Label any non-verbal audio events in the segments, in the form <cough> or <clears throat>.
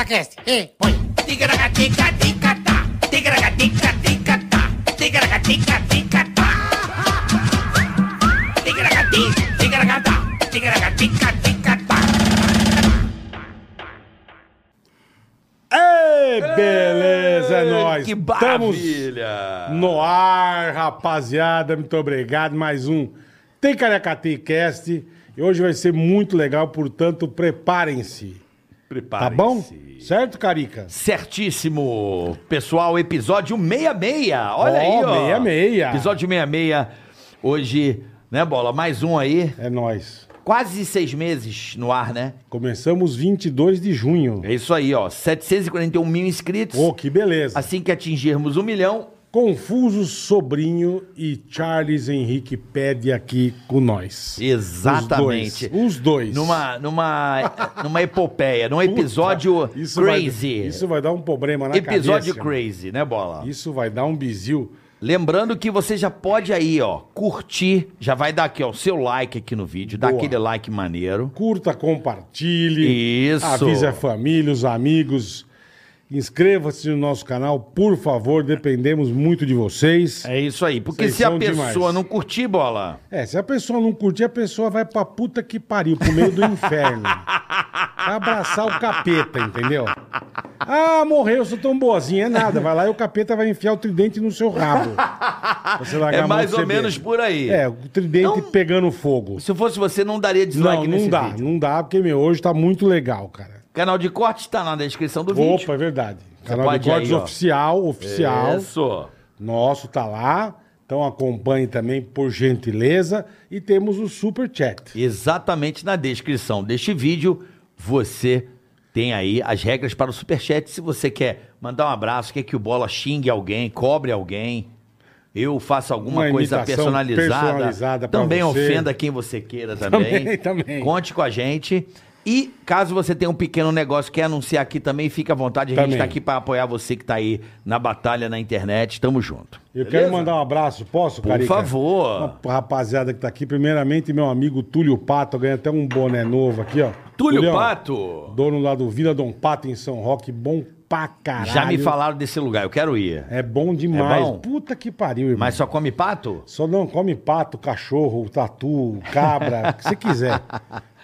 Aquece. E põe. Ei, É, beleza, Ei, nós. Que Estamos maravilha! no ar, rapaziada. Muito obrigado. Mais um Tem Caracati Cast. E hoje vai ser muito legal, portanto, preparem-se. Tá Preparem-se. bom? Certo, Carica? Certíssimo, pessoal, episódio 66. Olha Ó, aí, ó. 66. Episódio 66. Hoje, né, bola? Mais um aí. É nós. Quase seis meses no ar, né? Começamos 22 de junho. É isso aí, ó. 741 mil inscritos. Ô, que beleza. Assim que atingirmos um milhão, Confuso Sobrinho e Charles Henrique pede aqui com nós. Exatamente. Os dois. Os dois. numa, numa, <laughs> numa epopeia, num Puta, episódio isso vai- crazy. isso vai dar um problema na episódio cabeça. crazy, né, bola? Isso vai dar um bizil. Lembrando que você já pode aí, ó, curtir, já vai dar aqui, ó, o seu like aqui no vídeo, dá Boa. aquele like maneiro. Curta, compartilhe. Isso. Avise a família, os amigos. Inscreva-se no nosso canal, por favor. Dependemos muito de vocês. É isso aí, porque Vocês se a são pessoa demais. não curtir, bola, É, se a pessoa não curtir, a pessoa vai pra puta que pariu, pro <laughs> meio do inferno. Vai abraçar o capeta, entendeu? Ah, morreu, sou tão boazinha. É nada, vai lá e o capeta vai enfiar o tridente no seu rabo. Você largar a é mão mais de ou você menos ver. por aí. É, o tridente Então- pegando fogo. Se fosse você, não daria dislike Não, nesse não dá, vídeo. não dá, porque, meu, hoje tá muito legal, cara. Canal de cortes tá na descrição do vídeo. Opa, é verdade. Canal pode de ir cortes aí, ó. oficial, oficial. Isso. Nosso tá lá. Então acompanhe também, por gentileza. E temos o Super Chat. Exatamente na descrição deste vídeo, você tem aí as regras para o Superchat. Se você quer mandar um abraço, quer que o Bola xingue alguém, cobre alguém, eu faça alguma Uma coisa imitação personalizada, personalizada pra também você. ofenda quem você queira também. Também, também. Conte com a gente. E caso você tenha um pequeno negócio quer anunciar aqui também, fica à vontade. A gente Também. está aqui para apoiar você que está aí na batalha na internet. Tamo junto. Eu Beleza? quero mandar um abraço, posso, Por Carica? favor. Uma rapaziada que tá aqui, primeiramente, meu amigo Túlio Pato, ganha até um boné novo aqui, ó. Túlio Tulião, Pato. Dono lá do Vila Dom Pato em São Roque, bom pra um caralho. Já me falaram desse lugar, eu quero ir. É bom demais. É bom? Puta que pariu, irmão. Mas só come pato? Só não come pato, cachorro, tatu, cabra, o que você <laughs> quiser.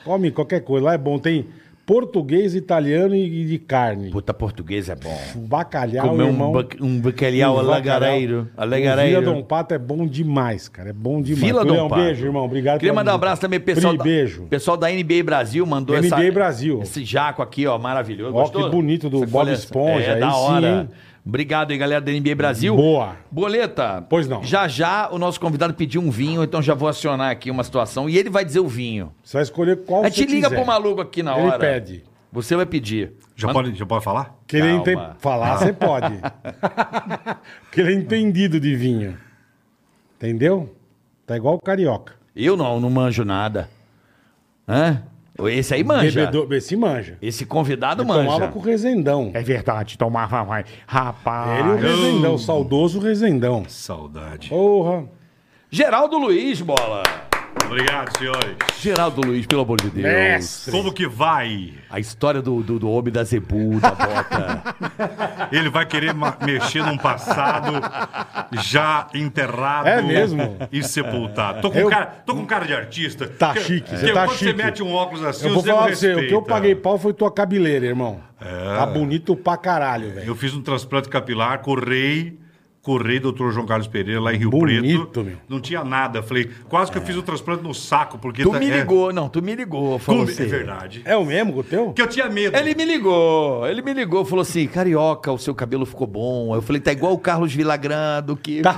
Come qualquer coisa. Lá é bom. Tem português, italiano e e de carne. Puta, português é bom. O bacalhau, Comer irmão. Um um, ba um bacalhau o bacalhau. alagareiro. O Vila Dom Alagareiro. Pato é bom demais, cara. É bom demais. Vila Julião, Dom Pato. beijo, irmão. Obrigado. Queria pela mandar um visita. abraço também pro pessoal, Pri, da, beijo. pessoal da NBA Brasil, mandou essa- NBA Brasil. esse jaco aqui, ó, maravilhoso. Ó, Gostou? que bonito do Essa Bob folha- Esponja, É, aí da sim, hora. hein? Obrigado aí, galera da NBA Brasil. Boa. Boleta. Pois não. Já já o nosso convidado pediu um vinho, então já vou acionar aqui uma situação e ele vai dizer o vinho. Você vai escolher qual A Então, você gente liga quiser. pro maluco aqui na Ele hora. pede. Você vai pedir. Já, pode, já pode falar? Que Calma. ele ente... Falar, você <laughs> pode. Porque ele é entendido de vinho. Entendeu? Tá igual o carioca. Eu não, não manjo nada. Hã? Esse aí manja. Bebedo... Esse manja. Esse convidado Tomava manja. com o Rezendão. É verdade, tomava mais. Rapaz. Ele e o Rezendão, o saudoso Rezendão. Saudade. Porra. Geraldo Luiz, bola. Obrigado, senhores. Geraldo Luiz, pelo amor de Deus. Como que vai? A história do, do, do homem da Zebu, da <laughs> bota. Ele vai querer ma- mexer num passado já enterrado É mesmo? e sepultado. Tô com, Eu- cara, tô com cara de artista. Tá Porque- chique, você porque tá quando chique. você mete um óculos assim, Eu vou você não falar pra você, o que eu respeita. paguei pau foi tua cabeleira, irmão. Tá bonito pra caralho, velho. Eu fiz um transplante capilar, correi, correi, doutor João Carlos Pereira, lá em Rio Bonito, Preto. meu. Não tinha nada. Falei, quase que eu fiz o transplante no saco, porque... tu tá- me é- ligou, não, tu me ligou. Falou Como- assim. É verdade. É o mesmo que o teu? Porque eu tinha medo. Ele me ligou, ele me ligou, falou assim, carioca, o seu cabelo ficou bom. Eu falei, tá igual o Carlos Villagrán do <laughs> que... Tá.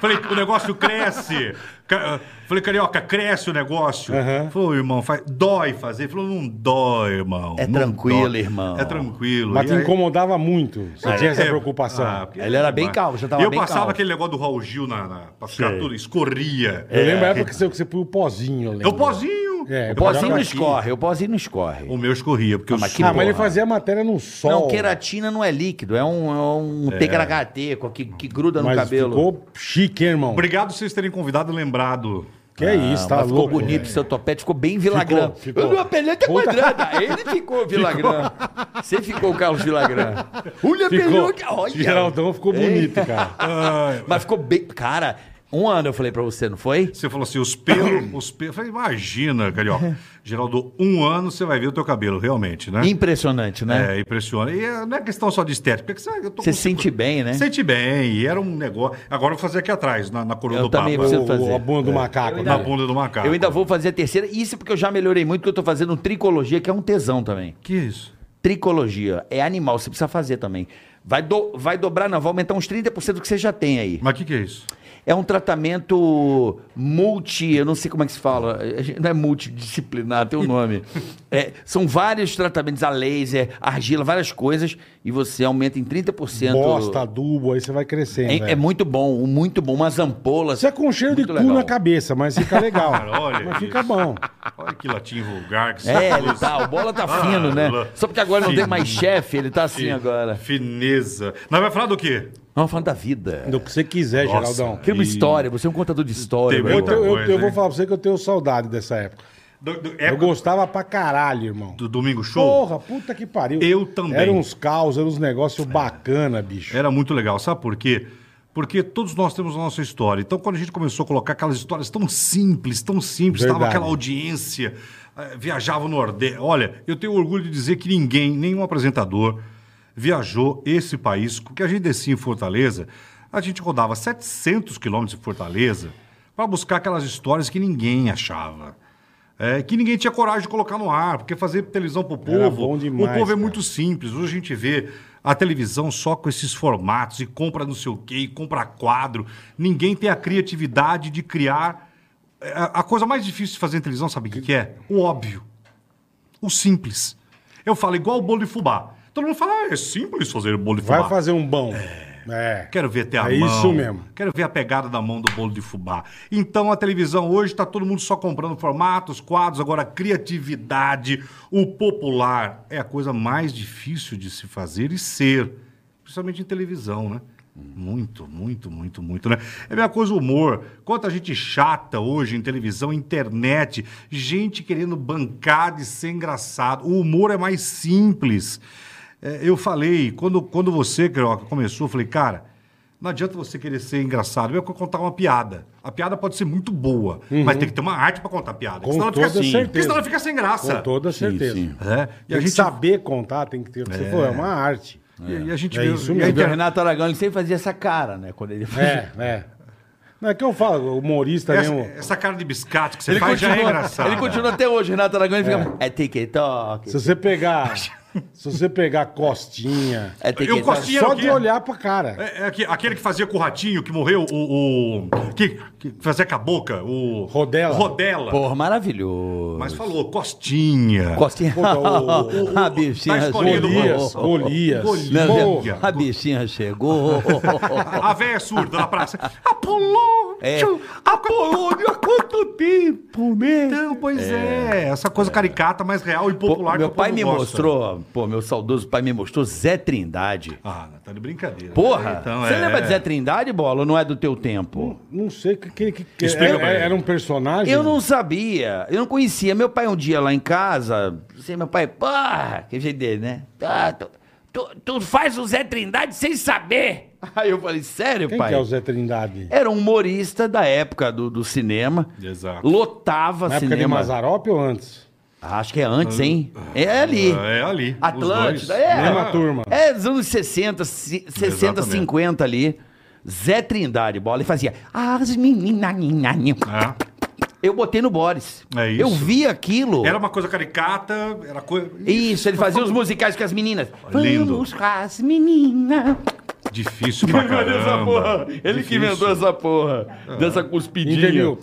Falei, o negócio cresce. Ca- ah, Falei, carioca, cresce o negócio. Falou, irmão, faz... dói fazer. Falou, não dói, irmão. É não tranquilo, dói. irmão. É tranquilo. Mas E te aí- incomodava muito. Você tinha essa É, preocupação. ah, porque Ele era bem calmo, já tava Eu bem passava calmo. aquele negócio do Raul Gil na, na, pra ficar tudo, escorria. É. eu lembro a época que você, que você põe o pozinho, eu É lembro. o pozinho. O É, eu pozinho jogava não aqui. escorre, o pozinho não escorre. O meu escorria, porque eu mas que Ah, mas ele porra. fazia matéria no sol. Não, queratina não é líquido, é um, é um tecaracateco que, que gruda no mas cabelo. ficou chique, hein, irmão. Obrigado por vocês terem convidado e lembrado Que é isso, tá Ah, mas louco. Ficou bonito, velho. seu topete ficou bem Vilagrã. Ficou, ficou. O meu apelido é Puta. quadrada. Ele ficou Vilagrã. Você ficou Carlos <laughs> Vilagrã. O meu Ficou. apelido é- olha. Geraldão ficou bonito, cara. Ah, Mas ficou bem. Cara, um ano eu falei pra você, não foi? Você falou assim, os pelos, os pelos. Eu falei, imagina, <laughs> Carioca. Geraldo, um ano você vai ver o teu cabelo, realmente, né? Impressionante, né? É, impressiona. E é- não é questão só de estética. Porque, sabe, eu tô Você com- sente bem, né? Sente bem, e era um negócio. Agora eu vou fazer aqui atrás, na, na coroa Eu do também Papa. preciso O- fazer. a bunda do macaco. Na né? bunda do macaco. Eu ainda vou fazer a terceira. Isso porque eu já melhorei muito, porque eu tô fazendo um tricologia, que é um tesão também. Que isso? Tricologia é animal, você precisa fazer também. Vai, do- vai dobrar, não, vai aumentar uns 30% do que você já tem aí. Mas o que, que é isso? É um tratamento multi, eu não sei como é que se fala, é, não é multidisciplinar, tem o <laughs> nome. É, são vários tratamentos a laser, argila, várias coisas, e você aumenta em 30%. Bosta, adubo, aí você vai crescendo. É, é velho. muito bom, muito bom. Umas ampolas. Você é com cheiro de muito cu legal. na cabeça, mas fica legal. Cara, olha mas fica isso. bom. <laughs> Olha que latim vulgar que você É, ele usa. tá, o bola tá Ah, fino, né? lá. Só porque agora não Fino. tem mais chefe, ele tá assim Fi- agora. Fineza. Nós vai falar do quê? Vamos falando da vida. Do que você quiser, Nossa, Geraldão. Cria uma E- história, você é um contador de história, Tem meu Eu, muita irmão. eu- eu- coisa, eu vou hein? falar pra você que eu tenho saudade dessa época. Do, do- Eu época gostava pra caralho, irmão. do Domingo Show? Porra, puta que pariu. Eu também. Eram uns caos, eram uns negócios bacana, bicho. Era muito legal. Sabe por quê? Porque todos nós temos a nossa história. Então, quando a gente começou a colocar aquelas histórias tão simples, tão simples, estava Verdade. aquela audiência, eh, viajava o Nordeste. Olha, eu tenho orgulho de dizer que ninguém, nenhum apresentador, viajou esse país. Porque a gente descia em Fortaleza, a gente rodava 700 quilômetros de Fortaleza para buscar aquelas histórias que ninguém achava. eh, que ninguém tinha coragem de colocar no ar, porque fazer televisão pro povo. bom o demais, povo é cara. muito muito simples. Hoje a gente vê a televisão só com esses formatos e compra não sei o quê, e compra quadro. Ninguém tem a criatividade de criar. É, A a coisa mais difícil de fazer em televisão, sabe o que, que é? O óbvio. O simples. Eu falo igual o bolo de fubá. Todo mundo fala, ah, é simples fazer bolo de fubá. Vai fazer um bom. É. Quero ver até a É mão. isso mesmo. Quero ver a pegada da mão do bolo de fubá. Então a televisão hoje está todo mundo só comprando formatos, quadros, agora criatividade. O popular é a coisa mais difícil de se fazer e ser, principalmente em televisão, né? Muito, muito, muito, muito, né? É a mesma coisa o humor. Quanta gente chata hoje em televisão, internet, gente querendo bancar de ser engraçado. O humor é mais simples. É, eu falei, quando, quando você, Crioca, começou, eu falei, cara, não adianta você querer ser engraçado. Eu vou contar uma piada. A piada pode ser muito boa, mas tem que ter uma arte pra contar a piada. Uhum. Com senão ela fica, toda Sim. certeza. Porque senão ela fica sem graça. Com toda certeza. sim. É, E Tem a que gente saber contar, tem que ter. Você falou, é uma arte. E, e a gente É vê- isso e mesmo. a Porque o internet- Renato Aragão, ele sempre fazia essa cara, né? Quando ele fazia. É, é. Não é que eu falo, o humorista um- essa, mesmo. essa cara de biscate que você Ele, faz já é continua, engraçado. ele continua até hoje, Renato Aragão, ele fica. É, TikTok. Se você pegar. se você pegar costinha. É TikTok. Costinha- Só o quê? de olhar pra cara. É, é aque- aquele que fazia com o ratinho, que morreu, o. o- que, que fazia com a boca, o. Rodela. Rodela. Porra, maravilhoso. Mas falou, Costinha. Costinha. Puta, <laughs> o- a bichinha tá escolhido, Golias, chegou. Golias. Golias. Não, Porra. A bichinha chegou. A, a véia surda na praça. Apolônio! É. Apolônio, há quanto tempo, mesmo? Então, pois é. Essa coisa caricata, mais real e Pô, popular que meu o pai povo me gosta. mostrou, pô, meu saudoso pai me mostrou Zé Trindade. Ah, não, tá de brincadeira. Porra! Então, você é. lembra de Zé Trindade, bola? Ou não é do teu tempo? Não sei o que, que, que, que Explica era, pra ele. era um personagem. Eu não sabia, eu não conhecia. Meu pai um dia lá em casa, assim, meu pai, porra, que jeito dele, né? Ah, tu, tu- tu faz o Zé Trindade sem saber. Aí eu falei, sério, Quem pai? que é o Zé Trindade? Era um humorista da época do, do cinema. Exato. Lotava Na época de cinema. Mazarop ou antes? Acho que é antes, hein? É ali. É ali. os Atlântida, dois. é. Mesma turma. É, dos anos 60, si- 60, Exatamente. 50 ali. Zé Trindade, bola, e fazia. "Ah, As meninas. É. Eu botei no Boris. É isso. Eu vi aquilo. Era uma coisa caricata, era coisa. Isso, ele fazia os musicais com as meninas. Lindo. Vamos com as meninas. Difícil pra caramba. Ele que inventou essa porra. Dessa cuspidinha. Entendeu?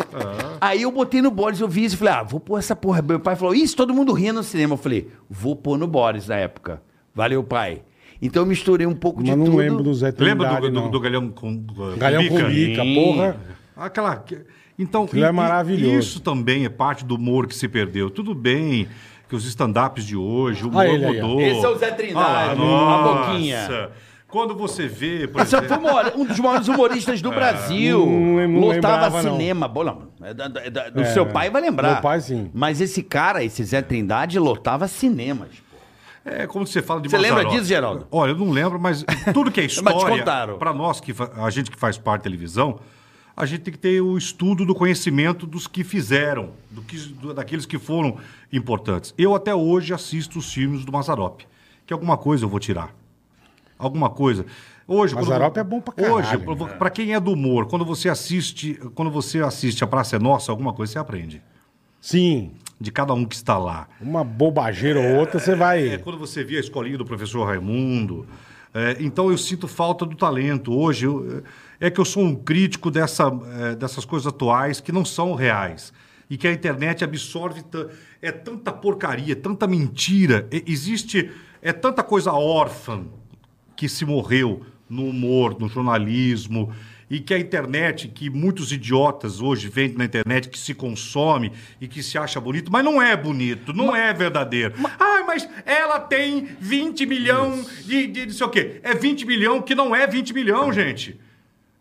Aí eu botei no Boris, eu vi isso e falei, ah, vou pôr essa porra. Meu pai falou, isso, todo mundo ria no cinema. Eu falei, vou pôr no Boris na época. Valeu, pai. Então eu misturei um pouco de Mas não tudo. lembro do Zé Trindade. Lembra do, do, não. do Galhão com, com Galhão com bica, Sim. porra. Aquela. que- Então, Aquilo é maravilhoso. Isso também é parte do humor que se perdeu. Tudo bem que os stand-ups de hoje, o humor Ah, ele aí, ó. mudou. Ah, Esse é o Zé Trindade, nossa. a boquinha. Quando você vê, por Mas você foi exemplo, uma- um dos maiores humoristas do Brasil. É. não lem- não Lotava lembrava, não. cinema. Bom, não, é da- da- da- do seu pai vai lembrar. meu pai, sim. Mas esse cara, esse Zé Trindade, lotava cinemas. pô. é como você fala de Você lembra Mazzaropi. disso, Geraldo? Olha, eu não lembro, mas tudo <laughs> que é história, contaram. para nós que fa- a gente que faz parte da televisão, a gente tem que ter o estudo do conhecimento dos que fizeram, do que, do- daqueles que foram importantes. Eu até hoje assisto os filmes do Mazzaropi, que alguma coisa eu vou tirar. Alguma coisa. Hoje, quando- Mazzaropi é bom pra caralho, Hoje, né? pra- pra quem é do humor, quando você assiste, quando você assiste a Praça é Nossa, alguma coisa você aprende. Sim, De cada um que está lá. uma bobageira ou outra, você vai. É, quando você via a escolinha do professor Raimundo. é, então eu sinto falta do talento. Hoje eu- é que eu sou um crítico dessa, é, dessas coisas atuais que não são reais. E que a internet absorve. tan- É tanta porcaria, tanta mentira. e- existe. É tanta coisa órfã que se morreu no humor, no jornalismo, e que a internet, que muitos idiotas hoje vendem na internet, que se consome e que se acha bonito, mas não é bonito, não é verdadeiro. Ah, mas ela tem 20 milhão de, de, de sei o quê. É 20 milhão que não é 20 milhão, gente.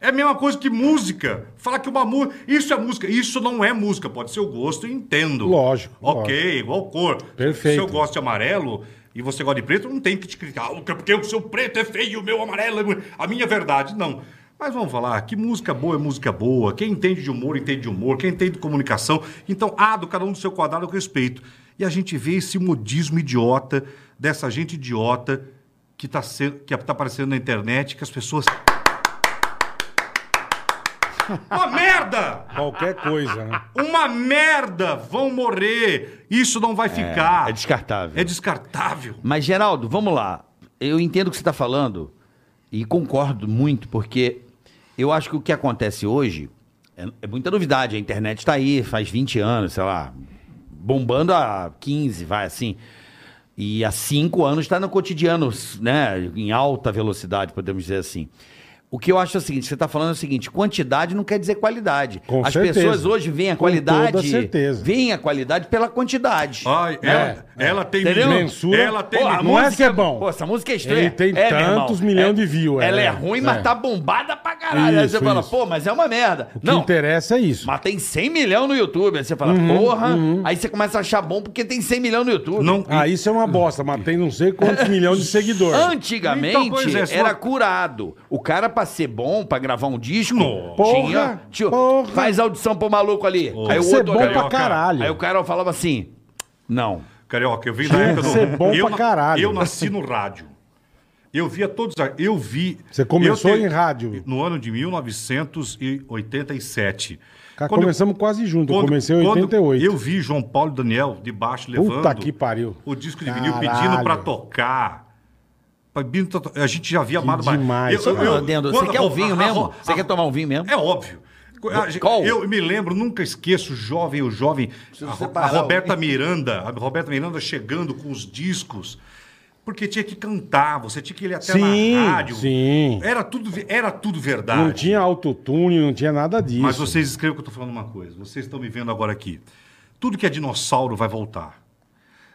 É a mesma coisa que música. Falar que uma música. Isso é música. Isso não é música. Pode ser o gosto, eu entendo. Lógico, Ok, igual cor. Perfeito. Se eu gosto de amarelo e você gosta de preto, não tem que te criticar. "Ah, Porque o seu preto é feio, o meu amarelo é... bonito." A minha verdade, não. Mas vamos falar, que música boa é música boa. Quem entende de humor, entende de humor. Quem entende de comunicação. Então, ah, do cada um do seu quadrado, eu respeito. E a gente vê esse modismo idiota, dessa gente idiota que está que tá aparecendo na internet, que as pessoas... Uma merda! Qualquer coisa, né? Uma merda! Vão morrer! Isso não vai ficar. é descartável. É descartável. Mas, Geraldo, vamos lá. Eu entendo o que você está falando e concordo muito, porque eu acho que o que acontece hoje é, é muita novidade. A internet está aí, faz 20 anos, sei lá, bombando há 15, vai assim. E há cinco anos está no cotidiano, né? Em alta velocidade, podemos dizer assim. O que eu acho é o seguinte, você está falando é o seguinte, quantidade não quer dizer qualidade. Com As certeza. pessoas hoje veem a Com toda qualidade. certeza. Veem a qualidade pela quantidade. Ai, ela, ela tem Entendeu? É, milhão. Censura. Ela tem Pô, milhão. não é ser bom. Pô, essa música é estranha. Ele tem é, meu irmão, tantos milhão é- de view, é. Ela é ruim, mas É. tá bombada pra caralho. aí Isso, você fala, isso. pô, mas é uma merda. O que Não, interessa é isso. mas tem 100 milhões no YouTube. Aí você fala, Uhum, porra. Aí você começa a achar bom porque tem 100 milhões no YouTube. Não, Ah, isso é uma bosta, mas tem não <laughs> sei quantos milhões de seguidores. Então, Antigamente pois é, só- era curado. O cara, pra ser bom, pra gravar um disco, tinha, Não. Porra, tinha- porra. faz audição pro maluco ali. Aí o Ser outro é bom pra olhava. caralho. Aí o cara falava assim: Não. Carioca, eu vi na época do. Isso é bom eu, pra na- caralho. Eu nasci no rádio. Eu via todos. a- Eu vi. Você começou eu te- em rádio. No ano de 1987. Cara, Quando- começamos quase junto. eu comecei em quando 88. Eu vi João Paulo e Daniel de baixo levando. que pariu. O disco de vinil Caralho. pedindo pra tocar. Pedindo pra to- A gente já havia amado mais. demais. Só eu, você quando- quer o vinho a- a- mesmo? a- Você quer tomar um vinho mesmo? É óbvio. A gente- Qual? Eu me lembro, nunca esqueço, jovem, o jovem, a, Ro- a separar Roberta o- Miranda, a Roberta Miranda chegando com os discos, porque tinha que cantar, você tinha que ir até Sim, na rádio. sim. Era tudo, ve- era tudo verdade. Não tinha autotune, não tinha nada disso. Mas vocês escrevam que eu tô falando uma coisa. Vocês estão me vendo agora aqui. Tudo que é dinossauro vai voltar.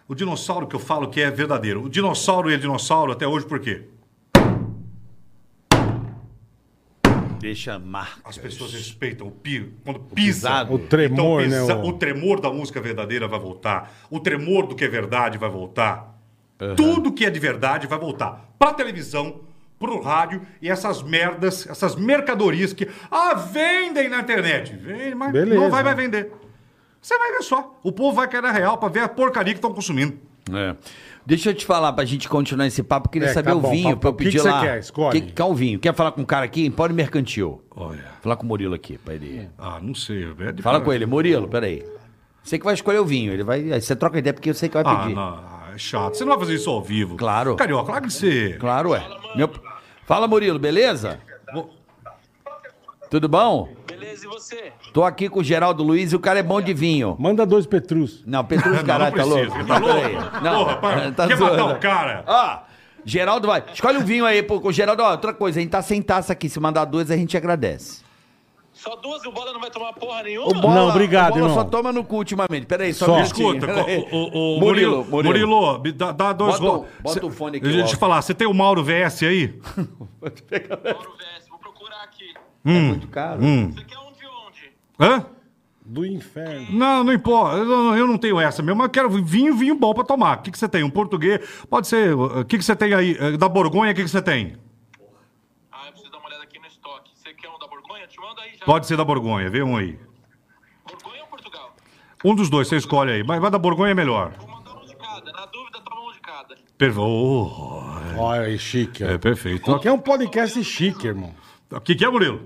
O dinossauro que eu falo que é verdadeiro. O dinossauro é dinossauro até hoje por quê? Deixa marca. As pessoas respeitam o pi, quando pisa. pisado. O tremor, então, pisa- né? O O... tremor da música verdadeira vai voltar. O tremor do que é verdade vai voltar. Tudo que é de verdade vai voltar. Pra televisão, pro rádio e essas merdas, essas mercadorias que ah, vendem na internet. Vende, mas Beleza. não vai mais vender. Você vai ver só. O povo vai cair na real pra ver a porcaria que estão consumindo. É. Deixa eu te falar, pra gente continuar esse papo, eu queria É, saber tá o bom, vinho papo. pra eu O que pedir que você lá. quer? Escolhe. Que, qual o vinho? Quer falar com o cara aqui? Empório Mercantil. Olha. Falar com o Murilo aqui, pra ele. Ah, não sei. É de- Fala com ele, Murilo, peraí. Você que vai escolher o vinho, ele vai. Aí você troca ideia porque eu sei que vai Ah, pedir. não, ah, é chato. Você não vai fazer isso ao vivo. Claro. Carioca, claro que você. Claro, é. Meu- Fala, Murilo, beleza? Tudo bom? Beleza, e você? Tô aqui com o Geraldo Luiz e o cara é bom de vinho. Manda dois Petrus. Não, <laughs> Petrus, caralho, tá precisa, louco. tá louco? peraí. Não, Porra, para, tá quer matar zoando. o cara? Ó, Geraldo vai. Escolhe um vinho aí, pô. com o Geraldo, ó, outra coisa, a gente tá sem taça aqui. Se mandar dois, a gente agradece. Só 12, o Bola não vai tomar porra nenhuma? O bola, Não, obrigado, o bola irmão. só toma no cu ultimamente. Peraí, só, Só. um minutinho. Escuta, Peraí. co- o, o- o Murilo, Murilo, Murilo. Murilo, me dá, dá dois Bota o- rolos. bota Cê- o fone aqui Deixa eu te logo. falar, você tem o Mauro VS aí? Mauro Vess, vou procurar aqui. Muito caro. Hum. Você quer um de onde? Hã? Do inferno. Não, não importa. Eu não, eu não tenho essa mesmo, mas eu quero vinho, vinho bom pra tomar. O que, que você tem? Um português? Pode ser. O que, que você tem aí? Eh, Da Borgonha, o que, que você tem? Ah, eu preciso dar uma olhada aqui no estoque. Você quer um da Borgonha? Te mando aí já. Pode ser da Borgonha, vê um aí. Borgonha ou Portugal? Um dos dois, você escolhe aí. Mas vai da Borgonha é melhor. Vou mandar um de cada. Na dúvida, toma um de cada. Per... Oh, Olha aí, chique. é ó. perfeito. Aqui é um podcast chique, irmão. O que, que é, Murilo?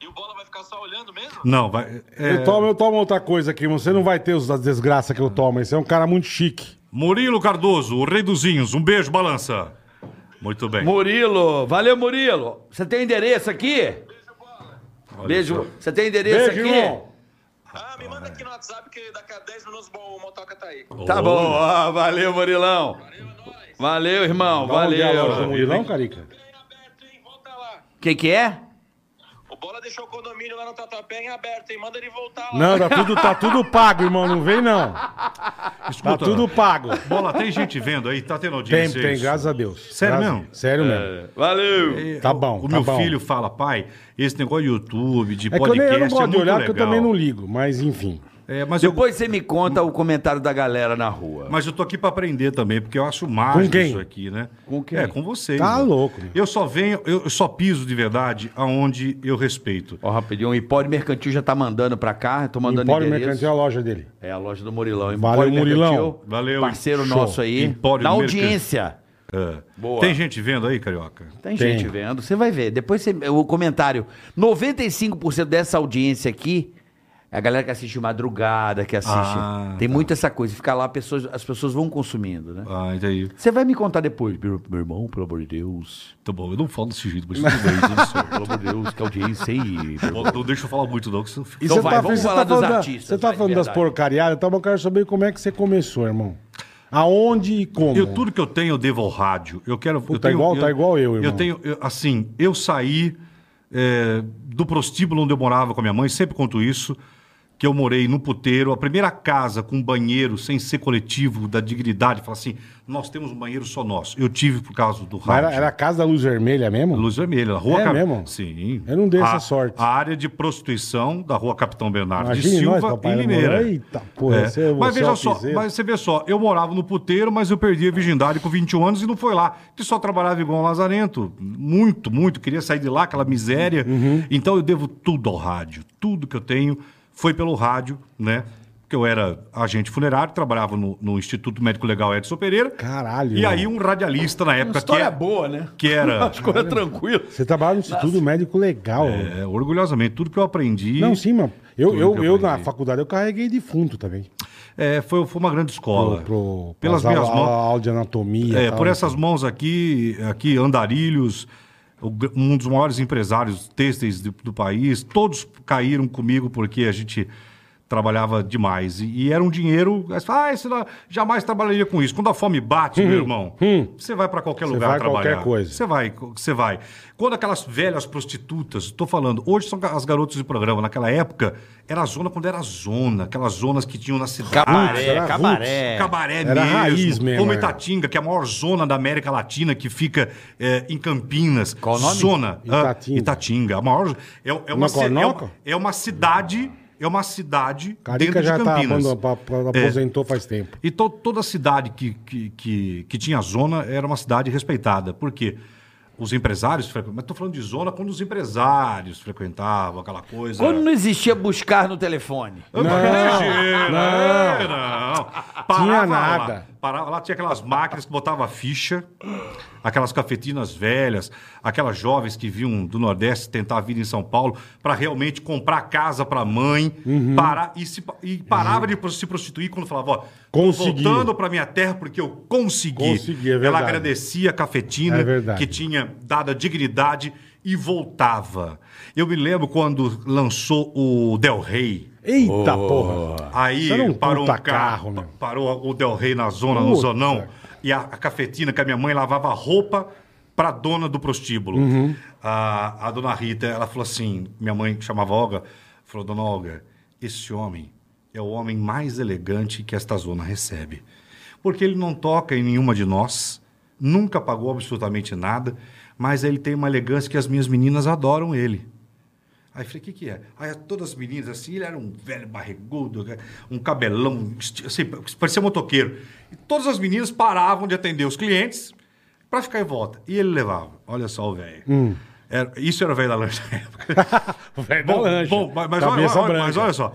E o Bola vai ficar só olhando mesmo? Não, vai. é, Eu, tomo, eu tomo outra coisa aqui, irmão. Você não vai ter os- as desgraças que eu tomo. Você é um cara muito chique. Murilo Cardoso, o Rei dos Zinhos. Um beijo, balança. Muito bem. Murilo, valeu, Murilo. Você tem endereço aqui? Beijo. Você tem endereço Beijo, aqui? irmão. Ah, me manda aqui no WhatsApp que daqui a 10 minutos o Motoca tá aí. Tá bom, ó, valeu, Murilão. Valeu, é nóis. Valeu, irmão, Dá um dia a loja do valeu. Murilão, Carica? Em aberto, hein? Volta lá. Quem que é? O Bola deixou o condomínio lá no Tatuapé em aberto, hein? Manda ele voltar lá. Não, tá tudo, tá tudo pago, irmão. Não vem, não. Tá Escuta, tudo pago. Bola, tem gente vendo aí? Tá tendo Tem, audiência? tem, isso? graças a Deus. Sério Graças- mesmo? Sério mesmo. Valeu. É, Tá bom, O tá meu bom. filho fala, pai, esse negócio de YouTube, de É que eu, nem, podcast, eu não é gosto de muito olhar, legal. porque eu também não ligo. Mas, enfim. É, mas, Depois você me conta o comentário da galera na rua. eu, mas eu tô aqui pra aprender também, porque eu acho mágico Com quem? isso aqui, né? Com quem? É, com vocês. Tá né? louco, meu. Eu só venho, eu eu só piso de verdade aonde eu respeito. Ó, rapidinho, o Empório Mercantil já tá mandando pra cá, eu tô mandando Empório endereço. Mercantil é a loja dele. É a loja do Murilão. hein? Valeu, Murilão. Valeu. Parceiro Show. nosso aí. Empório na Mercantil. audiência. É. Boa. Tem gente vendo aí, Carioca? Tem, Tem. gente vendo. Você vai ver. Depois você- o comentário. 95% dessa audiência aqui é a galera que assiste de madrugada, que assiste. Ah, Tem muito essa coisa. Fica lá, pessoas, as pessoas vão consumindo, né? Ah, entendi. Você vai me contar depois, meu, meu irmão, pelo amor de Deus. Tá bom, eu não falo desse jeito, mas tudo bem, <laughs> tudo certo. Pelo amor de Deus, que audiência aí. Não, não deixa eu falar muito não, que senão fica... E Então você vai, tá, vamos você falar tá dos falando da- artistas, Você tá vai, de falando das verdade. porcariadas, então eu quero saber como é que você começou, irmão. Aonde e como? Eu, tudo que eu tenho eu devo ao rádio. Eu quero. eu Puta, tenho- igual- tá igual eu, irmão. Eu tenho, eu- assim, eu saí é, do prostíbulo onde eu morava com a minha mãe, sempre conto isso, que eu morei no puteiro, a primeira casa com banheiro sem ser coletivo, da dignidade, falar assim, nós temos um banheiro só nosso. Eu tive por causa do Mas rádio. era, era a casa da luz vermelha mesmo? Luz Vermelha, na Rua É Cap- mesmo? Sim. Eu não dei essa A- sorte. A área de prostituição da Rua Capitão Bernardo Imagine de nós, Silva papai em Limeira. namorando. Eita, porra, É. você- mas você é veja um só, piseiro. mas você vê só, eu morava no puteiro, mas eu perdi a virgindade com 21 anos e não foi lá. Que só trabalhava igual um lazarento. Muito, muito. Queria sair de lá, aquela miséria. Uhum, Então eu devo tudo ao rádio. Tudo que eu tenho foi pelo rádio, né? Porque eu era agente funerário, trabalhava no, no Instituto Médico Legal Edson Pereira. Caralho, E irmão. aí um radialista na época que, História é- boa, né? que <laughs> era... As coisas tranquilas. Você trabalha no Instituto Médico Legal. É, orgulhosamente, tudo que eu aprendi Não, sim, mano. Eu, Tudo eu, que eu eu, na aprendi. faculdade eu carreguei defunto também. é, foi, foi uma grande escola. Pro, pro, Pelas pras minhas au- mãos. aula de anatomia. É, tal. por essas mãos aqui, aqui andarilhos, o gr- um dos maiores empresários têxteis do, do país, todos caíram comigo porque a gente trabalhava demais. E, e era um dinheiro. aí você fala, Ah, isso não- jamais trabalharia com isso. Quando a fome bate, meu irmão, você vai para qualquer Hum, Você lugar vai trabalhar. qualquer coisa. Você vai, co- você vai. Quando aquelas velhas prostitutas, estou falando, hoje são ga- as garotas de programa, naquela época era a zona quando era zona, aquelas zonas que tinham na cidade. Putz, era Cabaré, roots. cabaré. É, Cabaré É, Era mesmo. raiz mesmo, Como é. Itatinga, que é a maior zona da América Latina, que fica é, em Campinas. Qual o nome? Zona. ah, Itatinga. Itatinga. A maior... É, é uma, ci- é, Maconoco? uma, é uma cidade... É uma cidade Carica dentro já de tá Campinas. É. abandonando, pa- pa- aposentou faz tempo. E to- toda cidade que, que, que, que tinha zona era uma cidade respeitada. Por quê? Os empresários frequentavam. Mas estou falando de zona quando os empresários frequentavam aquela coisa. Quando não existia buscar no telefone. Não, não, não. Parava Tinha Lá, nada. parava lá, tinha aquelas máquinas que botava ficha, aquelas cafetinas velhas, aquelas jovens que vinham do Nordeste tentar vir em São Paulo para realmente comprar casa para mãe, Uhum. parar e, se- e parava de pro- se prostituir quando falava, ó, tô Consegui. voltando para minha terra porque eu consegui. Consegui, é Ela verdade. agradecia a cafetina É verdade. que tinha dado a dignidade e voltava. Eu me lembro quando lançou o Del Rey. Eita porra. Aí Isso era um parou um puta carro, carro, meu. pa- parou o Del Rei na zona, no Puta. zonão, e a, a cafetina que a minha mãe lavava a roupa pra dona do prostíbulo. Uhum. A, a dona Rita, ela falou assim: minha mãe que chamava Olga, falou: Dona Olga, esse homem é o homem mais elegante que esta zona recebe. Porque ele não toca em nenhuma de nós, nunca pagou absolutamente nada, mas ele tem uma elegância que as minhas meninas adoram ele. Aí falei, o que, que é? Aí todas as meninas, assim, ele era um velho barrigudo, né? um cabelão, esti- assim, parecia motoqueiro. E todas as meninas paravam de atender os clientes para ficar em volta. E ele levava. Olha só o velho. Era- isso era o velho da lancha na época. O Hum. <laughs> velho da bom, lancha. bom, mas, mas olha, Cabeça olha- branca. mas olha só.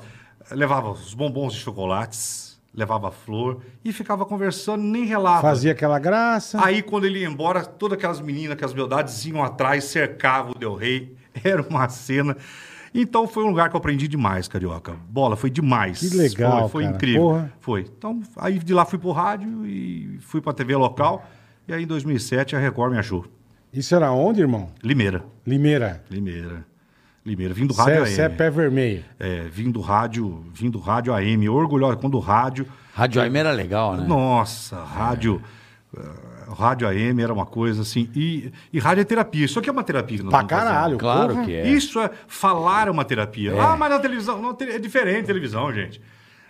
Levava os bombons de chocolates, levava flor e ficava conversando, nem relava. Fazia aquela graça. Aí, quando ele ia embora, todas aquelas meninas que as beldades iam atrás, cercavam o Del Rey. <laughs> Era uma cena. Então, foi um lugar que eu aprendi demais, Carioca. Bola, foi demais. Que legal, Foi, foi cara. incrível. Porra. Foi. Então, aí de lá fui pro rádio e fui pra TV local. E aí, em 2007, a Record me achou. Isso era onde, irmão? Limeira. Limeira. Limeira. Limeira. Vim do rádio Você é AM. pé vermelho. É, vim do rádio, vim do rádio AM. Orgulhoso quando o rádio... Rádio AM era legal, É. né? Nossa, rádio. eh, rádio AM era uma coisa assim. E, e rádio é terapia. Isso aqui é uma terapia. que nós Pra estamos fazendo. caralho, Claro porra. que é. Isso é. Falar é uma terapia. Ah, mas na televisão. Não, te- é diferente a televisão, gente.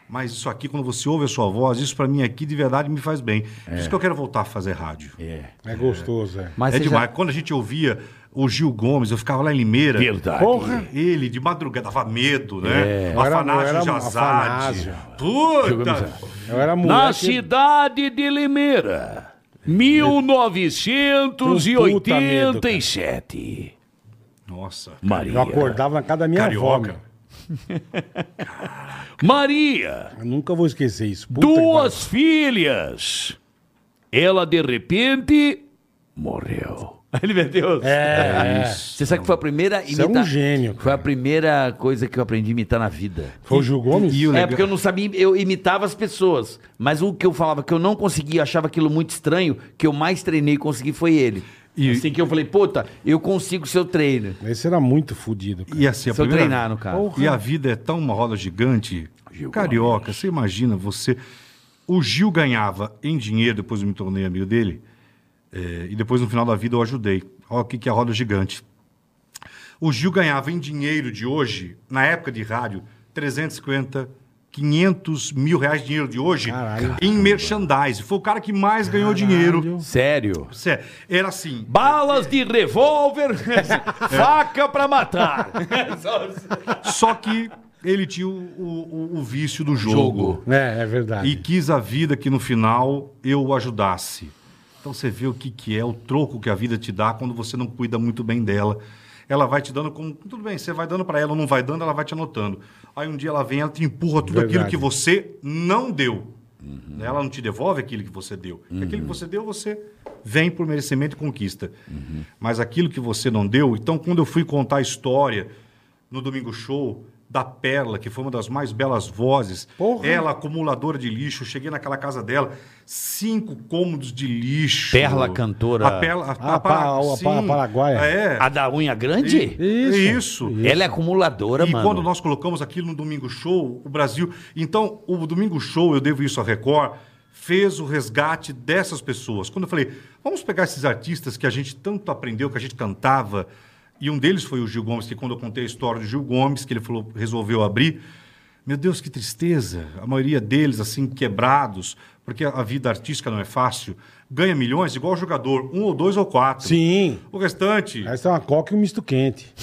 Mas isso aqui, quando você ouve a sua voz, isso pra mim aqui de verdade me faz bem. Por isso que eu quero voltar a fazer rádio. É, É gostoso, é. Mas você já- demais. Quando a gente ouvia o Gil Gomes, eu ficava lá em Limeira. Verdade. Porra. Ele, de madrugada, dava medo, né? É. Eu era- eu era Afanásio um Jazade. Afanásio. Puta! Eu Na era moleque. cidade de Limeira, medo, 1987. Nossa. Eu Maria. acordava na casa da minha avó. Carioca. meu. <laughs> Maria, Eu nunca vou esquecer isso. Puta que duas filhas. Ela de repente morreu. <laughs> Ele meteu. pariu. É, Você sabe que foi a primeira Você é um gênio, Foi a primeira coisa que eu aprendi a imitar na vida. Foi o Gil Gomes? E o É legal- porque eu não sabia, eu imitava as pessoas. Mas o que eu falava que eu não conseguia, eu achava aquilo muito estranho, que eu mais treinei e consegui foi ele. E- Assim que eu falei, puta, eu consigo ser o trainer. Esse era muito fodido, cara. E assim, a Se eu primeira- treinar, no caso. E a vida é tão uma roda gigante. Carioca, você imagina você. O Gil ganhava em dinheiro, depois eu me tornei amigo dele. eh, e depois, no final da vida, eu ajudei. Olha o que que é a roda gigante. O Gil ganhava em dinheiro de hoje, na época de rádio, 350, 500 mil reais de dinheiro de hoje Caralho. em merchandising. Foi o cara que mais ganhou dinheiro. Sério. Sé- Era assim. Balas de <laughs> revólver, É. faca pra matar. Só que ele tinha o, o- o- o vício do jogo. É, é E verdade. quis a vida que no final eu o ajudasse. Então você vê o que, que é o troco que a vida te dá quando você não cuida muito bem dela. Ela vai te dando como. Tudo bem, você vai dando para ela ou não vai dando, ela vai te anotando. Aí um dia ela vem, ela te empurra tudo aquilo Verdade. que você não deu. Né? Ela não te devolve aquilo que você deu. Porque Uhum. Aquilo que você deu, você vem por merecimento e conquista. Uhum. Mas aquilo que você não deu. Então, quando eu fui contar a história no Domingo Show da Perla, que foi uma das mais belas vozes, Porra. ela acumuladora de lixo, cheguei naquela casa dela, cinco cômodos de lixo. Perla, cantora. A Perla. A, Ah, pa- a- a- sim. pa- paraguaia. É. A da unha grande? Isso. Ela é acumuladora, E mano. quando nós colocamos aquilo no Domingo Show, o Brasil. Então, o Domingo Show, eu devo isso à Record, fez o resgate dessas pessoas. Quando eu falei, vamos pegar esses artistas que a gente tanto aprendeu, que a gente cantava, e um deles foi o Gil Gomes, que quando eu contei a história do Gil Gomes, que ele falou, resolveu abrir. Meu Deus, que tristeza. A maioria deles, assim, quebrados, porque a vida artística não é fácil, ganha milhões igual jogador, um ou dois ou quatro. Sim. O restante. Essa é uma coca e um misto quente.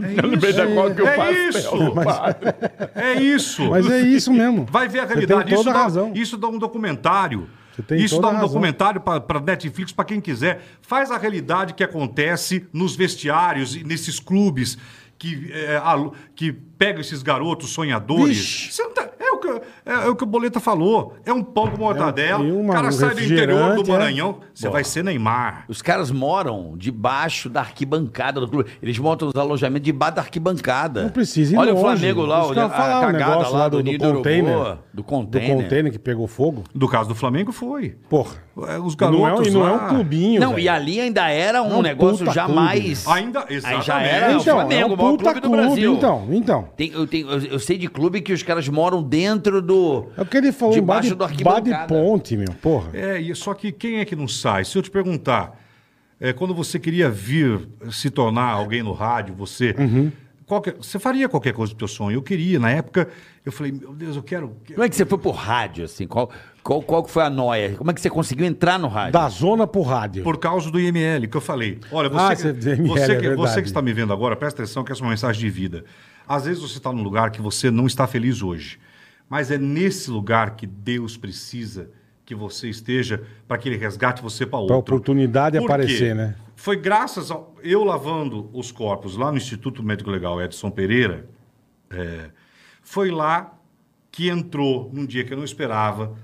eu lembrei da qual que eu É isso! <laughs> É isso! Mas é isso mesmo. Vai ver a Você realidade. Tem toda isso, a dá, razão. isso dá um documentário. Você tem isso toda dá a um razão. documentário para Netflix, para quem quiser. Faz a realidade que acontece nos vestiários e nesses clubes que, é, alu- que pegam esses garotos sonhadores. Vixe. Você não tá- é, o que, é, é o que o Boleta falou. É um pão com mortadela. e uma- o cara um sai do interior do refrigerante, é. Maranhão. Você vai ser Neymar. Os caras moram debaixo da arquibancada do clube. Eles montam os alojamentos debaixo da arquibancada. Não precisa ir Olha o longe. Flamengo lá, Os olha a caras falaram o cagada negócio lá lá do- do, do Ninho do container. container. do Do container. container que pegou fogo. Do caso do Flamengo, foi. Porra. É, Os Não é, garotos um- e não é lá- um clubinho. Não, velho. e ali ainda era um É um negócio puta jamais... Ainda, Aí exatamente. já era o Então, Flamengo, é um o maior puta clube do clube, Brasil. então, então. Tem- eu, tenho- eu- eu sei de clube que os caras moram dentro do... É o que ele falou Debaixo embaixo do do arquibancada. de ponte, meu. Porra. É, e só que quem é que não sai? Se eu te perguntar, é, quando você queria vir se tornar alguém no rádio, você. Uhum. qualquer- você faria qualquer coisa do teu sonho. Eu queria, na época, eu falei, meu Deus, eu quero. Como é que você foi pro rádio, assim? Qual, qual, qual que foi a noia? Como é que você conseguiu entrar no É. rádio? Da zona pro rádio. Por causa do IML, que eu falei. Olha, você, Ah, que, você- IML, você, é que, verdade. você que está me vendo agora, presta atenção que essa é uma mensagem de vida. Às vezes você está num lugar que você não está feliz hoje, mas é nesse lugar que Deus precisa que você esteja para que Ele resgate você para outro. Pra oportunidade Por aparecer, quê? né? Foi graças a eu lavando os corpos lá no Instituto Médico Legal Edson Pereira, é, foi lá que entrou, num dia que eu não esperava,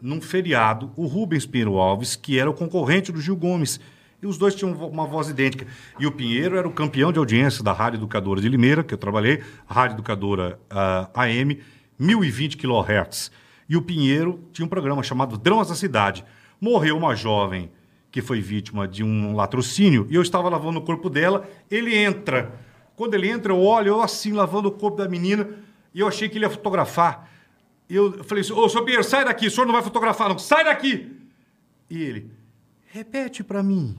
num feriado, o Rubens Pinheiro Alves, que era o concorrente do Gil Gomes. E os dois tinham vo- uma voz idêntica. E o Pinheiro era o campeão de audiência da Rádio Educadora de Limeira, que eu trabalhei, Rádio Educadora ah, AM, 1020 kHz. E o Pinheiro tinha um programa chamado Dramas da Cidade. Morreu uma jovem que foi vítima de um latrocínio e eu estava lavando o corpo dela. Ele entra. Quando ele entra, eu olho, eu assim, lavando o corpo da menina, e eu achei que ele ia fotografar. E eu falei assim, ô, seu Pinheiro, sai daqui, o senhor não vai fotografar não, sai daqui! E ele, repete pra mim.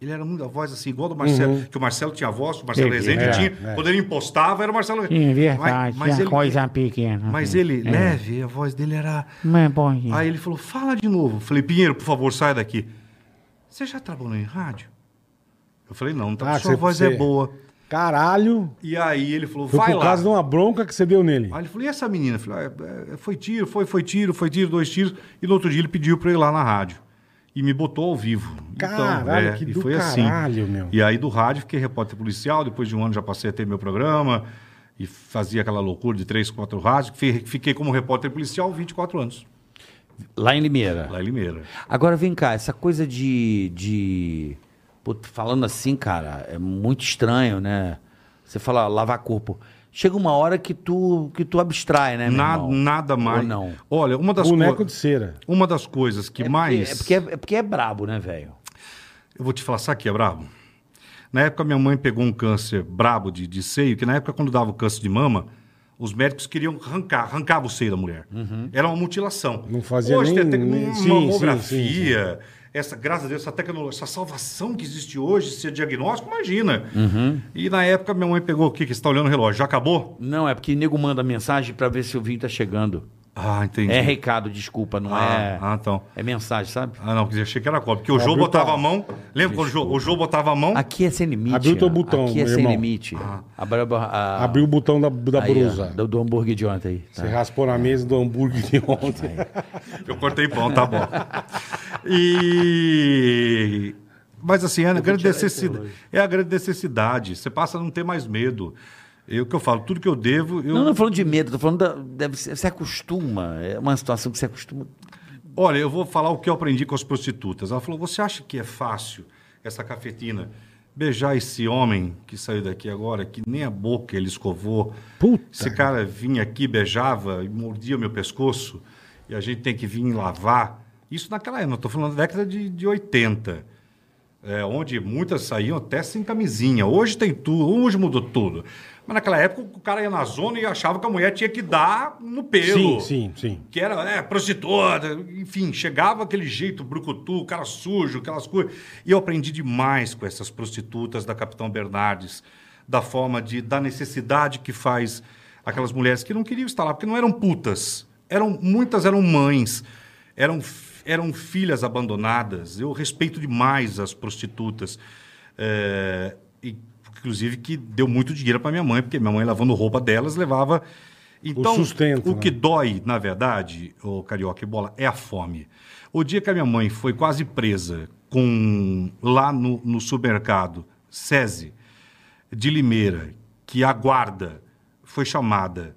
Ele era muito a voz assim, igual do Marcelo, Uhum. que o Marcelo tinha a voz, o Marcelo Entendi. Rezende É, tinha, é. quando ele impostava, era o Marcelo... Sim, verdade. Mas- mas é ele- coisa pequena. Mas é. ele, né? É. leve, a voz dele era... Mas é bom, gente. Aí ele falou, fala de novo. Eu Falei, Pinheiro, por favor, sai daqui. Você já trabalhou em rádio? Eu falei, não, tá, Ah, sua você- voz é você- boa. Caralho. E aí ele falou, Foi vai por lá. causa de uma bronca que você deu nele. Aí ele falou, e essa menina? Eu falei, "Ah, é, é, foi tiro, foi, foi tiro, foi tiro, dois tiros. E no outro dia ele pediu pra eu ir lá na rádio. E me botou ao vivo. Então, é, Caralho, que do caralho, meu. assim. E aí do rádio fiquei repórter policial, depois de um ano já passei a ter meu programa. E fazia aquela loucura de três, quatro rádios. Fi- Fiquei como repórter policial 24 anos, Lá em Limeira. lá em Limeira. Agora vem cá, essa coisa de. de... Pô, tô falando assim, cara, é muito estranho, né? Você fala lavar corpo. Chega uma hora que tu, que tu abstrai, né, meu Na- irmão? nada mais. Ou não. Olha, uma das, Boneco coi- de cera. uma das coisas que É mais... Porque, é, porque é, é porque é brabo, né, velho? Eu vou te falar, sabe o que é brabo? Na época, minha mãe pegou um câncer brabo de, de seio, que na época, quando dava o câncer de mama, os médicos queriam arrancar, arrancava o seio da mulher. Uhum. Era uma mutilação. Não fazia Hoje nem- tem nem- uma sim, sim, mamografia, Essa, graças a Deus, essa tecnologia, essa salvação que existe hoje, esse diagnóstico, imagina. Uhum. E na época, minha mãe pegou o que? que Você está olhando o relógio? Já acabou? Não, é porque nego manda mensagem pra ver se o vinho tá chegando. Ah, entendi. É recado, desculpa, não é. Ah, ah, então. É mensagem, sabe? Ah, não, porque achei que era cobra. Porque o Abriu Jô botava pra- a mão. Lembra quando o Jô, o Jô botava a mão? Aqui é sem limite. Abriu teu ó. botão, Aqui é meu sem irmão. Ah. limite. Abra- Ah. a- Abriu o botão da, da aí, ó, brusa. do, do hambúrguer de ontem aí. Você Tá. raspou na mesa do hambúrguer de ontem. Eu cortei pão, tá bom. E. Mas assim, é a, grande necessidade, é a grande necessidade. Você passa a não ter mais medo. Eu que eu falo, tudo que eu devo. Eu... Não, não tô falando de medo, tô falando da. Deve ser, você acostuma. É uma situação que você acostuma. Olha, eu vou falar o que eu aprendi com as prostitutas. Ela falou: você acha que é fácil essa cafetina beijar esse homem que saiu daqui agora, que nem a boca ele escovou? Puta. Esse cara vinha aqui, beijava e mordia meu pescoço, e a gente tem que vir lavar. Isso naquela época, estou falando da década de, de 80, é, onde muitas saíam até sem camisinha. Hoje tem tudo, hoje mudou tudo. Mas naquela época o cara ia na zona e achava que a mulher tinha que dar no pelo Sim, sim, sim. que era é, prostituta, enfim, chegava aquele jeito brucutu, cara sujo, aquelas coisas. E eu aprendi demais com essas prostitutas da Capitão Bernardes, da forma de, da necessidade que faz aquelas mulheres que não queriam estar lá, porque não eram putas, eram muitas eram mães, eram fi- eram filhas abandonadas. Eu respeito demais as prostitutas. É, e, inclusive que deu muito dinheiro para minha mãe, porque minha mãe lavando roupa delas levava então, sustento, o que né? dói, na verdade, o Carioca e Bola, é a fome. O dia que a minha mãe foi quase presa com lá no, no supermercado SESI de Limeira, que a guarda foi chamada.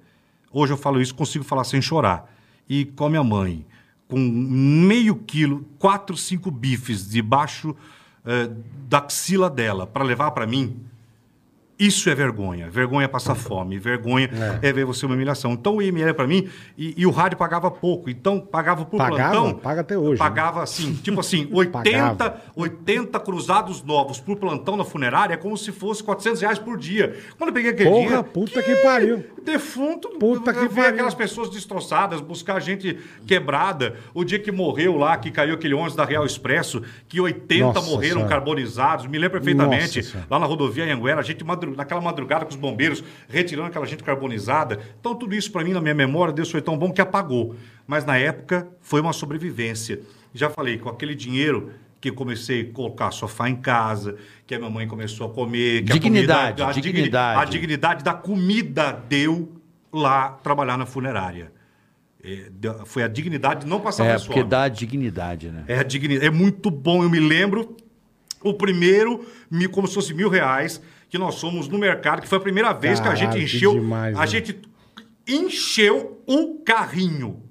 Hoje eu falo isso, consigo falar sem chorar. E com a minha mãe, com meio quilo, quatro, cinco bifes debaixo eh, da axila dela, para levar para mim, Isso é vergonha. Vergonha é passar fome. Vergonha é, ver você uma humilhação. Então o IML para mim, e, e o rádio pagava pouco. Então pagava por Pagava? plantão. Paga até hoje, né? Pagava assim, tipo assim, 80, Pagava. 80 cruzados novos por plantão na funerária é como se fosse 400 reais por dia. Quando eu peguei aquele Porra, dinheiro, puta que pariu. Defunto, Puta que ver pariu. aquelas pessoas destroçadas, buscar gente quebrada. O dia que morreu lá, que caiu aquele ônibus da Real Expresso, que 80 Nossa morreram Senhora. carbonizados, me lembro perfeitamente. Nossa Senhora. lá na rodovia Anguera, a gente madru- naquela madrugada com os bombeiros, retirando aquela gente carbonizada. Então tudo isso para mim, na minha memória, Deus foi tão bom que apagou. Mas na época foi uma sobrevivência. Já falei, com aquele dinheiro que eu comecei a colocar sofá em casa, que a minha mãe começou a comer... Que a Dignidade, comida- a digni- dignidade. a digni- dignidade da comida deu lá trabalhar na funerária. É, deu- foi a dignidade de não passar É, mais porque fome. dá dignidade, né? É, a digni- é muito bom, eu me lembro. O primeiro, mil- como se fosse mil reais, que nós fomos no mercado, que foi a primeira vez que a Caralho, gente que encheu. demais, a né? gente encheu um carrinho.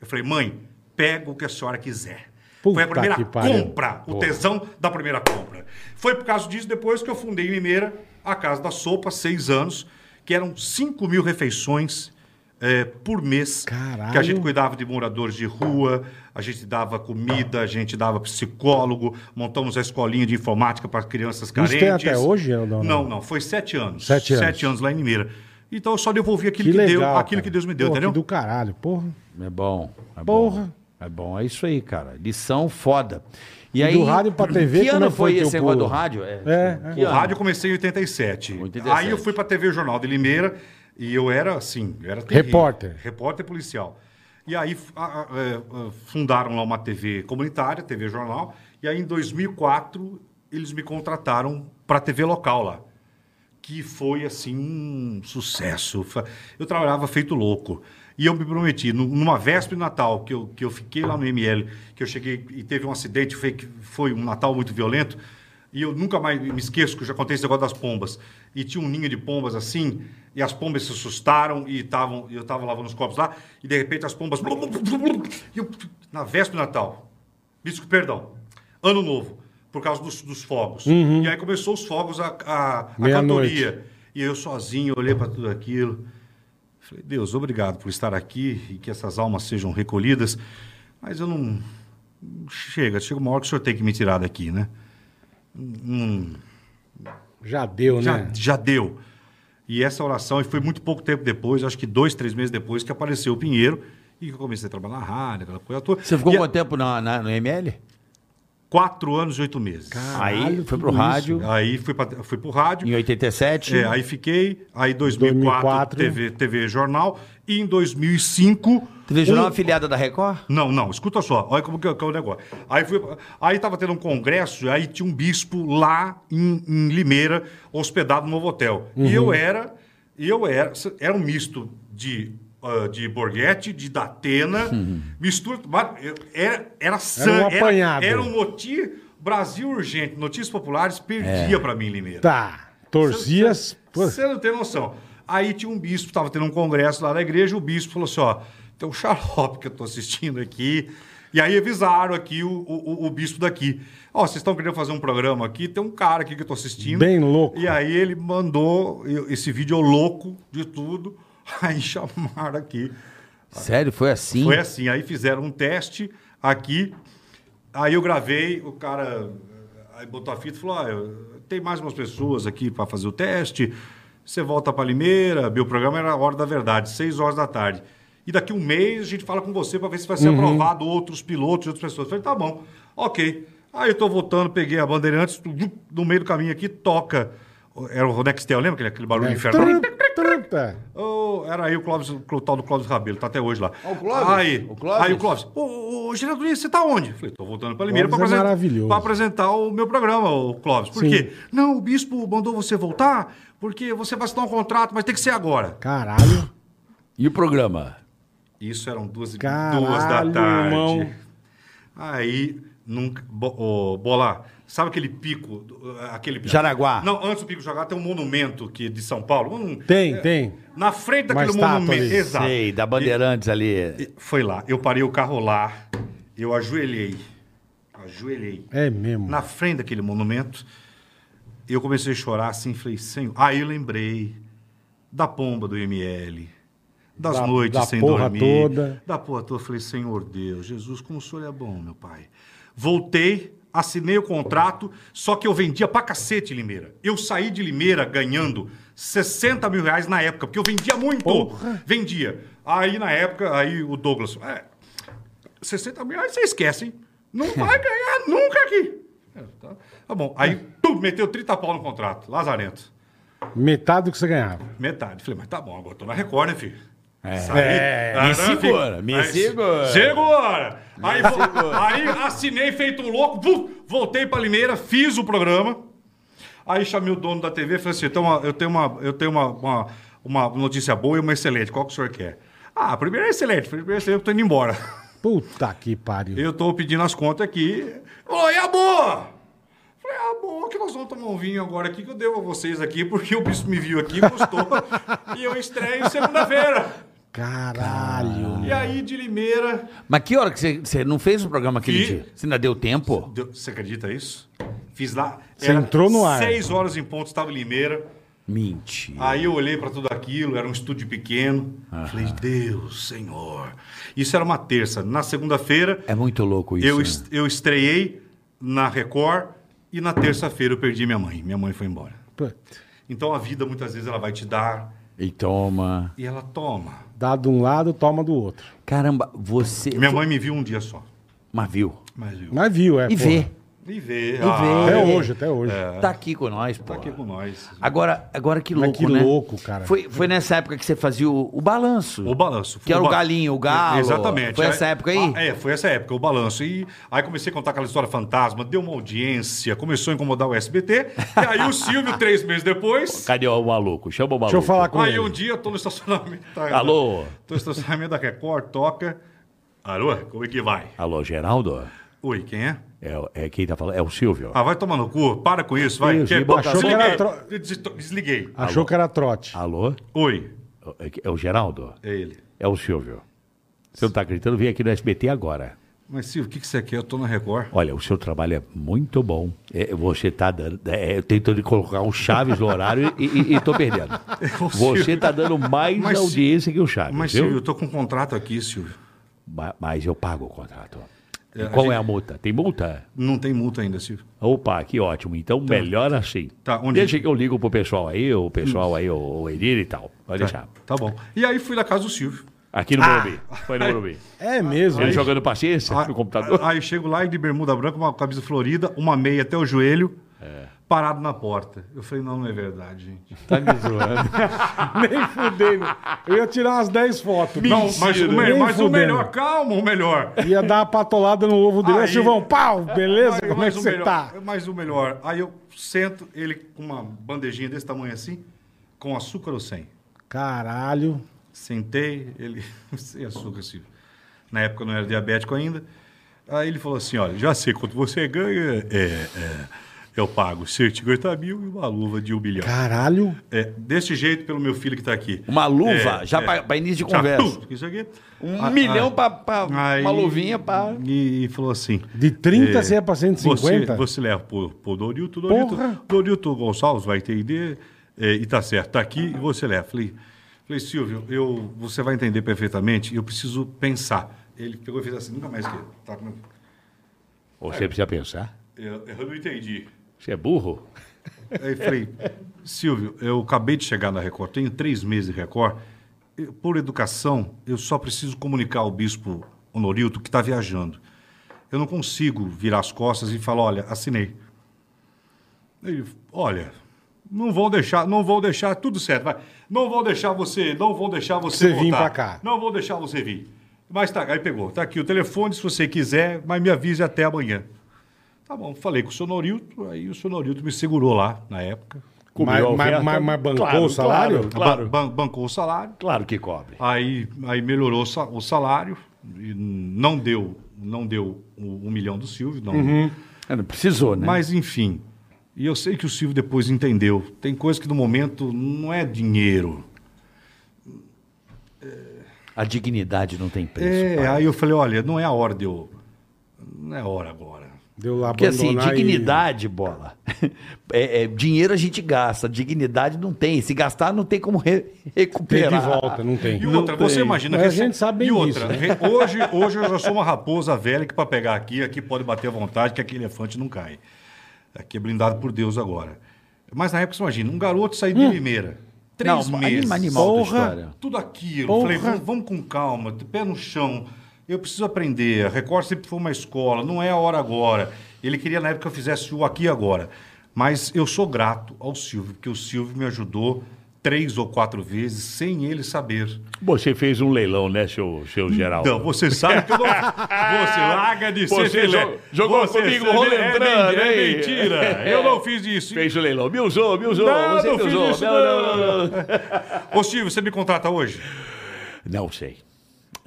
Eu falei, mãe, pega o que a senhora quiser. foi Puta a primeira que pariu. compra, o Porra. tesão da primeira compra. Foi por causa disso, depois que eu fundei em Limeira a Casa da Sopa, seis anos, que eram 5 mil refeições eh, por mês. Caralho. Que a gente cuidava de moradores de rua, a gente dava comida, a gente dava psicólogo, montamos a escolinha de informática para crianças tem carentes. até hoje, Eldon? Não, não, foi sete anos. Sete anos. Sete anos lá em Limeira. Então eu só devolvi Que, aquilo que, legal. deu, aquilo cara. que Deus me deu, Porra, entendeu? Que do caralho, porra. É bom. É Porra. Bom. É bom, é isso aí, cara. Lição foda. E, aí, do rádio pra TV, que como ano é que foi foi teu esse negócio do pulo? rádio? É, É, que é. O ano? rádio eu comecei em 87. 87. Aí eu fui pra TV Jornal de Limeira e eu era assim, eu era Repórter. Repórter policial. E aí f- a- a- é, a- fundaram lá uma TV comunitária, TV Jornal, e aí em 2004 eles me contrataram pra TV local lá. Que foi assim um sucesso. Fa- Eu trabalhava feito louco. E eu me prometi, nu- numa véspera de Natal, que eu, que eu fiquei lá no ML, que eu cheguei e teve um acidente, foi, que foi um Natal muito violento, e eu nunca mais me esqueço que eu já contei esse negócio das pombas. E tinha um ninho de pombas assim, e as pombas se assustaram e tavam, eu estava lavando os copos lá, e de repente as pombas. E eu, na véspera do Natal. Bisco, perdão. Ano novo, por causa dos, dos fogos. E aí começou os fogos, a, a, a Meia-noite. cantoria. E eu sozinho olhei para tudo aquilo. Falei, Deus, obrigado por estar aqui e que essas almas sejam recolhidas. Mas eu não. Chega, chega uma hora que o senhor tem que me tirar daqui, né? Já deu, já, né? já deu. E essa oração, e foi muito pouco tempo depois, acho que dois, três meses depois, que apareceu o Pinheiro e que eu comecei a trabalhar na rádio, aquela coisa toda. Você ficou E há quanto tempo na, na- no ML? Quatro anos e oito meses. aí foi tudo pro isso. rádio, Aí fui, pra, fui pro rádio. em 87. É, aí fiquei, aí 2004. 2004, TV, TV Jornal, e em 2005... TV Jornal um- afiliada da Record? Não, não, escuta só, olha como que é, que é o negócio. Aí, fui, aí tava tendo um congresso, aí tinha um bispo lá em, em Limeira, hospedado no novo hotel. E eu era, e eu era, era um misto de, ah, de Borghetti, de Datena, mistura, mas eu- era, era sangue, apanhado. era, um noti, Brasil Urgente, Notícias Populares, perdia pra mim em Limeira. Tá. Torcias. pô, Você não tem noção. Aí tinha um bispo, estava tendo um congresso lá na igreja, o bispo falou assim: ó, tem um xarope que eu tô assistindo aqui. E aí avisaram aqui o, o, o- o bispo daqui. Ó, vocês estão querendo fazer um programa aqui, tem um cara aqui que eu tô assistindo. Bem louco. E aí ele mandou eu- esse vídeo é louco de tudo. <laughs> Aí chamaram aqui. Sério, foi assim? Foi assim, aí fizeram um teste aqui, aí eu gravei, o cara aí botou a fita e falou: "Ó, eu- tem mais umas pessoas aqui para fazer o teste. Você volta para Limeira, meu programa era a hora da verdade, seis horas da tarde. E daqui um mês a gente fala com você para ver se vai ser aprovado outros pilotos, outras pessoas. Eu falei, tá bom, ok. Aí eu tô voltando, peguei a Bandeirantes, no meio do caminho aqui, toca. Era o Nextel, lembra aquele, aquele barulho né? infernal? Trum, trum, tá. Ô, era aí o Clóvis, o tal do Clóvis Rabelo, tá até hoje lá. Ó, o Clóvis? Aí, O Clóvis? aí o Clóvis, ô, ô, ô Geraldinho, você tá onde? Falei, tô voltando pra Limeira pra, Clóvis é apresen- maravilhoso. pra apresentar o meu programa, o Clóvis. Por Sim. quê? Não, o bispo mandou você voltar porque você vai assinar um contrato, mas tem que ser agora. Caralho. E o programa? Isso eram duas, e- Caralho, duas da tarde. irmão. Aí, nunca. Bo, ô, bola, sabe aquele pico? do- Aquele pico? Jaraguá. Não, antes do pico do Jaraguá tem um monumento aqui de São Paulo. Um- Tem, é, tem. Na frente Uma daquele estátua monumento. ali. Exato. Sei, da Bandeirantes ali. E- Foi lá. Eu parei o carro lá, eu ajoelhei. Ajoelhei. É mesmo. Na frente daquele monumento. Eu comecei a chorar assim, falei, senhor. Aí eu lembrei da pomba do ML, das Da- noites da sem porra dormir. toda. Da porra toda. Eu falei, senhor Deus, Jesus, como o senhor é bom, meu pai. Voltei, assinei o contrato, só que eu vendia pra cacete Limeira. Eu saí de Limeira ganhando 60 mil reais na época, porque eu vendia muito. Vendia. Aí na época, aí o Douglas. "É, 60 mil reais, você esquece, hein? <laughs> Não vai ganhar nunca aqui. É, Tá, tá bom. Aí, tum, meteu 30 pau no contrato. Lazarento. Metade do que você ganhava. Metade. Falei, mas tá bom, agora tô na Record, né, filho? É, É, me segura, me segura. Segura! Aí, vo- aí assinei feito um louco, vum, voltei pra Limeira, fiz o programa. Aí chamei o dono da TV e falei assim: então, ó, eu tenho, uma, eu tenho uma, uma, uma notícia boa e uma excelente. Qual que o senhor quer? Ah, a primeira é excelente. Falei, primeira é excelente, eu tô indo embora. Puta que pariu. Eu tô pedindo as contas aqui. Falou, e a boa? Falei, ah, boa, que nós vamos tomar um vinho agora aqui que eu devo a vocês aqui, porque o bicho me viu aqui, gostou. e eu estreio segunda-feira. Caralho. E aí, de Limeira. Mas que hora que você, você não fez o programa aquele E- dia? Você ainda deu tempo? Deu- Você acredita isso? Fiz lá. Você entrou no ar. Seis horas em ponto, estava em Limeira. Mentira. Aí eu olhei pra tudo aquilo, era um estúdio pequeno. Falei, Deus, Senhor. Isso era uma terça. Na segunda-feira, É muito louco isso. eu, né? est- eu estreiei na Record e na terça-feira eu perdi minha mãe. Minha mãe foi embora. Puta. Então a vida muitas vezes ela vai te dar E toma. e ela toma. Dá de um lado, toma do outro. Caramba, você. Minha mãe me viu um dia só. Mas viu. Mas viu. Mas viu, é. E porra. vê. E vê. ah, vê. Até É. hoje, até hoje. Tá aqui com nós, pô. tá aqui com nós. Agora, agora que Mas louco, que né? louco, cara. Foi, foi nessa época que você fazia o, o balanço. O balanço. Que era o ba- galinho, o galo. Exatamente. Foi essa época aí? Ah, é, foi essa época, o balanço. E aí comecei a contar aquela história fantasma, deu uma audiência, começou a incomodar o SBT. E aí o Silvio, três meses depois. Cadê o maluco? Chama o maluco. Deixa eu falar com Aí ele. um dia eu tô no estacionamento. <laughs> da- Alô? Tô no estacionamento da Record, toca. Alô, como é que vai? Alô, Geraldo? Oi, quem é? É, é quem tá falando? É o Silvio. Ah, vai tomar no cu, para com isso, vai. Deus, Quer- Giba, achou que Desliguei. era tro- Des- Desliguei. Achou que era trote. Alô? Oi, É, é o Geraldo? é ele. É o Silvio. Você não tá gritando? Vem aqui no SBT agora. Mas Silvio, o que, que você quer? Eu tô na Record. Olha, o seu trabalho é muito bom. É, você tá dando. É, eu tentando colocar o Chaves no horário e, e, e tô <laughs> perdendo. Você tá dando mais É Mas, audiência que o Chaves. Mas viu? Silvio, eu tô com um contrato aqui, Silvio. Ma- Mas eu pago o contrato. E É, a qual gente- é a multa? Tem multa? Não tem multa ainda, Silvio. Opa, que ótimo. Então, melhor assim. Tá, onde- Deixa que eu ligo pro pessoal aí, o pessoal aí, o, o Edir e tal. Pode Tá, deixar. tá bom. E aí fui na casa do Silvio. Aqui no Morumbi. Foi no Morumbi. É mesmo. Ele jogando paciência Ah, no computador. Aí eu chego lá e de bermuda branca, uma camisa florida, uma meia até o joelho, É. parado na porta. Eu falei, não, não é verdade, gente. Tá me né? zoando. <laughs> Nem fudendo. Eu ia tirar umas 10 fotos. Não, mas, o, me- Nem mas o fudendo. melhor, calma, o melhor. Ia dar uma patolada no ovo dele. Aí. Ô, Silvão, pau, beleza? Aí, Como é mais que um você melhor, tá? Mais o melhor. Aí eu sento ele com uma bandejinha desse tamanho assim, com açúcar ou sem. Caralho. Sentei, ele. <laughs> sem açúcar, Silvio. Na época eu não era diabético ainda. Aí ele falou assim: olha, já sei quanto você ganha, é, é, eu pago 150 mil e uma luva de um bilhão. Caralho. É, desse jeito, pelo meu filho que está aqui. Uma luva, É, já é. pra, pra início de Já, conversa. pum, <laughs> isso aqui. Um Ah, milhão ah, pra, pra aí- uma luvinha pra. E, e falou assim. De 30 você ia pra 150? Você, você leva pro, pro Dorito, Dorito, Porra! Dorito Gonçalves vai entender é, e tá certo, tá aqui e você leva. Falei, falei Silvio, eu, você vai entender perfeitamente, eu preciso pensar. Ele pegou e fez assim, nunca mais que tá com- Você precisa pensar. eu, eu não entendi. Você é burro? Aí eu falei, Silvio, eu acabei de chegar na Record, tenho três meses de Record. Eu, por educação, eu só preciso comunicar ao bispo Honorilto que está viajando. Eu não consigo virar as costas e falar, olha, assinei. Ele, olha, não vão deixar, não vão deixar, tudo certo, vai. Não vão deixar você, não vão deixar você, Você vir voltar. pra cá. Não vão deixar você vir. Mas tá, aí pegou, tá aqui o telefone, se você quiser, mas me avise até amanhã. Tá bom, falei com o Sonorilto, aí o Sonorilto me segurou lá na época. Mas, a mas, oferta? mas- mas bancou Claro, o salário? Claro. Ban- bancou o salário, Claro que cobre. aí, aí melhorou o sa- o salário, e não deu, não deu o- um milhão do Silvio, não, né? É, Não precisou, né? mas enfim. E eu sei que o Silvio depois entendeu. Tem coisa que no momento não é dinheiro. A dignidade não tem preço. É, aí eu falei, olha, não é a hora de eu. Não é hora agora. Deu lá Porque assim, abandonar e- <laughs> dignidade, bola. É, é, dinheiro a gente gasta, dignidade não tem. Se gastar, não tem como re- Tem recuperar. de volta, não tem. E outra, tem. você imagina Mas a você- gente sabe bem E outra, né? disso, né? re- hoje, hoje eu já sou uma raposa velha que para pegar aqui, aqui pode bater à vontade, que aqui elefante não cai. Aqui é blindado por Deus agora. Mas na época você imagina, um garoto sair Hum. de Limeira, Não, três meses, anima animal da Porra. história. tudo aquilo. Porra. Falei, vamos, vamos com calma, pé no chão. Eu preciso aprender. A Record sempre foi uma escola, não é a hora agora. Ele queria na época que eu fizesse o aqui e agora. Mas eu sou grato ao Silvio, porque o Silvio me ajudou três ou quatro vezes sem ele saber. Você fez um leilão, né, seu, seu Geraldo? Então, você sabe que eu não. Você <laughs> larga de ser Você filé. jo- jogou comigo, rolentrando, é, men- é hein? mentira. <laughs> Eu não fiz isso. Fez o leilão. Me usou, me usou. Não, você não me fiz usou. isso, não, não. não, não, não. Ô, Silvio, você me contrata hoje? Não sei.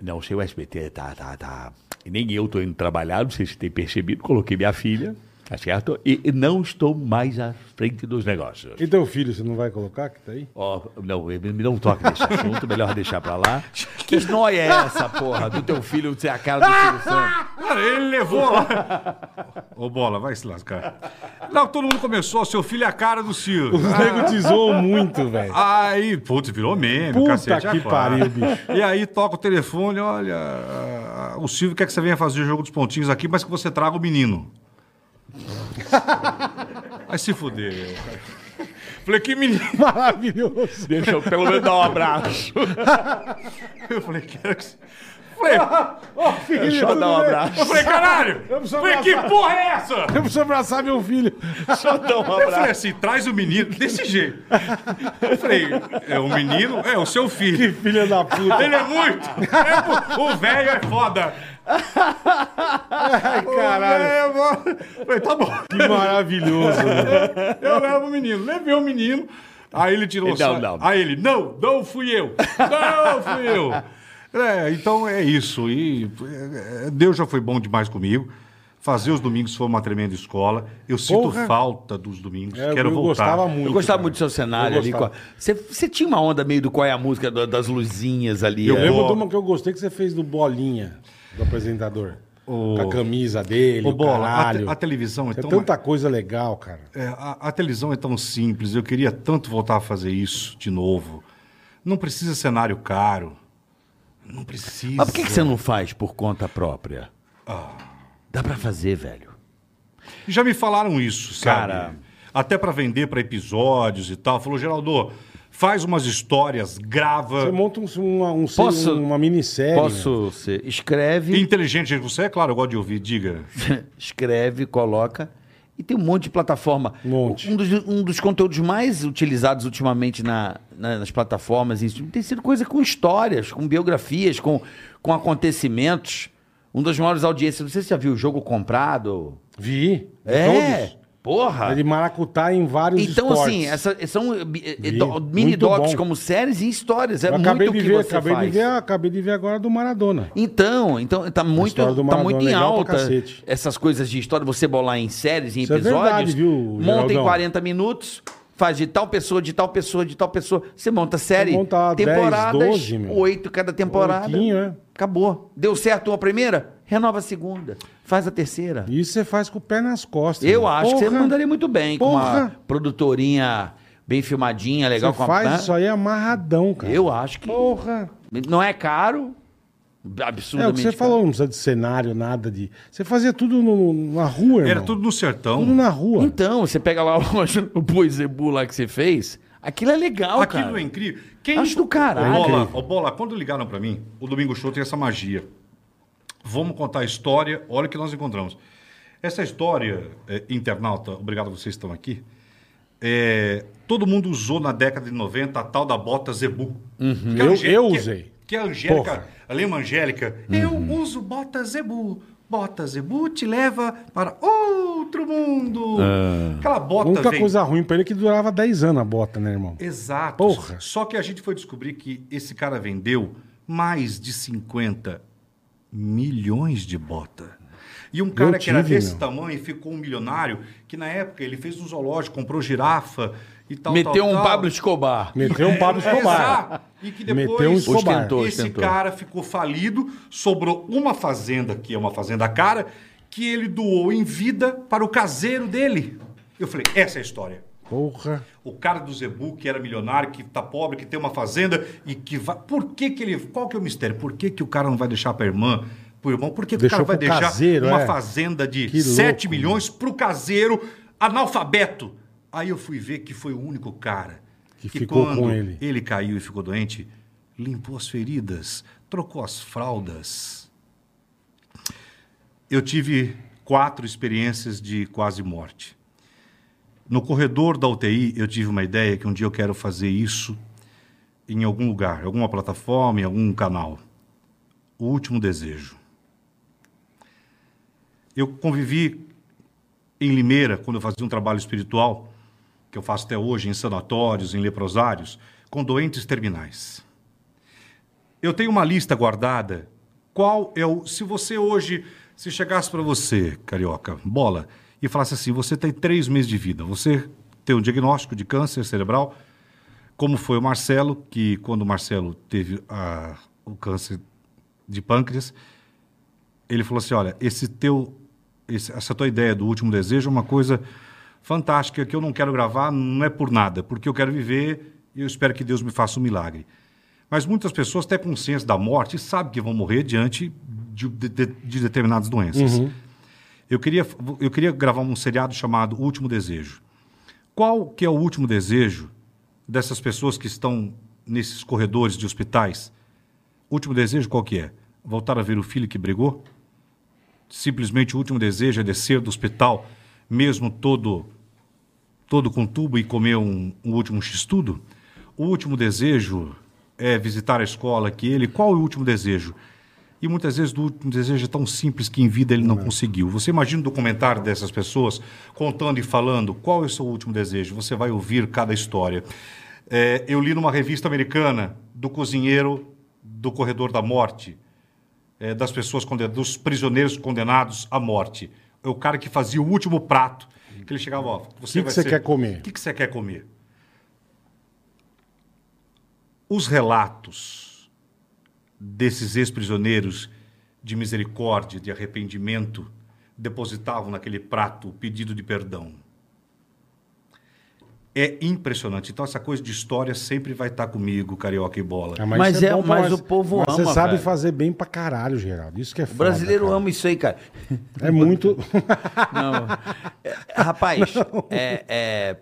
Não sei, o SBT tá, tá, tá. E Nem eu tô indo trabalhar, não sei se tem percebido. Coloquei minha filha, tá certo? E, e não estou mais à frente dos negócios. E teu filho, você não vai colocar que tá aí? Ó, não, me um não toque nesse assunto, melhor deixar pra lá. Que noia é essa, porra, do teu filho ser a cara do Silvio Santos? Cara, ele levou lá. <laughs> Ô, bola, vai se lascar. Não, todo mundo começou, seu filho é a cara <laughs> do Silvio. Os nego te zoam muito, <laughs> velho. Aí, putz, virou meme, Puta cacete. que a quatro. pariu, <laughs> bicho. E aí toca o telefone, olha, ah, o Silvio quer que você venha fazer o jogo dos pontinhos aqui, mas que você traga o <laughs> menino. Vai se fuder. cara. Falei, que menino? Maravilhoso. Deixa eu pelo menos dar um abraço. Eu falei, quero que você... Falei, Ó, filho, Só dar um tudo bem? abraço. eu falei, caralho! Eu preciso Falei, que abraçar. porra é essa? Eu preciso abraçar meu filho. Só dar um Eu falei abraço. assim, traz o menino, desse jeito. Eu falei, é o menino, é o seu filho. Que filha da puta. Ele é muito! é mu- o velho é foda! Ai, caralho. É, mano. Falei, tá bom. Que maravilhoso, velho. Eu levo o menino. Levei o menino. Aí ele tirou Não, o sarro. não. Aí ele, não, não fui eu. Não fui eu. É, então é isso. E é, é, Deus já foi bom demais comigo. Fazer os domingos foi uma tremenda escola. Eu sinto Porra. falta dos domingos. É, Quero eu voltar. gostava muito. Eu gostava cara. muito do seu cenário Eu ali. com a- gostava. Você, você tinha uma onda meio do qual é a música do- das luzinhas ali. Eu é. lembro de uma que eu gostei que você fez do Bolinha, do apresentador. Com a camisa dele, Ô, o Bola, a te- caralho. a, televisão é É tão... tanta coisa legal, cara. É, a, a televisão é tão simples, eu queria tanto voltar a fazer isso de novo. Não precisa cenário caro. Não precisa. Mas por que, que você não faz por conta própria? Ah. Dá pra fazer, velho. Já me falaram isso, sabe? Cara. Até pra vender pra episódios e tal. Falou, Geraldo, faz umas histórias, grava. Você monta um, uma, um- Posso- uma É, minissérie. né? Posso ser. Escreve, Inteligente, você é claro, eu gosto de ouvir, diga. <laughs> escreve, coloca. E tem um monte de plataforma. Um monte. Um dos, um dos conteúdos mais utilizados ultimamente na- na- nas plataformas e isso tem sido coisa com histórias, com biografias, com, com acontecimentos. Um das maiores audiências. Não sei se você já viu o jogo comprado. Vi. É. Todos. Porra. É de maracutá em vários Então, esportes. assim, essa- são eh, eh, Vi. do- mini Muito docs bom. como séries e histórias. É Eu muito acabei o de que ver, você acabei faz. de ver, acabei de ver agora do Maradona. Então, então tá muito, história do tá Maradona, é muito em legal pra alta cacete. essas coisas de história, você bolar em séries, em Isso é episódios. verdade, viu, monta em Geraldão? 40 minutos, faz de tal pessoa, de tal pessoa, de tal pessoa. Você monta série, Você monta 10, temporadas, 12, meu. oito cada temporada. Oitinho, é. Acabou. Deu certo a primeira? Renova a segunda. Faz a terceira. Isso você faz com o pé nas costas. Eu né? acho que você Porra, mandaria muito bem com uma Porra. produtorinha bem filmadinha, legal Você com a faz né? isso aí amarradão, cara. Eu acho que Porra. não é caro, É o absurdamente que você caro. falou, não precisa de cenário, nada de. Você fazia tudo no- na rua, irmão. Era tudo no sertão. Tudo na rua. Então, você pega lá <laughs> o, o Boizebu lá que você fez, aquilo é legal, Aquilo cara. é incrível. Quem... Acho do Ô, caralho. Bola, Incrível. ô, Bola, quando ligaram pra mim, o Domingo Show tem essa magia. Vamos contar a história, olha o que nós encontramos. Essa história, eh, internauta, obrigado a vocês que estão aqui. eh, todo mundo usou na década de 90 a tal da bota Zebu. Que a Eu- Angé- eu que- usei. Que a Angélica, Porra. a Lema Angélica, eu uso bota Zebu. Bota Zebu te leva para outro mundo. Aquela A bota única vem- coisa ruim pra ele é que durava 10 anos a bota, né, irmão? Exato. Porra. Só que a gente foi descobrir que esse cara vendeu mais de 50 milhões de bota. E um cara que era tive, desse meu. tamanho e ficou um milionário, que na época ele fez um zoológico, comprou girafa e tal, Meteu tal, um tal. Pablo Escobar. Meteu um Pablo É, Escobar. exato. E que depois Meteu um Escobar. Ostentou, esse ostentou. cara ficou falido, sobrou uma fazenda, que é uma fazenda cara, que ele doou em vida para o caseiro dele. Eu falei, essa é a história. Porra. O cara do Zebu, que era milionário, que tá pobre, que tem uma fazenda e que vai. Por que que ele. Qual que é o mistério? Por que que o cara não vai deixar pra irmã? Pro irmão? Por que, que o Deixou cara vai pro deixar caseiro, uma é. fazenda de Que 7 louco, milhões pro caseiro analfabeto? Aí eu fui ver que foi o único cara Que ficou com ele. Ele caiu e ficou doente, limpou as feridas, trocou as fraldas. Eu tive quatro experiências de quase morte. No corredor da UTI, eu tive uma ideia que um dia eu quero fazer isso em algum lugar, em alguma plataforma, em algum canal. O último desejo. Eu convivi em Limeira, quando eu fazia um trabalho espiritual, que eu faço até hoje em sanatórios, em leprosários, com doentes terminais. Eu tenho uma lista guardada. Qual é o. Se você hoje. Se chegasse para você, carioca, bola, e falasse assim: você tem três meses de vida, você tem um diagnóstico de câncer cerebral, como foi o Marcelo, que quando o Marcelo teve a- o câncer de pâncreas, ele falou assim: olha, esse teu, esse- essa tua ideia do último desejo é uma coisa fantástica que eu não quero gravar, não é por nada, porque eu quero viver e eu espero que Deus me faça um milagre. Mas muitas pessoas têm consciência da morte e sabem que vão morrer diante de, de- de- de determinadas doenças. Eu, queria, eu queria gravar um seriado chamado O Último Desejo. Qual que é o último desejo dessas pessoas que estão nesses corredores de hospitais? Último desejo qual que é? Voltar a ver o filho que brigou? Simplesmente o último desejo é descer do hospital, mesmo todo todo com tubo e comer um, um último x-tudo? O último desejo é visitar a escola que ele... Qual é o último desejo? E muitas vezes o último desejo é tão simples que em vida ele não conseguiu. Você imagina o documentário dessas pessoas contando e falando qual é o seu último desejo. Você vai ouvir cada história. É, eu li numa revista americana do cozinheiro do corredor da morte é, das pessoas conde- dos prisioneiros condenados à morte. É o cara que fazia o último prato. Que ele chegava, ó, você que vai você ser- quer comer? O que, que você quer comer? Os relatos desses ex-prisioneiros de misericórdia, de arrependimento, depositavam naquele prato o pedido de perdão. É impressionante. Então, essa coisa de história sempre vai estar comigo, carioca e bola. Ah, Mas isso é- pra mas nós- o povo mas Você ama, sabe velho. fazer bem pra caralho, Geraldo. Isso que é O foda. brasileiro cara. ama isso aí, cara. É muito. <laughs> Não. É, Rapaz, é, é,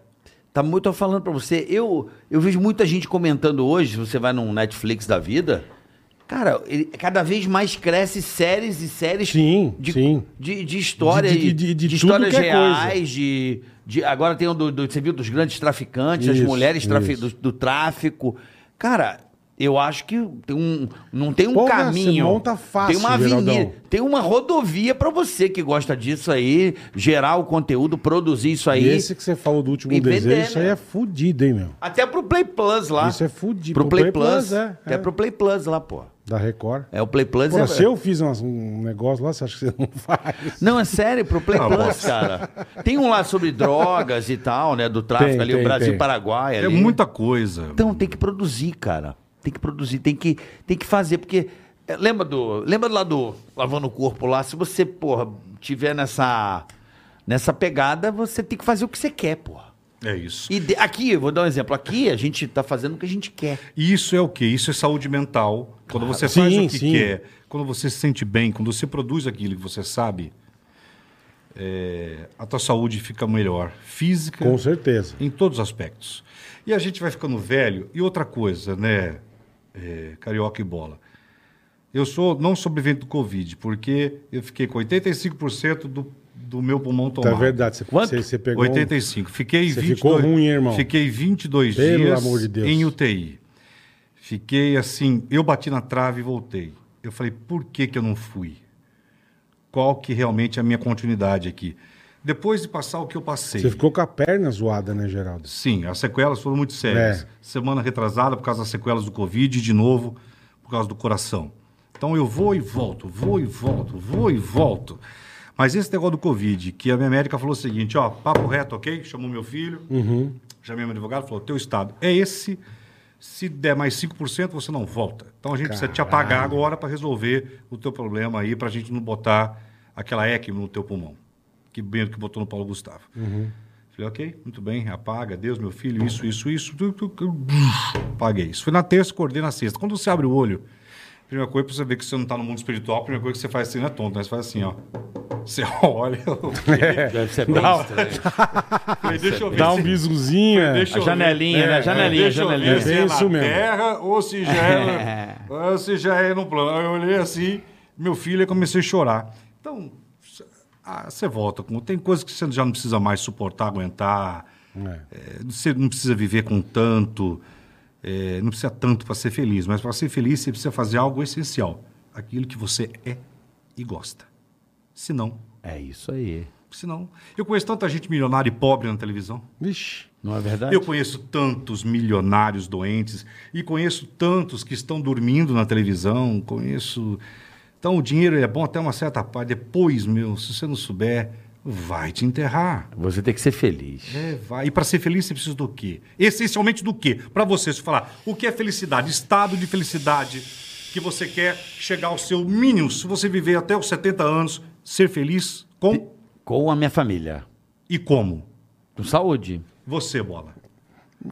tá muito eu falando pra você. Eu, eu vejo muita gente comentando hoje, você vai num Netflix da vida. Cara, ele- cada vez mais cresce séries e séries Sim, de, sim. de, de história, De- de, de- de- de tudo histórias que é coisa. reais, de, de- Agora tem o do, do- você viu, dos grandes traficantes, das Isso, mulheres trafi- isso. do, do tráfico. Cara, eu acho que tem um, não tem um Porra, caminho. Simão tá fácil, tem uma avenida. Geraldão. Tem uma rodovia pra você que gosta disso aí, gerar o conteúdo, produzir isso aí. E esse que você falou do último E vender, desejo, isso aí né? é fudido, hein, meu? Até pro Play Plus lá. Isso é fudido. Pro, Play, Plus, é, Até é. pro Play Plus lá, pô. Da Record. É o Play Plus. Pô, é... se eu fiz umas- um negócio lá, você acha que você não <laughs> faz? Não, é sério, <laughs> pro Play Ah, Plus, bosta. cara. Tem um lá sobre drogas e tal, né? Do tráfico Tem, ali, tem, o Brasil tem. e Paraguai É ali. muita coisa. Então tem que produzir, cara. Tem que produzir, tem que, tem que fazer, porque é, lembra do, lembra lá do lavando o corpo lá, se você, porra, tiver nessa nessa pegada, você tem que fazer o que você quer, porra. É isso. E de- aqui, eu vou dar um exemplo, aqui a gente tá fazendo o que a gente quer. E isso é o quê? Isso é saúde mental. Quando você Sim, faz o que sim. quer, quando você se sente bem, quando você produz aquilo que você sabe, é, a tua saúde fica melhor. Física, Com certeza. em todos os aspectos. E a gente vai ficando velho. E outra coisa, né, é, carioca e bola. Eu sou não sobrevivente do Covid, porque eu fiquei com 85% do, do meu pulmão Tá tomado. é verdade. Você, Quanto? você- você pegou. um- 85. Fiquei Você 22, ficou ruim, hein, irmão? Fiquei 22 Pelo dias amor de Deus. em UTI. Fiquei assim, eu bati na trave e voltei. Eu falei, por que que eu não fui? Qual que realmente é a minha continuidade aqui? Depois de passar o que eu passei. Você ficou com a perna zoada, né, Geraldo? Sim, as sequelas foram muito sérias. É. Semana retrasada por causa das sequelas do Covid e de novo por causa do coração. Então eu vou e volto, vou e volto, vou e volto. Mas esse negócio do Covid, que a minha médica falou o seguinte, ó, papo reto, ok? Chamou meu filho, chamei meu advogado, falou, teu estado é esse, se der mais 5% você não volta. Então a gente precisa te apagar agora para resolver o teu problema aí, para a gente não botar aquela ECM no teu pulmão. Que Bento que botou no Paulo Gustavo. Uhum. Falei, ok, muito bem, apaga, Deus, meu filho, isso, isso, isso. tu, tu, tu, Apaguei isso. Foi na terça, acordei na sexta. Quando você abre o olho, primeira coisa, pra você ver que você não tá no mundo espiritual, a primeira coisa que você faz assim, não é tonto, né? Você faz assim, ó. Você <laughs> olha, eu <laughs> É. Deve ser besta, né? falei, deixa eu ver Dá se- um bisuzinho. é. deixa eu A ver. janelinha, né? Janelinha, deixa eu ver janelinha. se É é bem na isso mesmo. terra ou se <laughs> já é, ou se já é no plano. Aí eu olhei assim, meu filho, e comecei a chorar. Então, você volta. com Tem coisas que você já não precisa mais suportar, aguentar. É, Você não precisa viver com tanto. é, não precisa tanto para ser feliz. Mas para ser feliz, você precisa fazer algo essencial. Aquilo que você é e gosta. Senão, É isso aí. senão... Eu conheço tanta gente milionária e pobre na televisão. Vixe. Não é verdade? Eu conheço tantos milionários doentes e conheço tantos que estão dormindo na televisão, conheço. Então o dinheiro é bom até uma certa parte. Depois, meu, se você não souber, vai te enterrar. Você tem que ser feliz. É, vai. E para ser feliz você precisa do quê? Essencialmente do quê? Para você se falar, o que é felicidade? Estado de felicidade que você quer chegar ao seu mínimo. Se você viver até os 70 anos, ser feliz com Com a minha família. e como? Com saúde. Você, bola.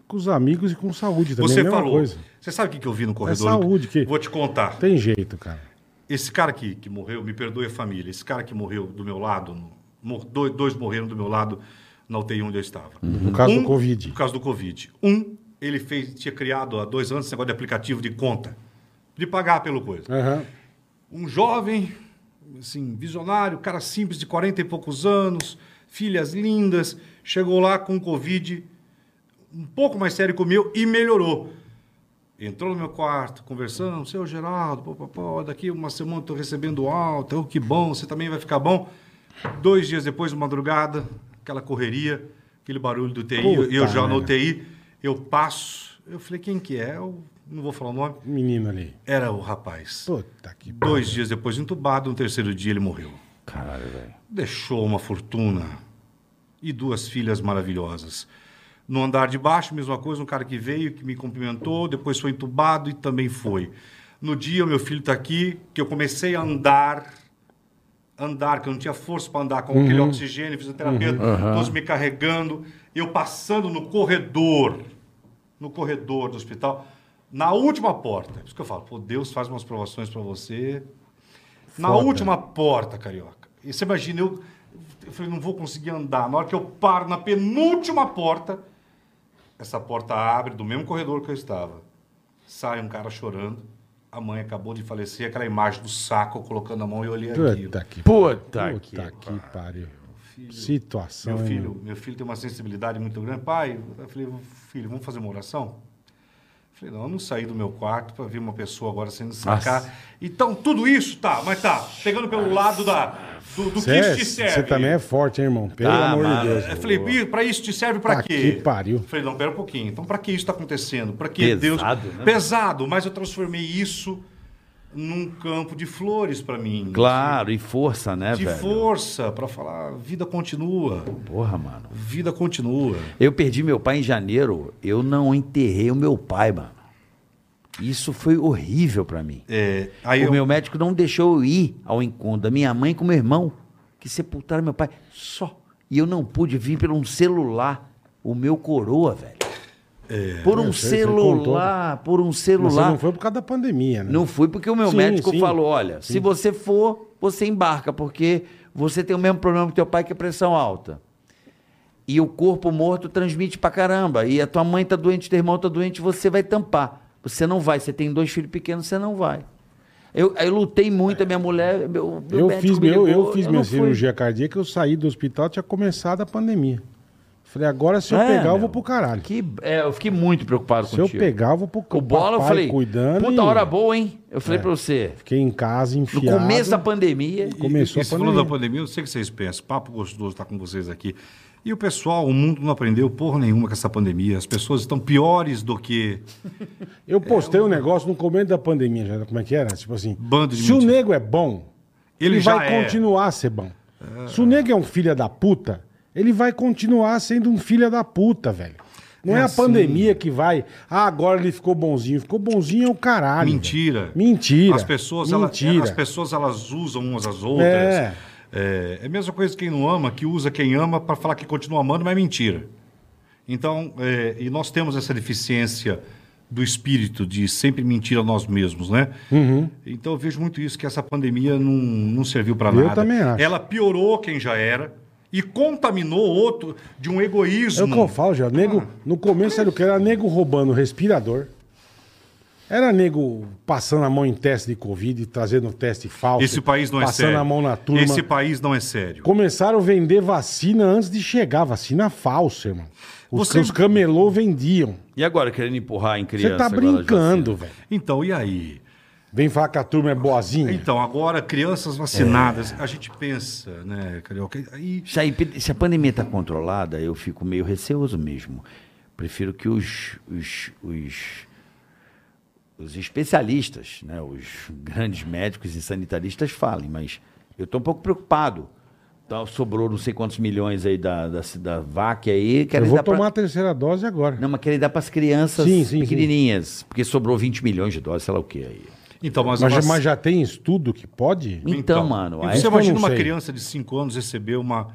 Com os amigos e com saúde também. é a Você mesma falou. coisa. É Você sabe o que que eu vi no corredor? saúde que- Vou te contar. Tem jeito, cara. Esse cara aqui que morreu, me perdoe a família, esse cara que morreu do meu lado, no- mor- dois, dois morreram do meu lado na UTI onde eu estava. Por causa Uhum. do Covid. Por causa do Covid. Um, ele fez, tinha criado há dois anos esse negócio de aplicativo de conta, de pagar pelo coisa. Aham. Um jovem, assim, visionário, cara simples de 40 e poucos anos, filhas lindas, chegou lá com Covid um pouco mais sério que o meu e melhorou. Entrou no meu quarto, conversando, seu Geraldo, pô, pô, pô, daqui uma semana eu tô recebendo alta, oh, que bom, você também vai ficar bom. Dois dias depois, de madrugada, aquela correria, aquele barulho do TI, eu, eu Puta já no merda. TI, eu passo, eu falei, quem que é? Eu não vou falar o nome. Menino ali. Era o rapaz. Puta que Dois dias depois, entubado, no terceiro dia ele morreu. Caralho, velho. Deixou uma fortuna e duas filhas maravilhosas. No andar de baixo, mesma coisa, um cara que veio, que me cumprimentou, depois foi entubado e também foi. No dia, o meu filho está aqui, que eu comecei a andar, andar, que eu não tinha força para andar, com aquele oxigênio, fisioterapeuta, todos me carregando, eu passando no corredor, no corredor do hospital, na última porta. Por isso que eu falo, pô, Deus faz umas provações para você, na última porta, carioca. E você imagina, eu, eu falei, não vou conseguir andar. Na hora que eu paro na penúltima porta, essa porta abre do mesmo corredor que eu estava. Sai um cara chorando. A mãe acabou de falecer, aquela imagem do saco eu colocando a mão e eu olhei aqui. Puta que Puta Puta que... que, pariu. Situação. Meu hein, filho, mano? meu filho tem uma sensibilidade muito grande. Pai, eu falei, filho, vamos fazer uma oração? Eu Falei, não, eu não saí do meu quarto para ver uma pessoa agora sendo sacar. Então, tudo isso tá, mas tá, pegando pelo lado da, do, do que Cê é- isso te serve. Você também é forte, hein, irmão? Pelo Tá, amor mano. de Deus. Eu falei, para isso te serve Tá para quê? que pariu. Falei, não, pera um pouquinho. Então, para que isso está acontecendo? Para que Pesado, Deus. né? Pesado, mas eu transformei isso num campo de flores para mim. Claro, e força, né, De velho? força para falar, vida continua, Porra, mano. vida continua. Eu perdi meu pai em janeiro. Eu não enterrei o meu pai, mano. Isso foi horrível pra mim. É, aí o eu- meu médico não deixou eu ir ao encontro da minha mãe com meu irmão, que sepultaram meu pai só. E eu não pude vir por um celular, o meu coroa, velho. por um eu sei, É, você né? celular, por um Mas Você celular. não foi por causa da pandemia, né? Não fui porque o meu Sim, médico sim. falou: olha, se você for, você embarca, porque você tem o mesmo problema que teu pai, que é pressão alta. E o corpo morto transmite pra caramba. E a tua mãe tá doente, teu irmão tá doente, você vai tampar. Você não vai. Você tem dois filhos pequenos, você não vai. Eu, eu lutei muito, a minha mulher. Meu, meu Eu médico fiz, me meu, eu ligou, fiz não minha fui. cirurgia cardíaca, eu saí do hospital, tinha começado a pandemia. Falei, agora se eu É, pegar, eu meu. vou pro caralho. Que, é, eu fiquei muito preocupado Se contigo. eu pegar, eu vou pro o bola, eu papai falei. cuidando puta e- É. hora boa, hein? Eu falei pra você. Fiquei em casa, No enfiado. começo da pandemia. Começou e, a e se falando pandemia. da pandemia, eu sei o que vocês pensam. Papo gostoso estar com vocês aqui. E o pessoal, o mundo não aprendeu porra nenhuma com essa pandemia. As pessoas estão piores do que. Eu postei um negócio no começo da pandemia, já, como é que era? Tipo assim, Bando de se o mentira. nego é bom, ele, Ele já vai é. continuar a ser bom. Se o nego é um filho da puta, ele vai continuar sendo um filho da puta, velho. Não é, a Assim. pandemia que vai. Ah, agora ele ficou bonzinho. Ficou bonzinho é o caralho. Mentira. velho. Mentira. As pessoas, elas, Mentira. as pessoas elas usam umas às outras. É. É, é a mesma coisa quem não ama, que usa quem ama para falar que continua amando, mas é mentira. Então, é, e nós temos essa deficiência do espírito de sempre mentir a nós mesmos, né? Uhum. Então eu vejo muito isso, que essa pandemia não, não serviu para Eu nada. também acho. Ela piorou quem já era e contaminou outro de um É o egoísmo. que eu falo, já. Nego, no começo era o que? Era nego roubando respirador. Era nego passando a mão em teste de Covid, trazendo teste falso. Esse país não é passando sério. a mão na turma. Esse país não é sério. Começaram a vender vacina antes de chegar. Vacina falsa, irmão. Os, Você- os camelô vendiam. E agora querendo empurrar em Você criança? tá agora as brincando, vacinas? velho. Então, e aí? Vem falar que a turma é boazinha. Então, agora, crianças vacinadas, a gente pensa, né, Carioca? Aí, Se a, epi- se a pandemia está controlada, eu fico meio receoso mesmo. Prefiro que os, os, os, os especialistas, né, os grandes médicos e sanitaristas falem, mas eu estou um pouco preocupado. Então, sobrou não sei quantos milhões aí da, da, da VAC aí. Eu querem vou dar pra- tomar a terceira dose agora. Não, mas querem dar para as crianças Sim, sim, pequenininhas, porque sobrou 20 milhões de doses, sei lá o que aí. então, mas, mas, a vac- mas já tem estudo que pode? Então, mano, e aí- um você eu imagina não uma sei. criança de 5 anos receber uma,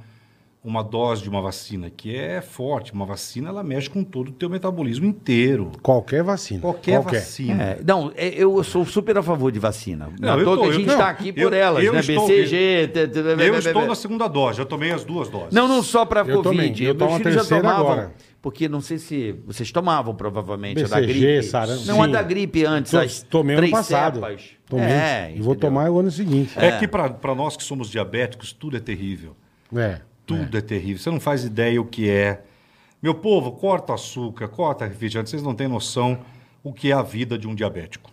uma dose de uma vacina, que é forte. Uma vacina, ela mexe com todo o teu metabolismo inteiro. Qualquer vacina. Qualquer, vacina. É, não, é, eu sou super a favor de vacina. Não, eu Não, tô, a eu- gente não, está aqui por eu- elas, eu né? estou- BCG. t- t- Eu b- estou b- na segunda dose, já tomei as duas doses. Não, não só para Eu Covid. também, eu tomo Meus a filhos já terceira tomavam. agora. Porque não sei se vocês tomavam, provavelmente, a da BCG, gripe. sarampo. Não, a Sim. da gripe antes, Tô- as tomei ano três passado. cepas. Tomei. É, e vou entendeu? tomar o ano seguinte. É, que para nós que somos diabéticos, tudo é terrível. É. Tudo é. terrível. Você não faz ideia o que é. Meu povo, corta açúcar, corta refrigerante. Vocês não têm noção o que é a vida de um diabético.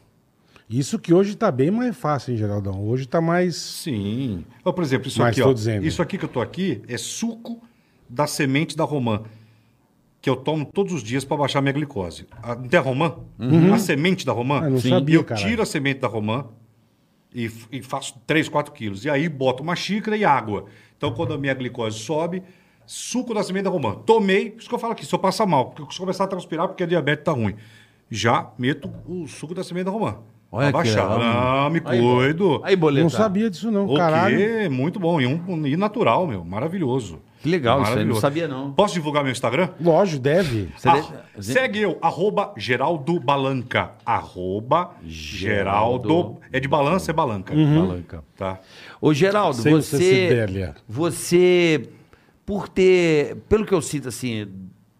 Isso que hoje tá bem mais fácil, hein, Geraldão? Hoje tá mais. Sim. Ó, por exemplo, isso Mas aqui, tô ó, dizendo. isso aqui que eu tô aqui é suco da semente da romã, que eu tomo todos os dias para baixar minha glicose. A, não tem a romã? A semente da romã? Ah, Uhum. não sabia, eu caralho. tiro a semente da romã e, f- e faço 3, 4 quilos. E aí boto uma xícara e água. Então, quando a minha glicose sobe, suco da semente da romã. Tomei, isso que eu falo aqui, se eu passar mal, porque se eu começar a transpirar, porque a diabetes tá ruim. Já meto o suco da semente da romã. Olha que Abaixar. legal, mano. Não, me Aí, cuido. Aí, boleta. Não sabia disso, não, O caralho. quê? Muito bom. E, um, e natural, meu. Maravilhoso. Que legal isso aí, Maravilhoso. não sabia não. Posso divulgar meu Instagram? Lógico, deve. Você Ah, deixa- segue eu, arroba Geraldo Balanca. Arroba Geraldo... Geraldo- Uhum. É de balança, é Balanca. Balanca. Tá. Ô, Geraldo, Sem você. Cecília. Você, por ter. Pelo que eu sinto, assim,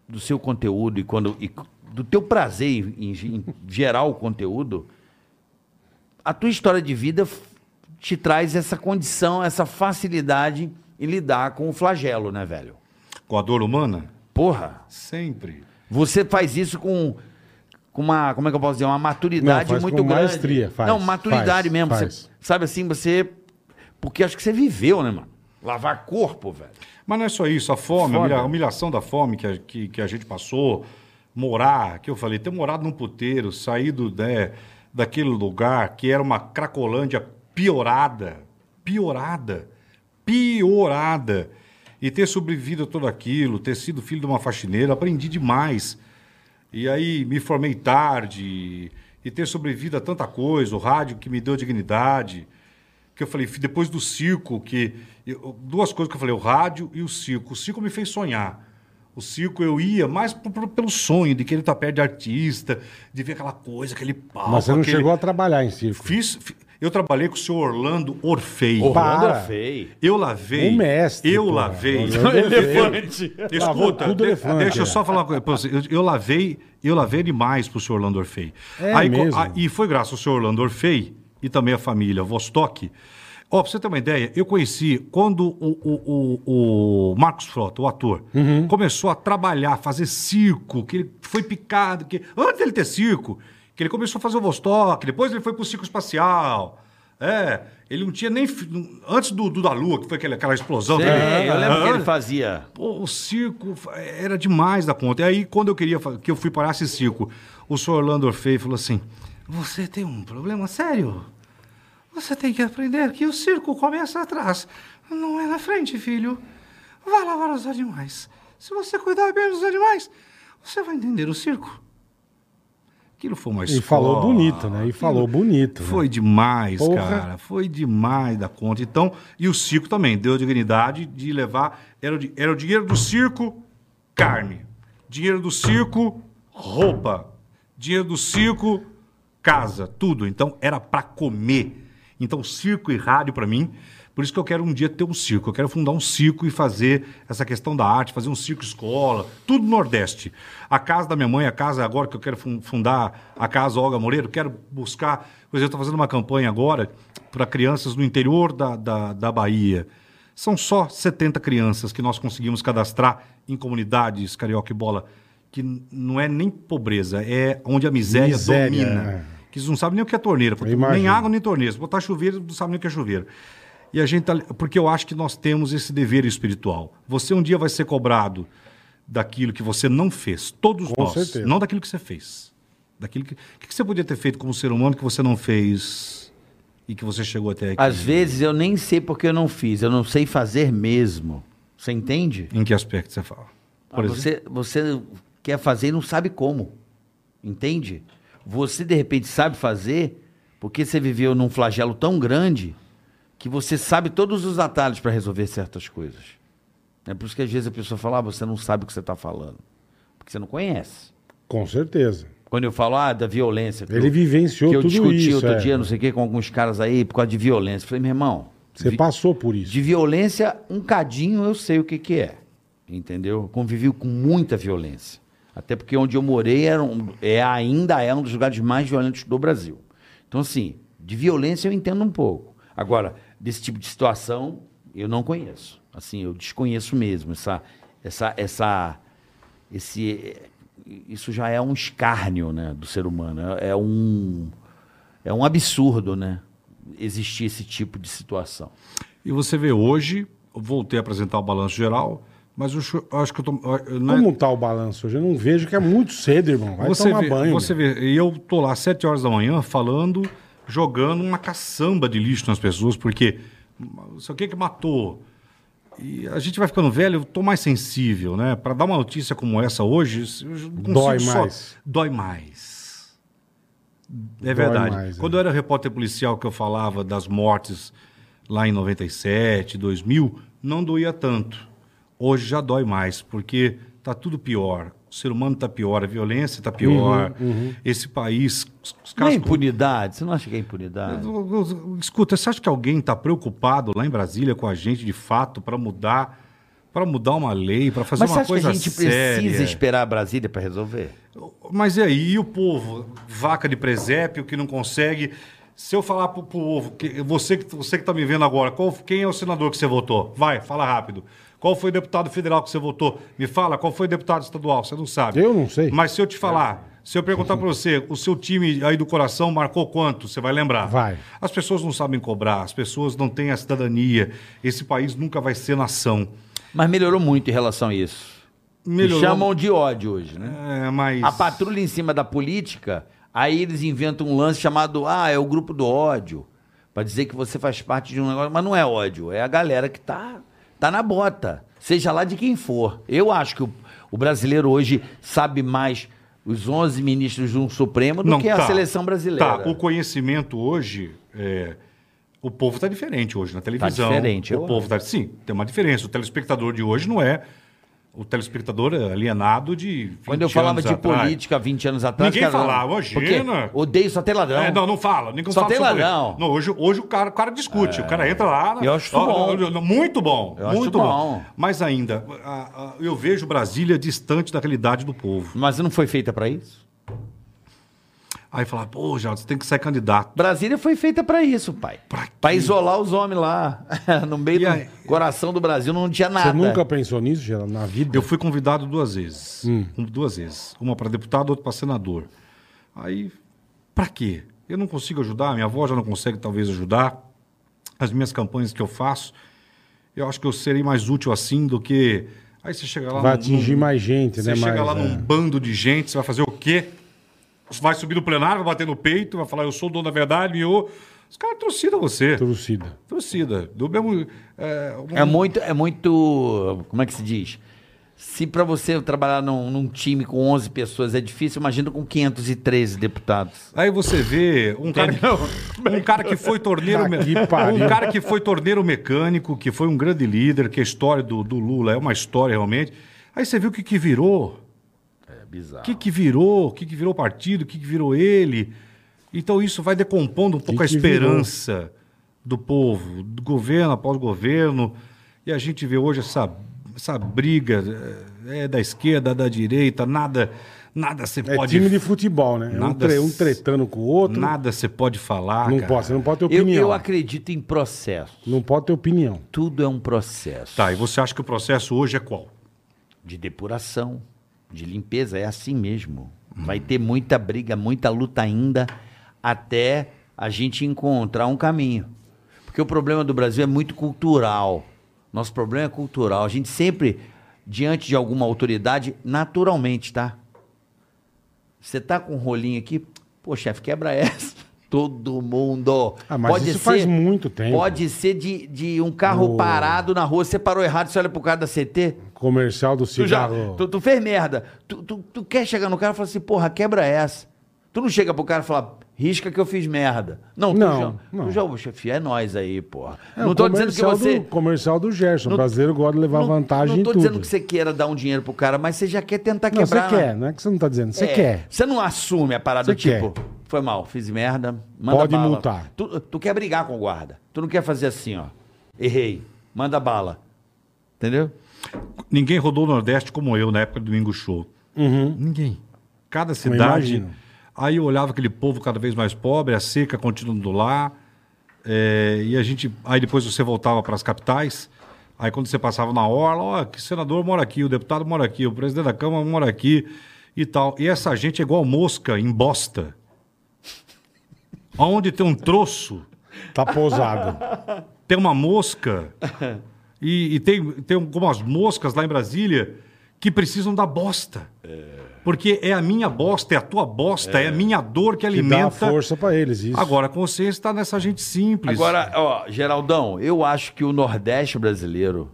do seu conteúdo e quando. e do teu prazer em, em- em gerar o conteúdo, a tua história de vida f- te traz essa condição, essa facilidade em lidar com o flagelo, né, velho? Com a dor humana? Porra! Sempre. Você faz isso com, com uma, como é que eu posso dizer, uma Não, maturidade faz muito com grande. maestria, faz, Não, maturidade faz, mesmo. faz. Você- sabe assim, você. Porque acho que você viveu, né, mano? Lavar corpo, velho. Mas não é só isso. A fome, a Foda. humilha- a humilhação da fome que a, que, que a gente passou, morar, que eu falei, ter morado num puteiro, saído né, daquele lugar que era uma cracolândia piorada, piorada, piorada, e ter sobrevivido a tudo aquilo, ter sido filho de uma faxineira, aprendi demais. E aí me formei tarde e ter sobrevivido a tanta coisa, o rádio que me deu dignidade, que eu falei, fi- depois do circo, que eu- duas coisas que eu falei, o rádio e o circo. O circo me fez sonhar. O circo eu ia mais p- p- pelo sonho de querer estar perto de artista, de ver aquela coisa, aquele palco. Mas você não aquele- chegou a trabalhar em circo. Fiz, fi- eu trabalhei com o senhor Orlando Orfei. Orlando Para. Orlando é feio. Eu lavei. O mestre, Eu pô. lavei. Orlando <laughs> elefante. Lavou Escuta, tudo de- elefante, deixa é. eu só falar uma coisa. pra você. Eu, eu lavei, eu lavei demais pro senhor Orlando Orfei. É Aí, co- mesmo? a- e foi graças ao senhor Orlando Orfei e também a família Vostok. Ó, pra você ter uma ideia, eu conheci quando o, o- o- o Marcos Frota, o ator, Uhum. começou a trabalhar, fazer circo, que ele foi picado, que antes dele ter circo, que ele começou a fazer o Vostok, depois ele foi pro circo espacial. É, ele não tinha nem. fi- Antes do, do da Lua, que foi aquela, aquela explosão. Sei, dele. É. eu lembro que Aham. ele fazia. Pô, o circo fa- era demais da conta. E aí, quando eu queria fa- que eu fui parar esse circo, o senhor Orlando Orfei falou assim: Você tem um problema sério? Você tem que aprender que o circo começa atrás, não é na frente, filho. Vá lavar os animais. Se você cuidar bem dos animais, você vai entender o circo. Aquilo foi uma E escola. falou bonito, né? E falou bonito. né? Foi demais, Porra. cara. Foi demais da conta. Então, e o circo também deu a dignidade de levar. Era o, di- era o dinheiro do circo, carne. Dinheiro do circo, roupa. Dinheiro do circo, casa, tudo. Então, era pra comer. Então, circo e rádio pra mim. Por isso que eu quero um dia ter um circo. Eu quero fundar um circo e fazer essa questão da arte, fazer um circo escola, tudo no Nordeste. A casa da minha mãe, a casa agora que eu quero fun- fundar, a casa Olga Moreira, eu quero buscar. Por exemplo, eu estou fazendo uma campanha agora para crianças no interior da, da, da Bahia. São só 70 crianças que nós conseguimos cadastrar em comunidades carioca e bola, que n- não é nem pobreza, é onde a miséria, Miséria, domina. é. Que eles não sabem nem o que é torneira, porque nem imagino. água nem torneira. Se botar chuveiro, eles não sabem nem o que é chuveiro. E a gente tá, porque eu acho que nós temos esse dever espiritual. Você um dia vai ser cobrado daquilo que você não fez, todos nós, certeza. não daquilo que você fez. Daquilo que, o que que você podia ter feito como ser humano que você não fez e que você chegou até aqui. Às vezes eu nem sei porque eu não fiz, eu não sei fazer mesmo. Você entende? Em que aspecto você fala? Por Ah, exemplo, você, você quer fazer e não sabe como. Entende? Você, de repente, sabe fazer porque você viveu num flagelo tão grande que você sabe todos os atalhos para resolver certas coisas. É por isso que às vezes a pessoa fala, ah, você não sabe o que você está falando. Porque você não conhece. Com certeza. Quando eu falo, ah, da violência. que Ele eu- vivenciou que eu tudo discuti isso, outro é. dia, não sei o quê, com alguns caras aí, por causa de violência. Eu Falei, meu irmão. Você vi- passou por isso. de violência, um cadinho eu sei o que, que é. Entendeu? Eu Convivi com muita violência. Até porque onde eu morei era um- é, ainda é um dos lugares mais violentos do Brasil. Então, assim, de violência eu entendo um pouco. Agora, desse tipo de situação, eu não conheço. Assim, eu desconheço mesmo essa. essa, essa esse, isso já é um escárnio né, do ser humano. É, é um, é um absurdo, né? Existir esse tipo de situação. E você vê hoje, eu voltei a apresentar o balanço geral, mas eu cho- acho que eu tô. eu- não é- Como tá o balanço hoje? Eu não vejo que é muito cedo, irmão. Vai você tomar vê, banho. Você meu. vê, e eu tô lá às 7 horas da manhã falando, jogando uma caçamba de lixo nas pessoas, porque não sei o que que matou. E a gente vai ficando velho, eu tô mais sensível, né? Para dar uma notícia como essa hoje, eu não Dói consigo só- mais. Dói mais. É Dói verdade. mais, é. Quando eu era repórter policial que eu falava das mortes lá em 97, 2000, não doía tanto. Hoje já dói mais, porque tá tudo pior. O ser humano tá pior, a violência tá pior. Uhum, Esse país, os- os Não é caras impunidade? Você não acha que é impunidade? Escuta, você acha que alguém está preocupado lá em Brasília com a gente de fato para mudar, para mudar uma lei, para fazer Mas você uma acha que coisa a gente séria? precisa esperar a Brasília para resolver? Mas e aí, e o povo? Vaca de presépio que não consegue. Se eu falar pro povo, que, você, que- você que está me vendo agora, qual- quem é o senador que você votou? Vai, fala rápido. Qual foi o deputado federal que você votou? Me fala, qual foi o deputado estadual? Você não sabe. Eu não sei. Mas se eu te falar, se eu perguntar para você, o seu time aí do coração marcou quanto? Você vai lembrar. Vai. As pessoas não sabem cobrar, as pessoas não têm a cidadania. Esse país nunca vai ser nação. Mas melhorou muito em relação a isso. Melhorou. E chamam de ódio hoje, né? É, mas... A patrulha em cima da política, aí eles inventam um lance chamado, ah, é o grupo do ódio. Para dizer que você faz parte de um negócio, mas não é ódio, é a galera que tá, tá na bota, seja lá de quem for. Eu acho que o, o brasileiro hoje sabe mais os 11 ministros do Supremo do que a tá. seleção brasileira. Tá, o conhecimento hoje. é, o povo está diferente hoje na televisão. diferente, o eu povo tá, Sim, tem uma diferença. O telespectador de hoje não é o telespectador alienado de. 20 Quando eu falava anos de atrás. política 20 anos atrás. Ninguém falava, imagina. Porque odeio só ter ladrão. É, não, não fala. Ninguém Só fala tem sobre ladrão. É. isso. Não, hoje, hoje o cara, o cara discute. O cara entra lá. Eu acho isso Ó, bom. ó, ó, Muito bom. Eu acho muito isso bom. bom. Mas ainda, a- a- eu vejo Brasília distante da realidade do povo. Mas não foi feita pra isso? Aí fala, pô, Jardim, você tem que ser candidato. Brasília foi feita pra isso, pai. Pra quê? Pra isolar os homens lá. <laughs> no meio E do aí? coração do Brasil não tinha Você nada. nunca pensou nisso, Geraldo, na vida? Eu fui convidado duas vezes. Hum. Um- Duas vezes. Uma para deputado, outra para senador. Aí, para quê? Eu não consigo ajudar, minha avó já não consegue talvez ajudar. As minhas campanhas que eu faço, eu acho que eu serei mais útil assim do que. Aí você chega lá. Vai num- atingir num- mais gente, Você né? chega mais, lá é. num bando de gente, você vai fazer o quê? Você vai subir no plenário, vai bater no peito, vai falar, eu sou o dono da verdade, e eu. Os caras trucidam você. Trucida. Trucida. Do mesmo. É, um- É muito, é muito. Como é que se diz? Se para você trabalhar num, num time com 11 pessoas é difícil, imagina com 513 deputados. Aí você vê um cara, que, um cara que foi torneiro me- Aqui, Ah, pariu. um cara que foi torneiro mecânico, que foi um grande líder, que a história do, do Lula é uma história realmente. Aí você viu o que, que virou. É O bizarro. que, que virou? O que, que virou o partido? O que, que virou ele? Então isso vai decompondo um pouco a que esperança do povo, do governo após governo. E a gente vê hoje essa, essa briga eh, é da esquerda, da direita, nada, nada se É pode time de futebol, né? É Um, Nada- tre- um tretando com o outro. nada se pode falar. não cara. pode, você não pode ter Eu, opinião. eu acredito em processo. Não pode ter opinião. Tudo é um processo Tá, e você acha que o processo hoje é qual? de depuração, de limpeza. É assim mesmo. Vai ter muita briga, muita luta ainda, até a gente encontrar um caminho. Porque o problema do Brasil é muito cultural. Nosso problema é cultural. A gente sempre, diante de alguma autoridade, naturalmente, tá? Você tá com um rolinho aqui, pô, chefe, quebra essa. <laughs> Todo mundo. Ah, mas isso faz muito tempo. Pode ser de, de um carro No- parado na rua, você parou errado, você olha pro cara da CT. Comercial do Tu, já, cigarro. tu, tu fez merda. Tu, tu, tu quer chegar no cara e falar assim, porra, quebra essa. Tu não chega pro cara e fala, risca que eu fiz merda. Não, tu Não, já. não. Tu já, ô, chefe, é nós aí, porra. É, não o tô dizendo que comercial você. Do, comercial do Gerson. O brasileiro gosta de levar não, vantagem Não tô em tudo. dizendo que você queira dar um dinheiro pro cara, mas você já quer tentar Não, você quebrar. né? quer. Não é que você não tá dizendo. Você É, quer. Você não assume a parada Você tipo, foi mal, fiz merda, manda Pode bala. multar. Tu, tu quer brigar com o guarda. Tu não quer fazer assim, ó. Errei, manda bala. Entendeu? Ninguém rodou o Nordeste como eu na época do Domingo Show. Ninguém. Cada cidade. imagino. Aí eu olhava aquele povo cada vez mais pobre, a seca continuando lá. é, e a gente. Aí depois você voltava para as capitais. Aí quando você passava na orla, ó, que senador mora aqui, o deputado mora aqui, o presidente da Câmara mora aqui e tal. E essa gente é igual mosca em bosta. Onde tem um troço, Tá <laughs> pousado. tem uma mosca e, e tem, tem algumas moscas lá em Brasília que precisam da bosta. Porque é a minha bosta, é a tua bosta, é, a minha dor que que dá alimenta. força pra eles, isso. Agora, com você está nessa gente simples. Agora, ó, Geraldão, eu acho que o Nordeste brasileiro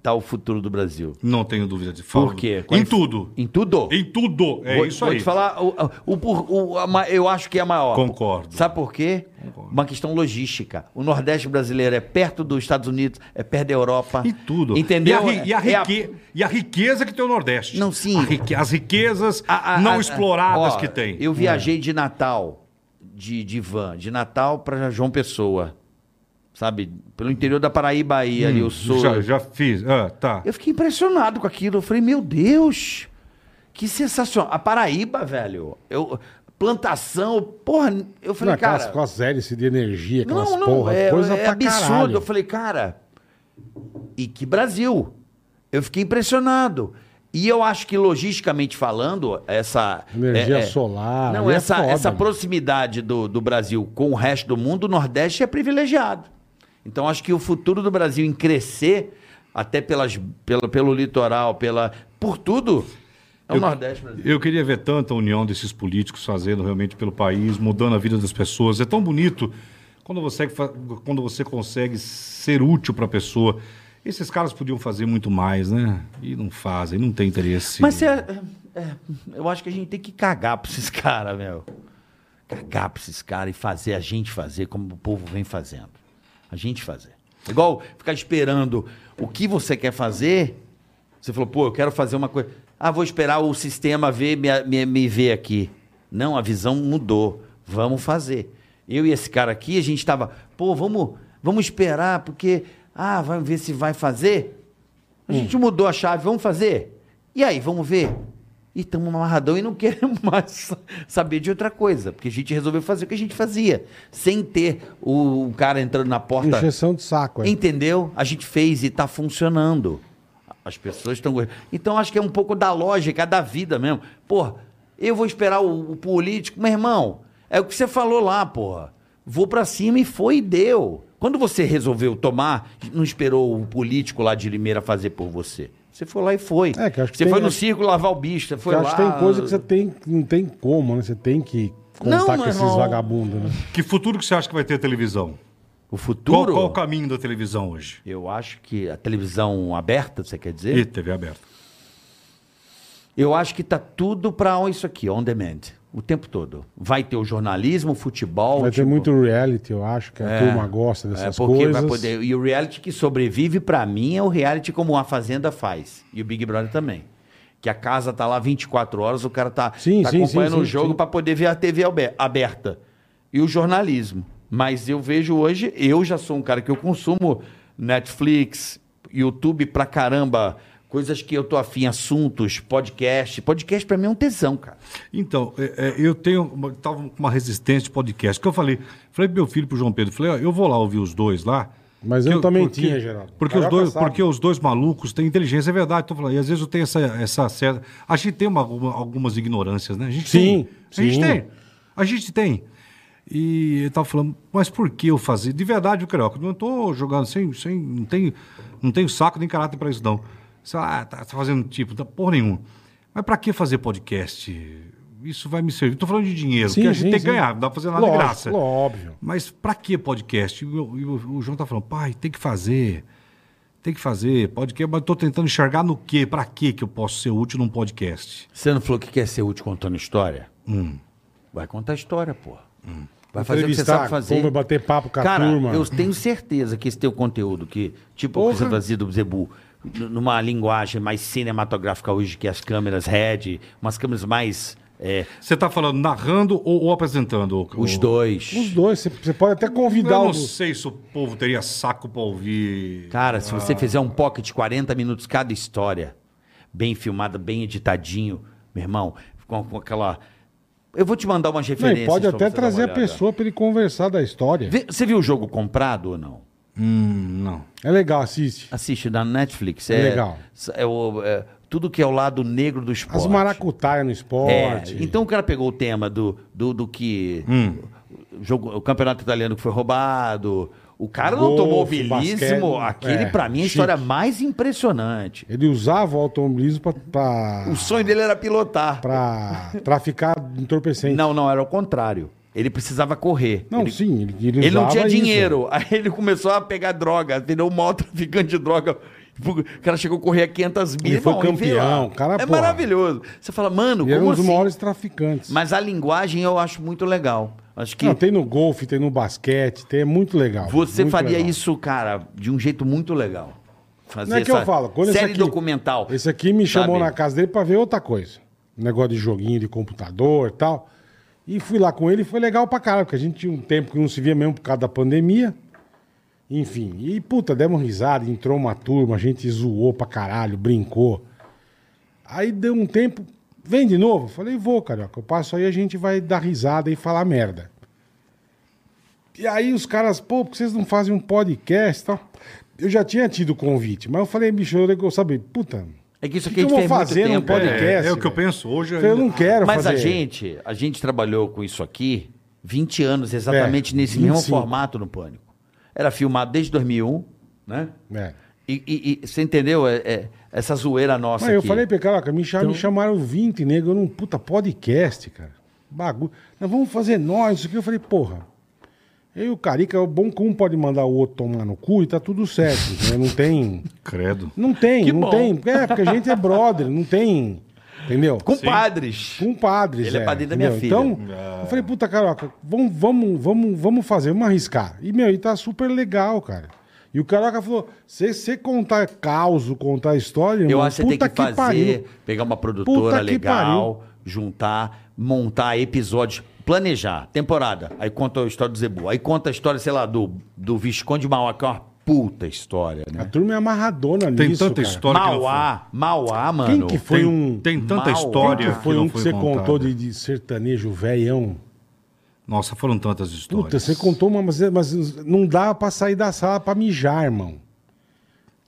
tá o futuro do Brasil. Não tenho dúvida de falar. Por quê? Em tudo. Em tudo? Em tudo. É vou, isso vou aí. te falar, o, o- o- o- a ma- eu acho que é a maior. Concordo. Sabe por quê? Uma questão logística. O Nordeste brasileiro é perto dos Estados Unidos, é perto da Europa. Em tudo. Entendeu? E a, ri- e a É rique- e a riqueza que tem o Nordeste. Não, sim. A rique- as riquezas a- a- não a- exploradas ó, que tem. É. Eu viajei de Natal, de, de van, de Natal pra João Pessoa. Sabe? Pelo interior da Paraíba aí, ali, o sul. Hum, já, já fiz. Ah, tá. Eu fiquei impressionado com aquilo. Eu falei, meu Deus, que sensacional. A Paraíba, velho, eu, plantação, porra, eu Não, falei, aquelas, cara. aquelas hélices de energia, aquelas Não, não, porra, é, coisa é pra absurdo. caralho. Eu falei, cara, e que Brasil. Eu fiquei impressionado. E eu acho que logisticamente falando, essa. é, Energia solar, Não, ali é essa, foda, essa mano. proximidade do, do Brasil com o resto do mundo, o Nordeste é privilegiado. Então acho que o futuro do Brasil em crescer, até pelas, pelo, pelo litoral, pela, por tudo, é o Eu- Nordeste brasileiro. Eu queria ver tanta união desses políticos fazendo realmente pelo país, mudando a vida das pessoas. É tão bonito quando você, fa- quando você consegue ser útil para a pessoa. Esses caras podiam fazer muito mais, né? E não fazem, não tem interesse. Mas é, é, é, eu acho que a gente tem que cagar pra esses <laughs> caras, meu. Cagar pra esses caras e fazer a gente fazer como o povo vem fazendo. A gente fazer. É Igual ficar esperando o que você quer fazer. Você falou, pô, eu quero fazer uma coisa. Ah, vou esperar o sistema ver, me, me, me ver aqui. Não, a visão mudou. Vamos fazer. Eu e esse cara aqui, a gente tava, pô, vamos, vamos esperar, porque, ah, vamos ver se vai fazer. A gente mudou a chave, vamos fazer? E aí, vamos ver? E estamos amarradão e não <laughs> queremos mais sa- saber de outra coisa. Porque a gente resolveu fazer o que a gente fazia. Sem ter o, o cara entrando na porta. Injeção de saco, é. Entendeu? A gente fez e tá funcionando. As pessoas estão. Então acho que é um pouco da lógica, da vida mesmo. Porra, eu vou esperar o, o político. Meu irmão, é o que você falou lá, porra. Vou pra cima e foi e deu. Quando você resolveu tomar, não esperou o político lá de Limeira fazer por você. Você foi lá e foi. É, que acho que você tem- foi no circo lavar o bicho, você foi Porque lá. acho que tem coisa que você tem, não tem como, né? Você tem que Não, contar meu com esses irmão. vagabundos, né? Que futuro que você acha que vai ter a televisão? O Qual, futuro. qual o caminho da televisão hoje? Eu acho que a televisão aberta, você quer dizer? E TV aberta. Eu acho que tá tudo pra isso aqui, on demand. O tempo todo. Vai ter o jornalismo, o futebol. Vai ter tipo, muito reality, eu acho, que a turma gosta É dessas porque coisas. vai poder. E o reality que sobrevive, pra mim, é o reality como a Fazenda faz. E o Big Brother também. Que a casa tá lá 24 horas, o cara tá, Sim, tá sim, acompanhando sim, o sim, jogo sim. pra poder ver a TV abe- aberta. E o jornalismo. Mas eu vejo hoje, eu já sou um cara que eu consumo Netflix, YouTube pra caramba, coisas que eu tô afim, assuntos, podcast. Podcast pra mim é um tesão, cara. Então, é, é, eu tenho. Uma, tava com uma resistência de podcast. Que eu falei, falei pro meu filho, pro João Pedro, falei, ó, eu vou lá ouvir os dois lá. Mas eu Que também porque- tinha, Geraldo. Porque os, Carioca dois, sabe. porque os dois malucos têm inteligência, é verdade. Tô falando, e às vezes eu tenho essa, essa certa. A gente tem uma- uma- algumas ignorâncias, né? A gente Sim, tem. A gente sim. tem. A gente tem. E eu tava falando, mas por que eu fazer? De verdade, o Carioca, não tô jogando sem. sem não, tenho, não tenho saco nem caráter pra isso, não. Você, ah, tá, tá fazendo tipo, tá, porra nenhuma. Mas pra que fazer podcast? Isso vai me servir. Tô falando de dinheiro, Sim, porque a gente sim, tem que sim. ganhar, não dá pra fazer nada Lógico, de graça. Óbvio. Mas pra que podcast? E o, e o- o João tá falando, pai, tem que fazer. Tem que fazer podcast, mas eu tô tentando enxergar no quê? Pra quê que eu posso ser útil num podcast? Você não falou que quer ser útil contando história? Hum. Vai contar história, pô. Vai fazer o que você Entrevistar, sabe fazer. como é bater papo com a Cara, turma. eu tenho certeza que esse teu conteúdo, que, tipo o que você fazia do Zebu, n- numa linguagem mais cinematográfica hoje, que as câmeras RED, umas câmeras mais. é, Você tá falando narrando ou, ou apresentando? O- os o- dois. Os dois, você- você pode até Eu convidar não os. sei se o povo teria saco pra ouvir. Cara, se Ah. você fizer um pocket 40 minutos cada história, bem filmada, bem editadinho, meu irmão, com, com aquela. Eu vou te mandar umas Não, referências. e pode pra até você dar trazer uma a olhada. pessoa pra ele conversar da história. Vê- Você viu o jogo comprado ou não? Hum, não. É legal, assiste. Assiste na Netflix. É legal. É, o- é tudo que é o lado negro do esporte. As maracutaias no É, esporte. então o cara pegou o tema do, do, do que. O, jogo, o campeonato italiano que foi roubado. O cara não Golfe, tomou o belíssimo. basquete, Aquele, é, pra mim, é a chique. história mais impressionante. Ele usava o automobilismo pra, pra, O sonho dele era pilotar. pra traficar entorpecente. Não, não, era o contrário. Ele precisava correr. Não, ele, sim, ele, ele não usava tinha isso. dinheiro. <laughs> Aí ele começou a pegar droga, virou o maior <laughs> traficante de droga. O cara chegou a correr a 500 mil. Ele foi irmão, e veio lá. campeão, cara, É porra. maravilhoso. Você fala, mano, Ele era um como dos assim? maiores traficantes. Mas a linguagem eu acho muito legal. Acho que Não, tem no golfe, tem no basquete, tem, é muito legal. você muito faria legal. isso, cara, de um jeito muito legal. Fazer Não é que eu falo. Quando esse série aqui- documental. Esse aqui me chamou sabe? na casa dele pra ver outra coisa. Um negócio de joguinho de computador e tal. E fui lá com ele e foi legal pra caralho, porque a gente tinha um tempo que não se via mesmo por causa da pandemia. Enfim, e puta, demos risada, entrou uma turma, a gente zoou pra caralho, brincou. Aí deu um tempo, vem de novo? Falei, vou, carioca, eu passo aí, a gente vai dar risada e falar merda. E aí os caras, pô, por que vocês não fazem um podcast e tal? Eu já tinha tido convite, mas eu falei, bicho, eu, eu sabe, puta, É que isso que aqui a que gente eu fez vou muito fazer num tempo. podcast? né? É, é o velho. que eu penso hoje. eu não quero Mas fazer. a gente, a gente trabalhou com isso aqui 20 anos, exatamente É, nesse mesmo 25. formato no Pânico. Era filmado desde 2001, né? É. E, e- e- você entendeu? É- é essa zoeira nossa Mas eu aqui. falei pra ele, caraca, me, cham- Então- me chamaram 20, nego, eu não, puta, podcast, cara. Bagulho. Nós vamos fazer nós, isso aqui. Eu falei, porra, eu e o Carica, o bom que um pode mandar o outro tomar no cu e tá tudo certo. entendeu? Não tem... Ah, Credo. Não tem, Que não bom. tem. É, porque a gente é brother, não tem... Entendeu? Compadres. Compadres, Ele é padrinho da entendeu? minha filha. Então, eu falei, puta, Carioca, vamos, vamos, vamos, vamos fazer, vamos arriscar. E, meu, e tá super legal, cara. E o Carioca falou, se você contar caos, contar história, Eu irmão, acho que você tem que fazer, pariu. pegar uma produtora Puta que legal, juntar, montar episódios, planejar, temporada. Aí conta a história do Zebu. Aí conta a história, sei lá, do, do Visconde Mauá, que é uma puta história, A né? turma é amarradona Tem nisso, tanta cara. história que não foi. Mauá, Mauá, Quem mano. que foi tem, um... tem tanta Mal. história Quem que foi não um que você contada. contou de, de sertanejo velhão? Nossa, foram tantas histórias. Puta, você contou uma, mas, mas não dá pra sair da sala pra mijar, irmão.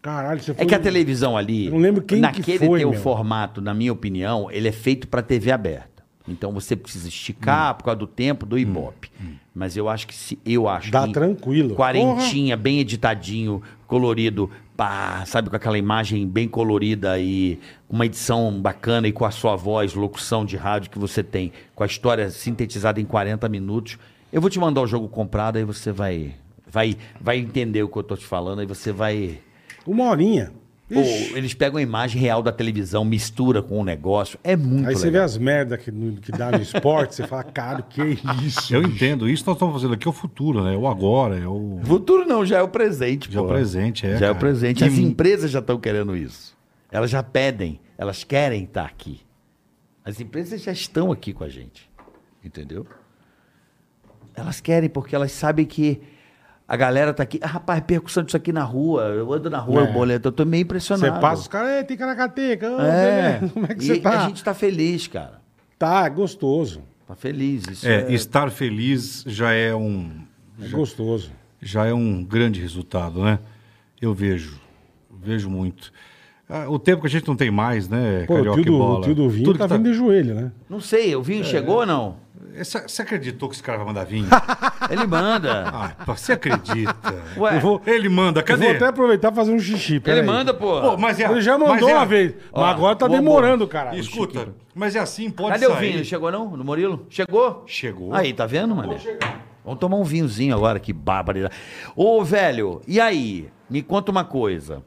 Caralho, você foi... É que a um- televisão ali, Eu não lembro quem que naquele foi, teu meu. formato, na minha opinião, ele é feito para TV aberta. Então você precisa esticar Hum. por causa do tempo do Ibope. Mas eu acho que se eu acho Dá que tranquilo. Quarentinha, bem editadinho, colorido, pá, sabe com aquela imagem bem colorida e uma edição bacana e com a sua voz, locução de rádio que você tem, com a história sintetizada em 40 minutos. Eu vou te mandar o jogo comprado aí você vai vai, vai entender o que eu tô te falando e você vai. Uma horinha. Ou Ixi, eles pegam a imagem real da televisão, mistura com o negócio. É muito aí você vê legal. as merdas que, no- que dá no esporte, você fala, cara, que isso? Eu entendo. Isso que nós estamos fazendo aqui é o futuro, né? É o agora, é o. Futuro não, já é o presente. Já é o pô. presente, é, Já é o cara. presente. E As mu- empresas já estão querendo isso. Elas já pedem, elas querem estar aqui. As empresas já estão aqui com a gente. Entendeu? Elas querem, porque elas sabem que a galera tá aqui. Ah, rapaz, percussão disso aqui na rua. Eu ando na rua, É. eu boleto. Eu tô meio impressionado. Você passa, os caras, "Ei, tem caracateca, ô, É. beleza, <laughs> como é que E você tá? A gente tá feliz, cara. Tá, gostoso, Tá feliz. Isso É, estar feliz já é um é gostoso. já é um grande resultado, né? Eu vejo, vejo muito. Ah, o tempo que a gente não tem mais, né, Pô, o Carioca tio, e do, o bola. tio do vinho Tudo tá, que tá- vindo de joelho, né? Não sei, eu vi, chegou ou não? É, Você você acreditou que esse cara vai mandar <laughs> vinho? Ele <laughs> manda. ah, pá, você acredita? <laughs> Ué. Eu vou- ele manda, Eu cadê? Vou até aproveitar e fazer um xixi, peraí. Ele manda, pô. Pô, mas é- Ele já mas mandou é- uma vez, Ó, mas agora tá vou- demorando, cara. Escuta, mas é assim, pode Cadê o sair. vinho? Chegou não? No Murilo? Chegou? Chegou. Aí, tá vendo, mano? Vamos tomar um vinhozinho agora, que bárbaro. Ô, velho, e aí? Me conta uma coisa.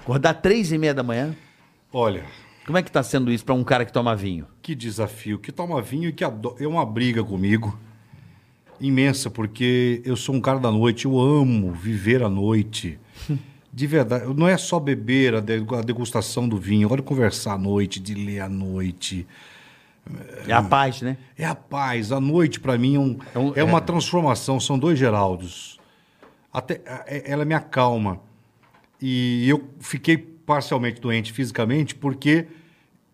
Acordar três e meia da manhã? Olha, Como é que tá sendo isso pra um cara que toma vinho? que desafio, que toma vinho e que ado- é uma briga comigo imensa, porque eu sou um cara da noite, eu amo viver a noite. De verdade, não é só beber a de- a degustação do vinho, agora conversar à noite, de ler à noite. É a paz, né? É a paz, a noite para mim é, um- É um- é uma é. transformação, são dois Geraldos. Até, é- ela me acalma. E eu fiquei parcialmente doente fisicamente porque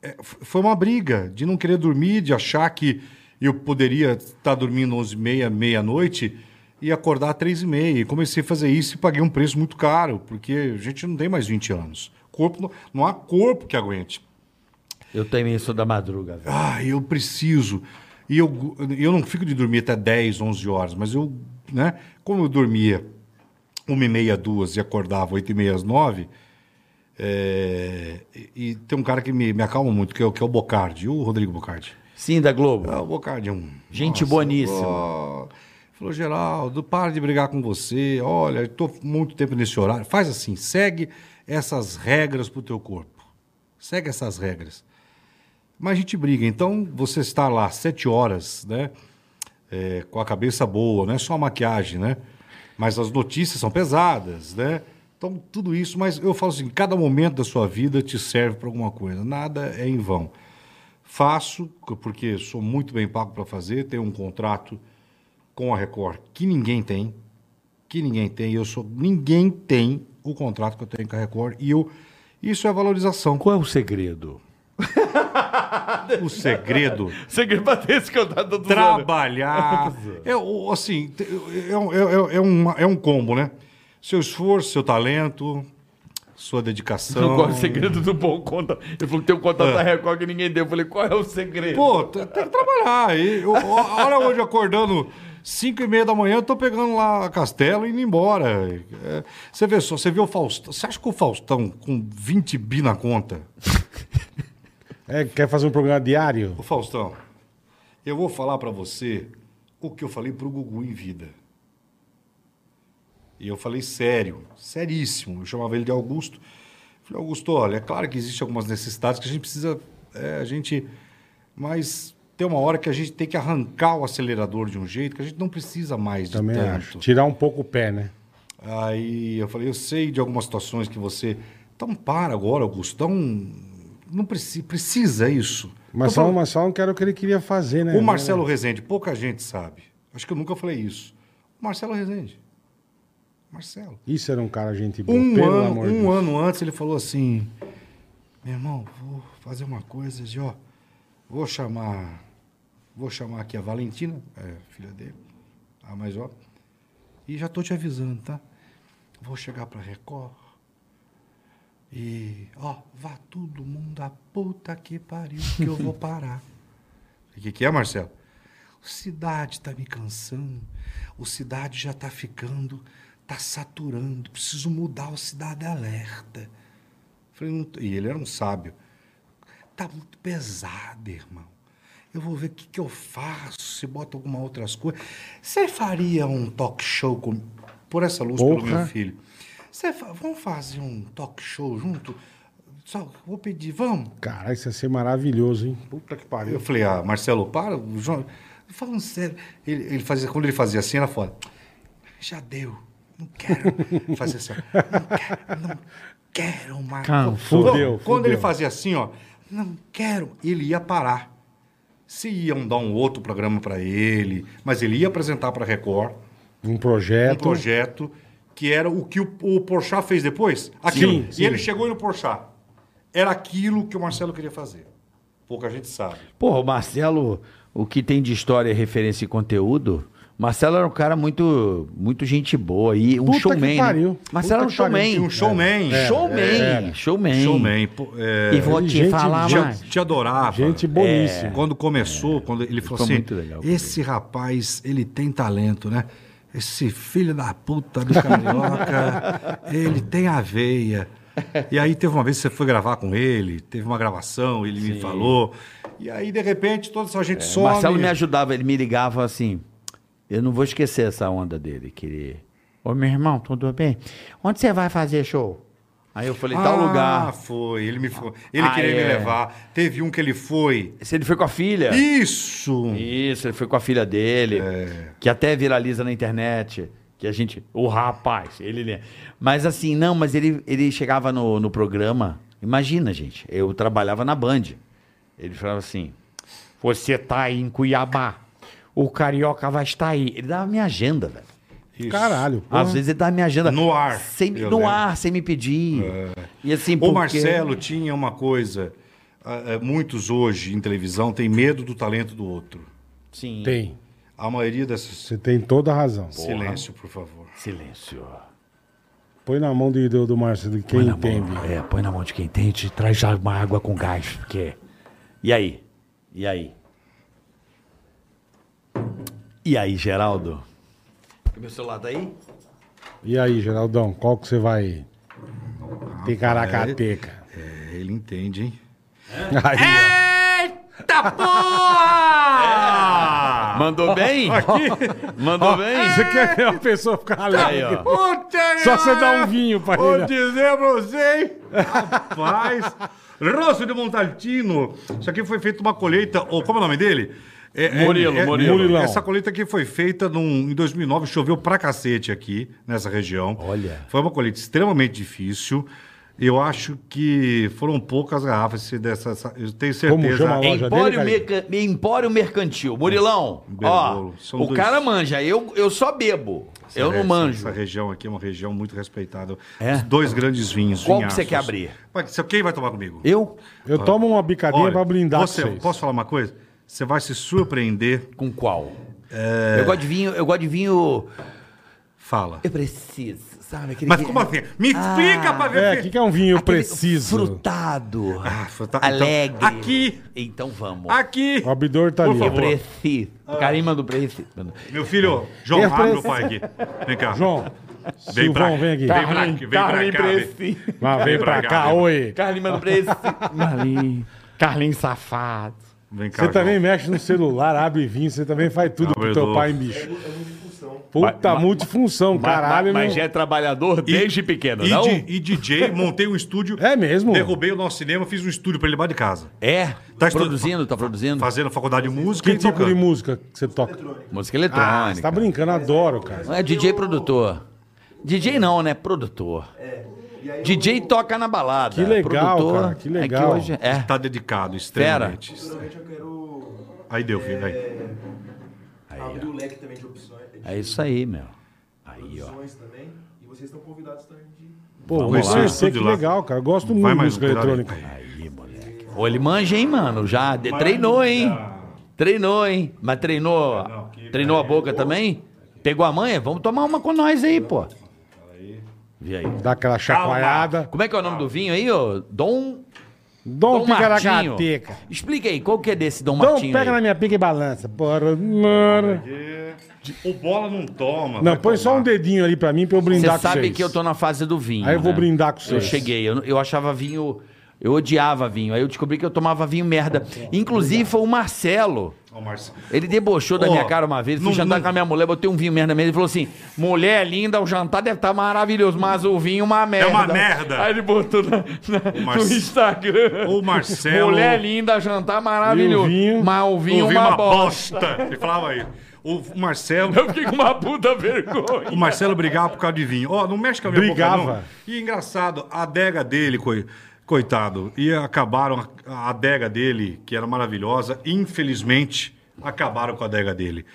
é, f- foi uma briga de não querer dormir, de achar que eu poderia estar dormindo 11 h 30 meia-noite e acordar às 3 h 30 E comecei a fazer isso e paguei um preço muito caro, porque a gente não tem mais 20 anos. Corpo, não- não há corpo que aguente. Eu também sou da madruga, velho. Ah, eu preciso. E eu, eu não fico de dormir até 10, 11 horas, mas eu, né? Como eu dormia uma e meia, duas e acordava oito e meia às nove, é, e, e tem um cara que me, me acalma muito, que é, o- que é o Bocardi, o Rodrigo Bocardi. Sim, da Globo. Ah, o Bocardi é um... Gente boníssima. ó. Falou, Geraldo, para de brigar com você. Olha, estou muito tempo nesse horário. Faz assim, segue essas regras pro teu corpo. Segue essas regras. Mas a gente briga. Então, você está lá sete horas, né? É, com a cabeça boa, não é só a maquiagem, né? Mas as notícias são pesadas, né? Então, tudo isso, mas eu falo assim, cada momento da sua vida te serve para alguma coisa. Nada é em vão. Faço, porque sou muito bem pago para fazer, tenho um contrato com a Record que ninguém tem, que ninguém tem, eu sou, ninguém tem o contrato que eu tenho com a Record e eu isso é valorização. Qual é o segredo? O segredo Segredo pra ter esse contato né? do trabalhar. É, o- assim, te- é, um- é- é- é uma- é um combo, né? Seu esforço, seu talento, sua dedicação. Não, qual é o segredo do bom conta? Ele falou que tem um contato da Record que ninguém deu. Eu falei, qual é o segredo? Pô, t- tem que trabalhar. E eu- a hora hoje acordando 5 e meia da manhã, eu tô pegando lá a Castelo e indo embora. É, Você vê só, você vê o Faustão. Você acha que o Faustão com 20 bi na conta? É, quer fazer um programa diário? Ô Faustão, eu vou falar pra você o que eu falei pro Gugu em vida. E eu falei sério, seríssimo. Eu chamava ele de Augusto. Falei, Augusto, olha, é claro que existem algumas necessidades que a gente precisa. é, a gente. Mas tem uma hora que a gente tem que arrancar o acelerador de um jeito que a gente não precisa mais de Também tanto. acho. Tirar um pouco o pé, né? Aí eu falei, eu sei de algumas situações que você. Então para agora, Augusto. Dá um. Não preci- precisa isso. Mas Então, só, mas só não quero o que ele queria fazer, né? o Marcelo Rezende, pouca gente sabe. Acho que eu nunca falei isso. O Marcelo Rezende. Marcelo. Isso era um cara gente boa, Um, pelo ano, amor de um Deus. ano antes ele falou assim: Meu irmão, vou fazer uma coisa, de, ó, vou chamar. Vou chamar aqui a Valentina, é, filha dele, a mais ó. E já tô te avisando, tá? Vou chegar pra Record. E, ó, vá todo mundo a puta que pariu, que eu vou parar. O que, que é, Marcelo? O Cidade tá me cansando. O Cidade já tá ficando, tá saturando. Preciso mudar o Cidade Alerta. Falei, não t- E ele era um sábio. Tá muito pesado, irmão. Eu vou ver o que, que eu faço, se bota alguma outras coisas. Você faria um talk show comigo? por essa luz, pelo Porra. meu filho. Você fa- vamos fazer um talk show junto? Só vou pedir, vamos? Caralho, isso ia ser maravilhoso, hein? Puta que Eu pariu. falei, ah, Marcelo, para, o João. Falando sério. Ele, ele fazia, quando ele fazia assim, ela falava, já deu. Não quero fazer assim. ó, Não quero, não quero mais. Cara, fudeu, Quando ele fudeu. fazia assim, ó, não quero, ele ia parar. Se iam dar um outro programa para ele, mas ele ia apresentar para Record Um um projeto. projeto que era o que o, o Porchat fez depois. Aquilo. Sim, sim. E ele chegou aí no Porchat. Era aquilo que o Marcelo queria fazer. Pouca gente sabe. Porra, o Marcelo, o que tem de história, referência e conteúdo. Marcelo era um cara muito, muito gente boa e um Puta que showman. pariu. né? Marcelo era um Puta que pariu, showman. É. E um showman. É, Showman, showman. Showman. pô, é, E vou te Gente, falar te, mais. te adorava. É, Gente boníssima. Quando começou, quando ele falou Ficou assim, muito legal com esse rapaz, ele tem talento, né? Esse filho da puta do <laughs> carioca, ele tem aveia. E aí teve uma vez que você foi gravar com ele, teve uma gravação, ele me falou. E aí, de repente, toda essa gente O some. É, Marcelo me ajudava, ele me ligava assim. Eu não vou esquecer essa onda dele, que ele. Ô, meu irmão, tudo bem? Onde você vai fazer show? Aí eu falei, Ah, tal lugar. foi. Ele, me foi. ele Ah, queria é. me levar. Teve um que ele foi. Se ele foi com a filha. Isso! Isso, ele foi com a filha dele, É. que até viraliza na internet. Que a gente. O rapaz, ele. né? Mas assim, não, mas ele, ele chegava no, no programa. Imagina, gente, eu trabalhava na Band. Ele falava assim. Você tá aí em Cuiabá. O Carioca vai estar aí. Ele dava minha agenda, velho. Isso. Caralho. porra. Às vezes ele dava minha agenda. No ar, Sem, eu no lembro. ar, sem me pedir. E assim, O porque- Marcelo tinha uma coisa. ah, ah, Muitos hoje em televisão têm medo do talento do outro. Sim. Tem. A maioria dessas. Você tem toda a razão. Silêncio, por favor. Silêncio. Põe na mão do, do, do Marcelo, de quem Põe na entende. mão, é, põe na mão de quem entende e traz já uma água com gás, porque... E aí? E aí? E aí, Geraldo? Meu celular tá aí? E aí, Geraldão, qual que você vai? Tem caracateca. É! É, ele entende, hein? Aí, Tá Eita porra! <laughs> Mandou bem? <laughs> Mandou bem? ó. Você quer ver uma pessoa ficar Aí, alegre? ó. Só você Ah! dá um vinho pra Vou ele. dizer pra você, hein? Rapaz! Rosso de Montaltino. Isso aqui foi feito uma colheita. Ou como é o nome dele? É, é, Murilo, é, Murilo. Murilão. Essa colheita aqui foi feita num- em 2009, choveu pra cacete aqui, nessa região. Olha. Foi uma colheita extremamente difícil. Eu acho que foram poucas garrafas se dessa. essa- Eu tenho certeza. chama a loja? Empório, dele, Merca- Empório Mercantil. Murilão, ó, Um Berbolo. São o dois- cara manja, eu, eu só bebo. eu não Essa- manjo. Essa região aqui é uma região muito respeitada. É? Os Dois grandes vinhos. Qual que vinhaços. você quer abrir? Mas se- Quem vai tomar comigo? Eu? Eu tomo uma bicadinha Olha, pra blindar você, vocês. Posso falar uma coisa? Você vai se surpreender. Com qual? É. Eu gosto de vinho, eu gosto de vinho. Fala. Eu Ah. preciso, sabe? Aquele Mas que- é como assim? Me explica pra É, ver. o que, se- que é um vinho aquele preciso? Frutado. Ah, fruta- então, Alegre. aqui. Então vamos. Aqui. O abridor tá ali. Por ó. Eu favor. preciso. Carimba do preciso. Meu filho, João, Eu abre meu preciso- pai aqui. Vem cá. João, vem pra Silvão, vem aqui. Tá Vem pra, aqui, vem pra cá. Carlinho Vem. Mas vem pra cá, oi. Carimba do preciso. Carlinhos, Carlinhos safado. Vem cá. Você tá também João. mexe no celular, abre vinho, você também faz tudo pro teu Abridor. pai, bicho. Puta, multifunção, caralho, mas, mas meu. é trabalhador desde pequeno, e, não? di- e DJ, montei um estúdio. É mesmo? Derrubei o nosso cinema, fiz um estúdio pra ele levar de casa. É? Tá Tá estu- produzindo, tá produzindo. Fazendo faculdade de música Que e tipo de tocando. música que você toca? Música Ah, eletrônica. você tá brincando, adoro, cara. Não é DJ produtor. DJ não, né? Produtor. DJ toca na balada. Que legal, produtor cara, que é legal. hoje é. Tá dedicado, extremamente. Geralmente eu quero. Aí deu, filho, aí. abrir o leque também de opções, de É isso aí, meu. Aí, ó. opções também. E vocês estão convidados também de Pô, Vamos lá. você que Estúdio lá. legal, cara. Gosto Vai muito de mais um música cuidado aí. eletrônica. Ô, ele manja, hein, mano? Já de- treinou, hein? Treinou, hein? Mas treinou, treinou a boca também? Pegou a manha? Vamos tomar uma com nós aí, pô. Vê aí. Dá aquela chacoalhada. um Como é que é o nome do vinho aí, ô? Dom, Dom Dom Martinho. Picaracateca. Explica aí, qual que é desse Dom Dom, Martinho pega aí? um na minha pica e balança. Bora, mora. O bola não toma. Não, vai põe só tomar. um dedinho ali pra mim pra eu Você brindar com vocês. sabe que eu tô na fase do vinho, Aí eu vou né? brindar com Eu vocês. cheguei, eu, eu achava vinho... Eu odiava vinho. Aí eu descobri que eu tomava vinho merda. Inclusive foi o Marcelo. Ó, Marcelo. Ele debochou da Ó, minha cara uma vez. Fui não- jantar não- com a minha mulher, botei um vinho merda mesmo. Ele falou assim: mulher linda, o jantar deve estar maravilhoso, mas o vinho é uma merda. uma merda. Aí ele botou na- na- Marce- no Instagram. Ô, Marcelo. Mulher linda, jantar maravilhoso. E o vinho? Mas o vinho é eu vi uma, bosta. Ele falava aí. O Marcelo. Eu fiquei com uma puta vergonha. O Marcelo brigava por causa de vinho. Ó, não mexe com a minha boca, Brigava. não. E engraçado, a adega dele, coi- coitado, e acabaram a- a adega dele, que era maravilhosa, infelizmente, acabaram com a adega dele.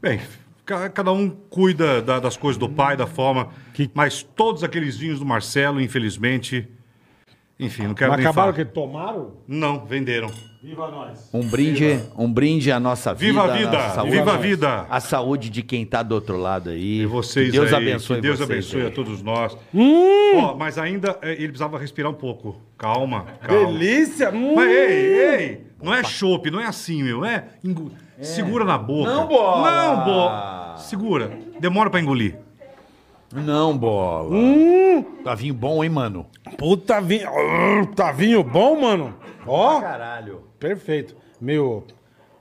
Bem, ca- cada um cuida da- das coisas do pai, da forma, mas todos aqueles vinhos do Marcelo, infelizmente, enfim, não quero Mas nem acabaram falar. que tomaram? Não, venderam. Viva nós. Um brinde, um brinde à nossa vida. Viva a à nossa vida! saúde, Viva a vida! A saúde de quem tá do outro lado aí. E vocês que Deus aí, abençoe que Deus vocês Hum! abençoe aí. a todos nós. Ó, mas ainda eh, ele precisava respirar um pouco. Calma, calma. Delícia! Hum. Mas Uh! ei, ei, não é chope, não é assim, meu, é, engo- segura na boca. Não, bola! Não, bola. Segura. Demora pra engolir. Não, bola. Hum? Tá vinho bom, hein, mano? Puta vinho. Ah, Tá vinho bom, mano? Ó, Caralho. perfeito. Meio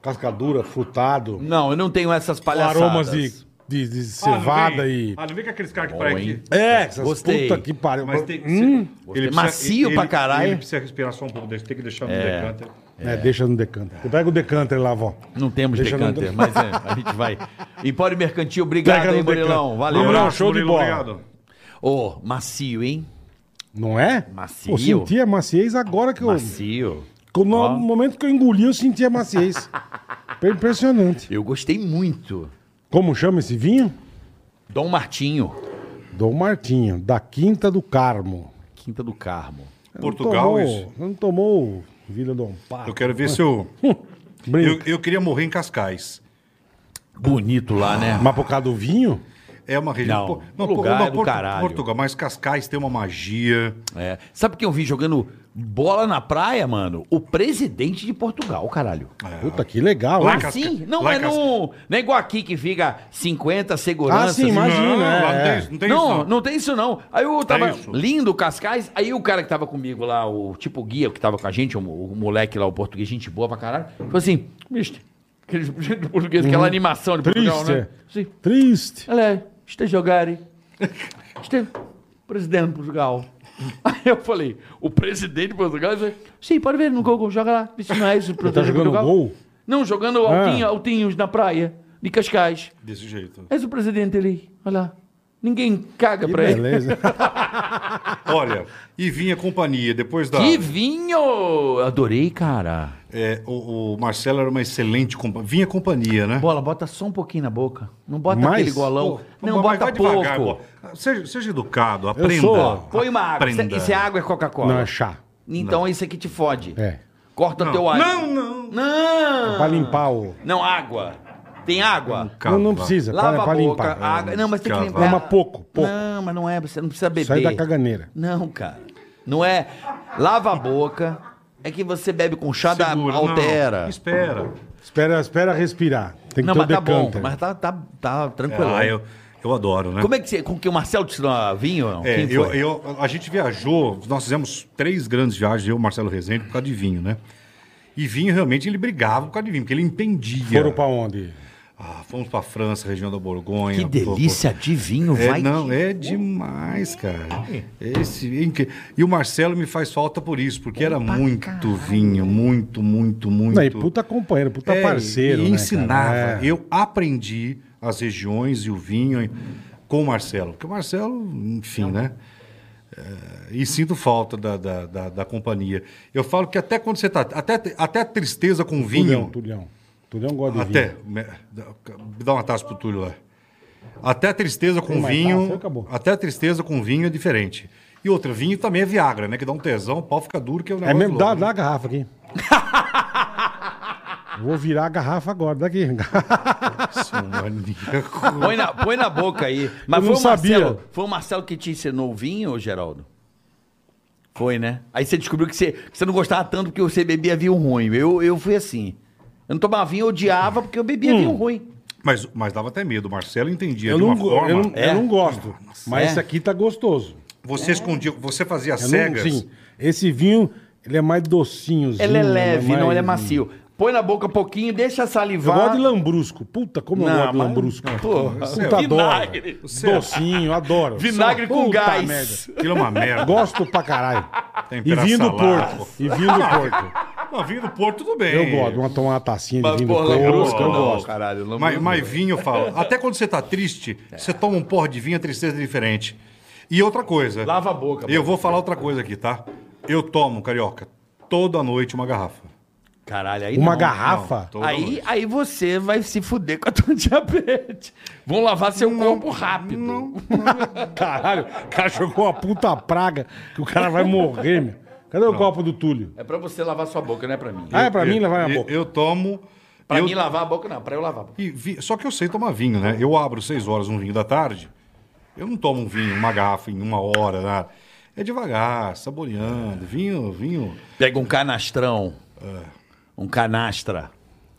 cascadura, frutado, Não, eu não tenho essas com palhaçadas. aromas de, de, de cevada ah, não vem- e. Ah, não vem com aqueles caras que Bom, parecem hein? que É, essas Gostei. puta que pariu. mas tem Hum. se- ele precisa- Macio pra ele- caralho. Ele precisa respirar só um pouco, deixa- tem que deixar no decanter. É. deixa no decanter. Você pega o decanter lá, vó. Não temos Deixa eu não- decanter, mas é, a <laughs> gente vai. Empório Mercantil, obrigado, Pega no hein, Murilão. decanter. Valeu. Um abraço. show de bola. Obrigado. Ô, macio, hein? Não é? Macio. Eu senti a maciez agora que eu. Macio. que eu- No momento que eu engoli, eu senti a maciez. Impressionante. Eu gostei muito. Como chama esse vinho? Dom Martinho, Dom Martinho, da Quinta do Carmo. Quinta do Carmo. Portugal, não tomou, isso. Não tomou Vila Dom Pato. Eu quero ver se eu... Hum. eu... Brinca. Eu queria morrer em Cascais. Bonito lá, né? Mas por causa do vinho? É uma região... Não, Pô- o lugar é do Portu- caralho. Portugal, mas Cascais tem uma magia. É. Sabe quem eu vi jogando bola na praia, mano? O presidente de Portugal, caralho. Puta, que legal. Lá hein? Casca- Sim, não, lá mas em Casca- não, não é igual aqui que fica 50 seguranças. Ah, sim, mas- Imagina, não, lá não é. tem isso, não tem isso, não, não. não tem isso não. Aí eu tava isso. lindo, Cascais, aí o cara que tava comigo lá, o tipo guia que tava com a gente, o, mo- o moleque lá, o português, gente boa pra caralho, falou assim, mister, aquele <laughs> jeito do português, aquela animação de Portugal, Uhum. Triste. é. né? Sim, Triste. olha, está a jogar, hein? Este presidente de Portugal. <laughs> Aí eu falei, o presidente de Portugal? Ele falou, sim, pode ver no Google, joga lá. Disse, não é isso, o presidente de tá jogando Portugal. gol? Não, jogando Ah. altinho, altinhos na praia, de Cascais. Desse jeito. És o presidente ali, olha lá. Ninguém caga Que pra ele. <laughs> beleza. Olha, e vinha companhia, depois Tá. da... Que vinho! Adorei, cara. É, o, o Marcelo era uma excelente companhia. Vinha companhia, né? Bola, bota só um pouquinho na boca. Não bota Mais? aquele golão. Pô, não, mas bota vai devagar, pouco. bola. seja, seja educado, aprenda. sou- Põe uma água. Isso é, Aprenda. isso é água, é Coca-Cola. Não, é chá. Então isso aqui te fode. É. Corta Não. teu ar. Não, não. Não! Pra limpar o... Não, água. Tem água? Não, Calma. não precisa. Lava pra, pra a boca, limpar. água. Não, mas tem que Calma. limpar. Não, mas pouco, pouco. Não, mas não é. Você não precisa beber. Sai da caganeira. Não, cara. Não é. Lava a boca. É que você bebe com chá da Segura, não. altera. Espera. Espera, espera respirar. Tem que Não, ter o mas tá bom. decanter. Mas tá, tá, tá tranquilo. Ah, eu, eu adoro, né? Como é que você. Com que o Marcelo te dá vinho? não? É, Quem eu, foi? eu- a gente viajou, nós fizemos três grandes viagens, eu, Marcelo Rezende, por causa de vinho, né? E vinho, realmente, ele brigava por causa de vinho, porque ele entendia. Foram pra onde? Ah, fomos pra França, região da Borgonha. Que delícia de vinho, É, vai. não, te- é demais, cara. Esse é incrível. E o Marcelo me faz falta por isso, porque era muito vinho, muito, muito, muito. Não, e puta companheiro, puta É, parceiro, E né, ensinava. cara? É. Eu aprendi as regiões e o vinho e- com o Marcelo. Porque o Marcelo, enfim, né? É, E sinto falta da, da, da, da companhia. Eu falo que até quando você tá. Até, até tristeza com Tulhão, vinho. Tulhão. Tulhão gosta de vinho. Até. me- dá- Dá uma taça pro Túlio lá. Até a tristeza com Tem mais taça? vinho. Acabou. Até a tristeza com vinho é diferente. E outra, vinho também é Viagra, né? Que dá um tesão, o pau fica duro, que é o É negócio. mesmo, dá, louco. dá a garrafa <laughs> aqui. Vou virar a garrafa agora, daqui. Isso, um maníaco. Põe na, põe na boca aí. Mas Eu foi não o, Marcelo, sabia. foi o Marcelo que te ensinou o vinho, ô, Geraldo? Foi, né? Aí você descobriu que você, que você não gostava tanto porque você bebia vinho ruim. Eu, eu fui assim. Eu não tomava vinho, eu odiava porque eu bebia Hum. vinho ruim. Mas, mas dava até medo, o Marcelo entendia Eu de não, uma go- forma. eu, não, eu É. não gosto. Mas É. esse aqui tá gostoso. Você escondia, você fazia Eu não- cegas. sim, É esse vinho Ele é mais docinhozinho. Ele é leve, mais- não, ele é macio. Põe na boca um pouquinho, deixa Eu salivar. gosto de lambrusco. Puta, como eu Não, gosto de mas- lambrusco. Porra, é Puta, adoro. vinagre. é Docinho, adoro. Vinagre com Puta gás. merda. Aquilo é uma merda. Gosto pra caralho. E Tempera vinho do salada. porco. E vinho do porco. Não, vinho do porco, tudo bem. Eu gosto. Uma tomar uma tacinha de Mas, vinho do porra, porco. lambrusco, Eu não, gosto. caralho. Lambrusco. Mas, mas vinho, eu falo. Até quando você tá triste, É. você toma um porra de vinho, a tristeza é diferente. E outra coisa. Lava a boca. Eu vou falar outra coisa aqui, tá? Eu tomo, carioca, toda noite uma garrafa. Caralho, aí Uma não. garrafa. Toda Aí, noite. aí você vai se fuder com a <laughs> tua diabetes. Vão lavar seu corpo rápido. Caralho, o cara jogou uma puta praga que o cara vai morrer, meu. Cadê o copo do Túlio? É pra você lavar sua boca, não é pra mim. Ah, é pra mim Eu- lavar eu- minha boca. Eu tomo. Pra eu- mim lavar a boca, não. Pra eu lavar a boca. e vi- Só que eu sei tomar vinho, né? Eu abro seis horas um vinho da tarde. Eu não tomo um vinho, uma garrafa em uma hora, nada. É devagar, saboreando. Vinho, vinho. Pega um canastrão. Um canastra.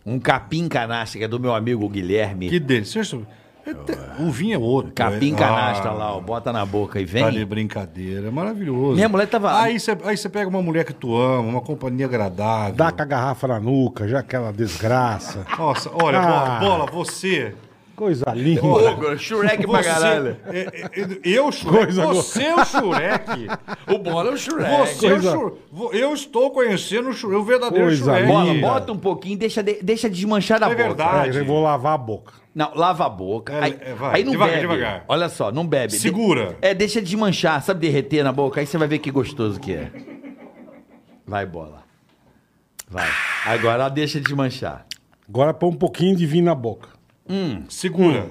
Um capim canastra, que é do meu amigo Guilherme. Que dele. Você sabe- é te- O vinho é outro. Capim é- canastra Ah, lá, ó. Bota na boca e vem. Tá de brincadeira, é maravilhoso. Minha mulher tava- Aí você aí você pega uma mulher que tu ama, uma companhia agradável. Dá com a garrafa na nuca, já aquela desgraça. Nossa, olha, Ah. bola, bola, você. Coisa linda. Ogro, Shrek pra você caralho. é, é, é, eu, Shurek, Coisa boa. você é o Shurek. O bola é o Shrek. Você é o Coisa- Shurek. Vo- Eu estou conhecendo o, Shurek, o verdadeiro Coisa Shurek. Bola, Ih, bota um pouquinho, deixa, de- deixa desmanchar da É boca. É, verdade. eu vou lavar a boca. Não, lava a boca. É, aí, é, vai. aí não Devagar, bebe. devagar. Olha só, não bebe. De- Segura. é, deixa desmanchar, sabe derreter na boca? Aí você vai ver que gostoso que é. Vai, bola. Vai. Agora ela deixa desmanchar. Agora põe um pouquinho de vinho na boca. Segura. Hum.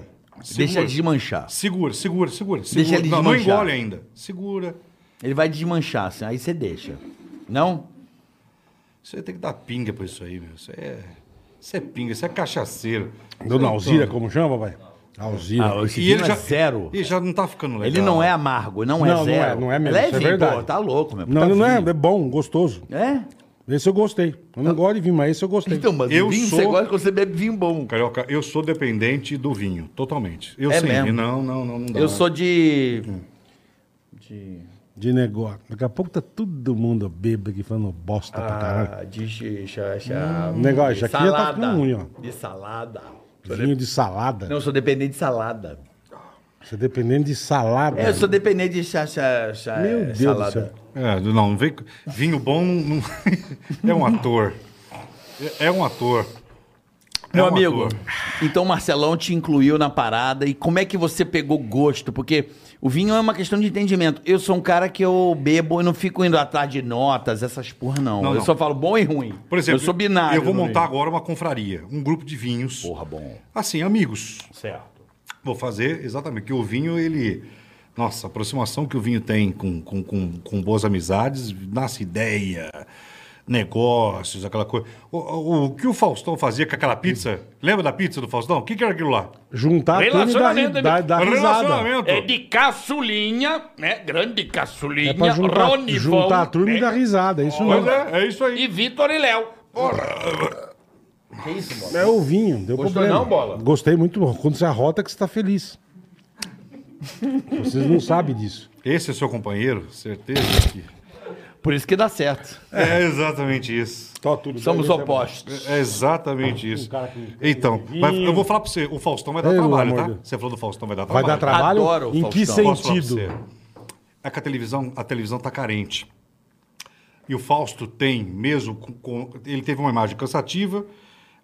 Deixa Segura. desmanchar. Segura, segura, segura. Deixa segura. ele não, não desmanchar. engole ainda. Segura. Ele vai desmanchar, assim, aí você deixa. Não? Você tem que dar pinga pra isso aí, meu. Você é, você é pinga, você é cachaceiro. é Dona Alzira, como chama, pai? Alzira. Ah, esse E ele vinho já, é zero. E já não tá ficando legal. Ele não é amargo, não é Não, não é, zero. não é mesmo, isso é Leve, verdade. pô, tá louco, meu. não, tá não é, vinho. é bom, gostoso. É? Esse eu gostei. Eu não gosto de vinho, mas esse eu gostei. Tá. Então, mas Eu vinho sou- você gosta quando você bebe vinho bom. Carioca, eu sou dependente do vinho, totalmente. Eu É sei. mesmo? Não, não, não, não dá. Eu sou de... Hum. De... De negócio. Daqui a pouco tá todo mundo bêbado aqui falando bosta Tá pra caralho. Ah, de chi- cha- cha- Hum, negócio, de isso aqui já tá ficando ruim, ó. De salada. Vinho de salada. Não, eu sou dependente de salada. Você dependendo de salada. É, eu sou dependente de cha, cha, cha, Meu é, Deus salada. do céu. É, não, não vem... vinho bom não... não- <laughs> é um ator. É, é um ator. É Meu um amigo, ator. então o Marcelão te incluiu na parada e como é que você pegou gosto? Porque o vinho é uma questão de entendimento. Eu sou um cara que eu bebo e não fico indo atrás de notas, essas porra não. Não, eu não. só falo bom e ruim. Por exemplo, eu sou binário. eu vou no montar vinho. agora uma confraria, um grupo de vinhos. Porra, bom. Assim, amigos. Certo. Vou fazer exatamente, que o vinho, ele. Nossa, a aproximação que o vinho tem com, com, com, com boas amizades, nasce ideia, negócios, aquela coisa. O, o, o que o Faustão fazia com aquela pizza? Lembra da pizza do Faustão? O que, que era aquilo lá? Juntar tudo e dar, ri- Relacionamento, dar, dar risada. Relacionamento. É de caçulinha, né? Grande caçulinha, É pra juntar, Ronivon, juntar a turma né? e dar risada. É isso Pois mesmo. é, é isso aí. E Vitor e Léo. Que isso, mano? É o vinho, deu Gostou problema. não, Bola? Gostei muito. Quando você arrota que você tá feliz. Vocês não sabem disso. Esse é seu companheiro, certeza que. Por isso que dá certo. É exatamente isso. Tá tudo Somos opostos. É exatamente isso. Um cara que- Então, mas eu vou falar pra você, o Faustão vai dar Pelo trabalho, amor tá? de Deus. Você falou do Faustão, vai dar Vai trabalho. dar trabalho? Adoro o em que Faustão. Posso falar pra sentido? você? É que a televisão, a televisão tá carente. E o Fausto tem, mesmo com, com- ele teve uma imagem cansativa,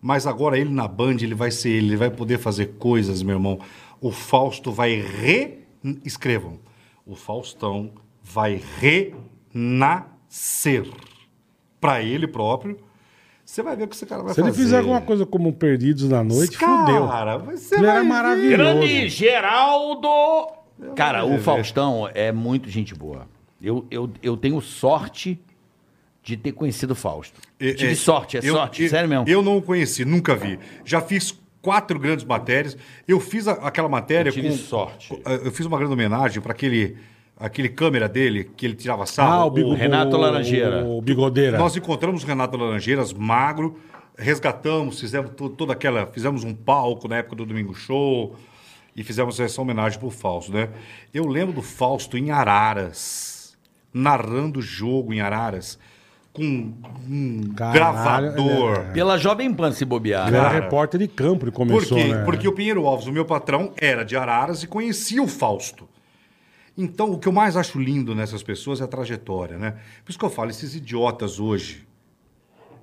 mas agora ele na Band, ele vai ser ele, ele vai poder fazer coisas, meu irmão. O Fausto vai re escrevam. O Faustão vai renascer para ele próprio. Você vai ver o que esse cara vai Se ele fazer. fizer alguma coisa como Perdidos na Noite, fudeu. Cara, você Ele vai era ver. Grande maravilhoso. Geraldo. Cara, o Faustão é muito gente boa. Eu, eu, eu tenho sorte de ter conhecido o Fausto. É, Tive é, sorte, é eu- sorte, eu- sério mesmo. Eu não o conheci, nunca vi. Já fiz quatro grandes matérias. Eu fiz a- aquela matéria Eu tive com- sorte. com- eh, eu fiz uma grande homenagem para aquele, aquele câmera dele que ele tirava Ah, sarro. o bigo- Renato o- Laranjeira. O Bigodeira. Nós encontramos o Renato Laranjeiras magro, resgatamos, fizemos to- toda aquela, fizemos um palco na época do Domingo Show e fizemos essa homenagem pro Fausto, né? Eu lembro do Fausto em Araras, narrando o jogo em Araras. com um Caralho, gravador. é. Pela Jovem Pan se bobear. Ele era Cara. repórter de campo, ele Por começou, quê? né? Porque o Pinheiro Alves, o meu patrão, era de Araras e conhecia o Fausto. Então, o que eu mais acho lindo nessas pessoas é a trajetória, né? Por isso que eu falo, esses idiotas hoje.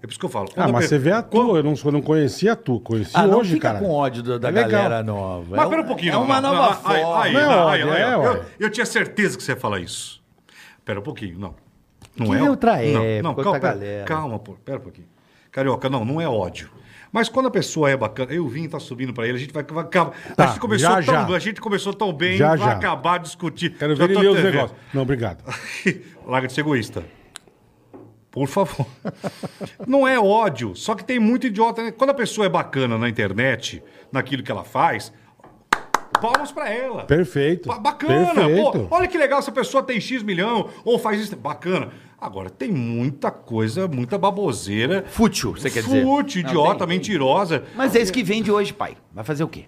É por isso que eu falo. Ah, quando a mas pe- você vê a tua, quando- eu não, eu não conhecia a tua, conheci Ah, não hoje, fica cara. com ódio da, da É legal. galera nova. Mas É pera um um- pouquinho. É uma não, não, nova não, aí- forma. Aí, Não é aí, ódio, aí, é eu- ódio. Eu tinha certeza que você ia falar isso. Pera um pouquinho, não. Não Que é ó- outra não, época, não, outra calma, pera- galera. Calma, pô, pera um pouquinho. Carioca, não, não é ódio. Mas quando a pessoa é bacana, eu vim tá subindo pra ele, a gente vai, vai acabar. a Tá, gente começou já, tão, já. a gente começou tão bem, Já, vai já. acabar discutindo. Quero Já ver ele tô ler os até negócios. Não, obrigado. vendo. Larga de ser egoísta. Por favor. Não é ódio, só que tem muito idiota. né? Quando a pessoa é bacana na internet, naquilo que ela faz, palmas pra ela. Perfeito. Ba- Bacana, Perfeito. pô, olha que legal, essa pessoa tem X milhão, ou faz isso, bacana. Agora, tem muita coisa, muita baboseira. Fútil, você quer dizer? Fútil, Não, idiota, tem- tem. mentirosa. Mas é isso que vende hoje, pai. Vai fazer o quê?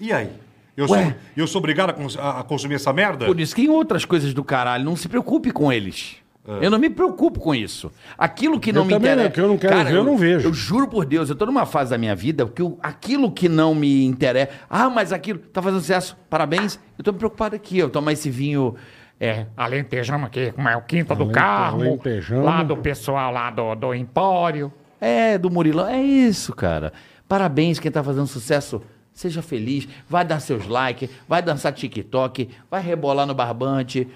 E aí? Eu Ué? sou, eu sou obrigado a, cons- a- a consumir essa merda? Por isso, que em outras coisas do caralho, não se preocupe com eles. Eu não me preocupo com isso. Aquilo que não É. Eu me também interessa. não, que eu não quero ver, eu não vejo. Eu juro por Deus, eu tô numa fase da minha vida que eu- aquilo que não me interessa. Ah, mas aquilo tá fazendo sucesso, parabéns. Eu tô me preocupado aqui. Eu tomar esse vinho. É, Alentejama aqui, como é o Quinta do Alente- Carmo. um Alentejano. Lá do pessoal lá do, do Empório. É, do Murilão. É isso, cara. Parabéns quem tá fazendo sucesso. Seja feliz, vai dar seus likes, vai dançar TikTok, vai rebolar no barbante.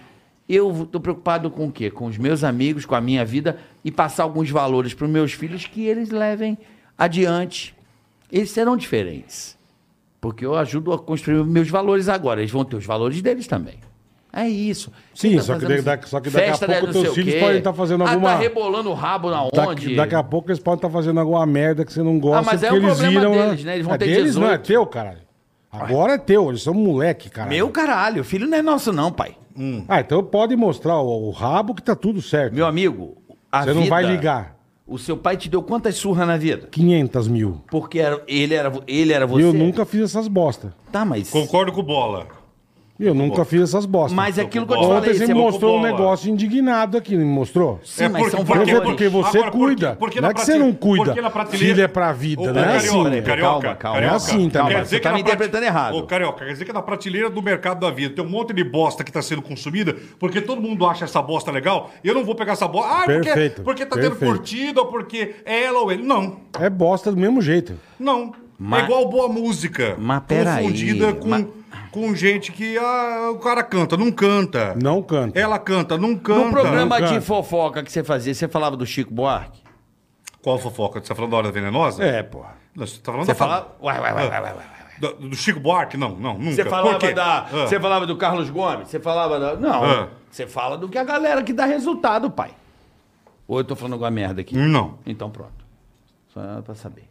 Eu tô preocupado com o quê? Com os meus amigos, com a minha vida e passar alguns valores para meus filhos que eles levem adiante. Eles serão diferentes. Porque eu ajudo a construir meus valores agora. Eles vão ter os valores deles também. É isso. Sim, Quem tá só que fazendo daqui- só que daqui a festa, né, pouco não teus sei o filhos quê. podem tá fazendo alguma- Ah, tá rebolando o rabo na Daqui, onde? daqui a pouco eles podem estar fazendo alguma merda que você não gosta, Ah, mas é porque um eles problema viram. deles, né? Eles vão é ter deles não é 18. teu, caralho. Agora é teu, eles são moleque, caralho. Meu caralho, filho não é nosso não, pai. Ah, então pode mostrar o, o rabo que tá tudo certo. Meu amigo, a Você não vida- vai ligar. O seu pai te deu quantas surras na vida? 500 mil. Porque era- ele, era, ele era E você. eu nunca fiz essas bosta. Tá, mas... Concordo com o Bola. E eu nunca fiz essas bosta. Então, Mas é aquilo que eu te Ontem Ontem falei... você Você me mostrou um bola. negócio indignado aqui, não me mostrou? Sim, É mas são É porque- valores. porque você cuida. Não é que você não cuida. Filho é pra vida, não é assim. Carioca, Peraí, carioca, calma, calma. carioca. Não é assim também. Quer Você dizer tá que me na prate- interpretando errado. Ô, carioca, quer dizer que na prateleira do mercado da vida tem um monte de bosta que tá sendo consumida, porque todo mundo acha essa bosta legal, eu não vou pegar essa bosta. Ah, porque, Perfeito, porque tá tendo perfeito. curtida, ou porque é ela ou ele. Não, É bosta do mesmo jeito. não. Mas- É igual boa música. Mas peraí, Confundida com, mas- com gente que ah, o cara canta, não canta. Não canta. Ela canta, não canta. No programa Nunca. de fofoca que você fazia, você falava do Chico Buarque? Qual fofoca? Você tá falando da Hora Venenosa? É, porra. Não, você tá falando Você da- falava... Ué, ué, ué, ué, ué, ué. Da- do Chico Buarque? Não, não, nunca. Você falava, Por quê? da, Ah. você falava do Carlos Gomes? Você falava da. Não. Ah. Você fala do que a galera que dá resultado, pai. Ou eu tô falando alguma merda aqui? Não. Então pronto. Só pra saber.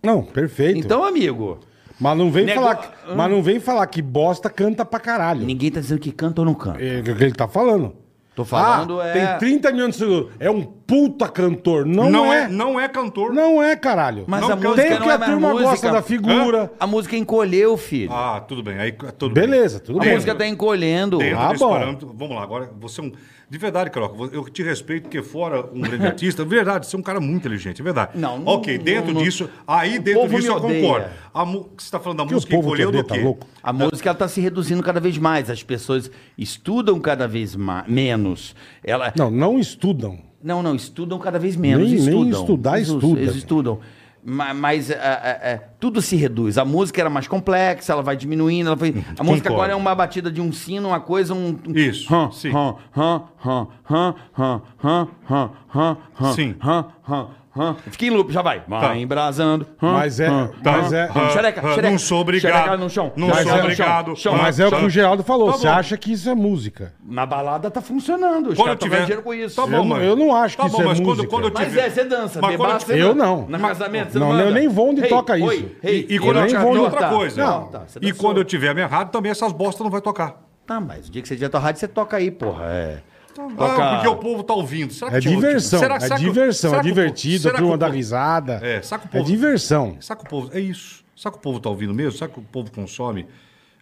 Não, perfeito. Então, amigo, mas, não vem Nego- falar que, mas não vem falar que bosta canta pra caralho. ninguém tá dizendo que canta ou não canta. É o que ele tá falando. Tô falando ah, é. Tem 30 milhões de seguidores. É um puta cantor. Não, Não, é. é. não é cantor. Não é, caralho. Mas Não a canta. música tem o não que é a mais turma música. gosta da figura. A música encolheu, filho. Ah, tudo bem. Aí tudo Beleza, bem. tudo a bem. música tá encolhendo. Dentro Ah, desse bom. parâmetro- vamos lá, agora você é um. De verdade, Caroca, vo- eu te respeito, porque fora um <laughs> grande artista, verdade, você é um cara muito inteligente, é verdade. Não, não- Ok, dentro não- disso, aí O dentro povo disso me eu odeia. concordo. A mu- Você está falando da Que o música povo te encolheu odeia, do tá quê? louco? A música ela tá se reduzindo cada vez mais. As pessoas estudam cada vez ma- menos. Ela, Não, não estudam. Não, não, estudam cada vez menos. Nem- nem estudam. estudar, eles, estuda, Eles velho. estudam. Ma- Mas, é, é, é, tudo se reduz. A música era mais complexa, ela vai diminuindo. Ela vai... Uhum. A música agora é uma batida de um sino, uma coisa, um. um- Isso, Hã, sim. hã, hã, hã, hã, hã, hã, hã, hã, hã, Sim. hã, hã, hã. Fica em loop, já vai. Vai Tá. embrasando. hã, Mas é- hã, mas hã, é- hã. Xereca, hã, xereca. não sou obrigado. Xereca no chão. Não xereca sou no obrigado. Chão, chão, Hã, Mas é o Então, só- que o Geraldo falou. Tá Você bom. acha que isso é música. Na balada tá funcionando. Os Quando caras eu tão tiver- ganhando dinheiro com isso. Tá Eu bom, não- mano. eu não acho que Tá isso bom, é mas quando, música. quando eu Mas tiver- é, você dança, Mas quando bebaça, eu você tiver- Eu não. Na casamento, você Não, manda. eu nem vou onde toca oi, isso. ei, E, e quando eu, nem tiver- vou Tá, e onde- outra Corta, coisa. corta, tá. você e dançou. quando eu tiver minha rádio, também essas bostas não vai tocar. Tá, mas o dia que você tiver tua rádio, você toca aí, porra. É. Ah, porque o povo tá ouvindo. Será que Então É te- diversão. será- é será que- diversão. será É que o povo- divertido. será A que o turma dá povo- risada. É, saca o É povo. diversão. Saca o povo, é isso. Saca o povo tá ouvindo mesmo? Saca que o povo consome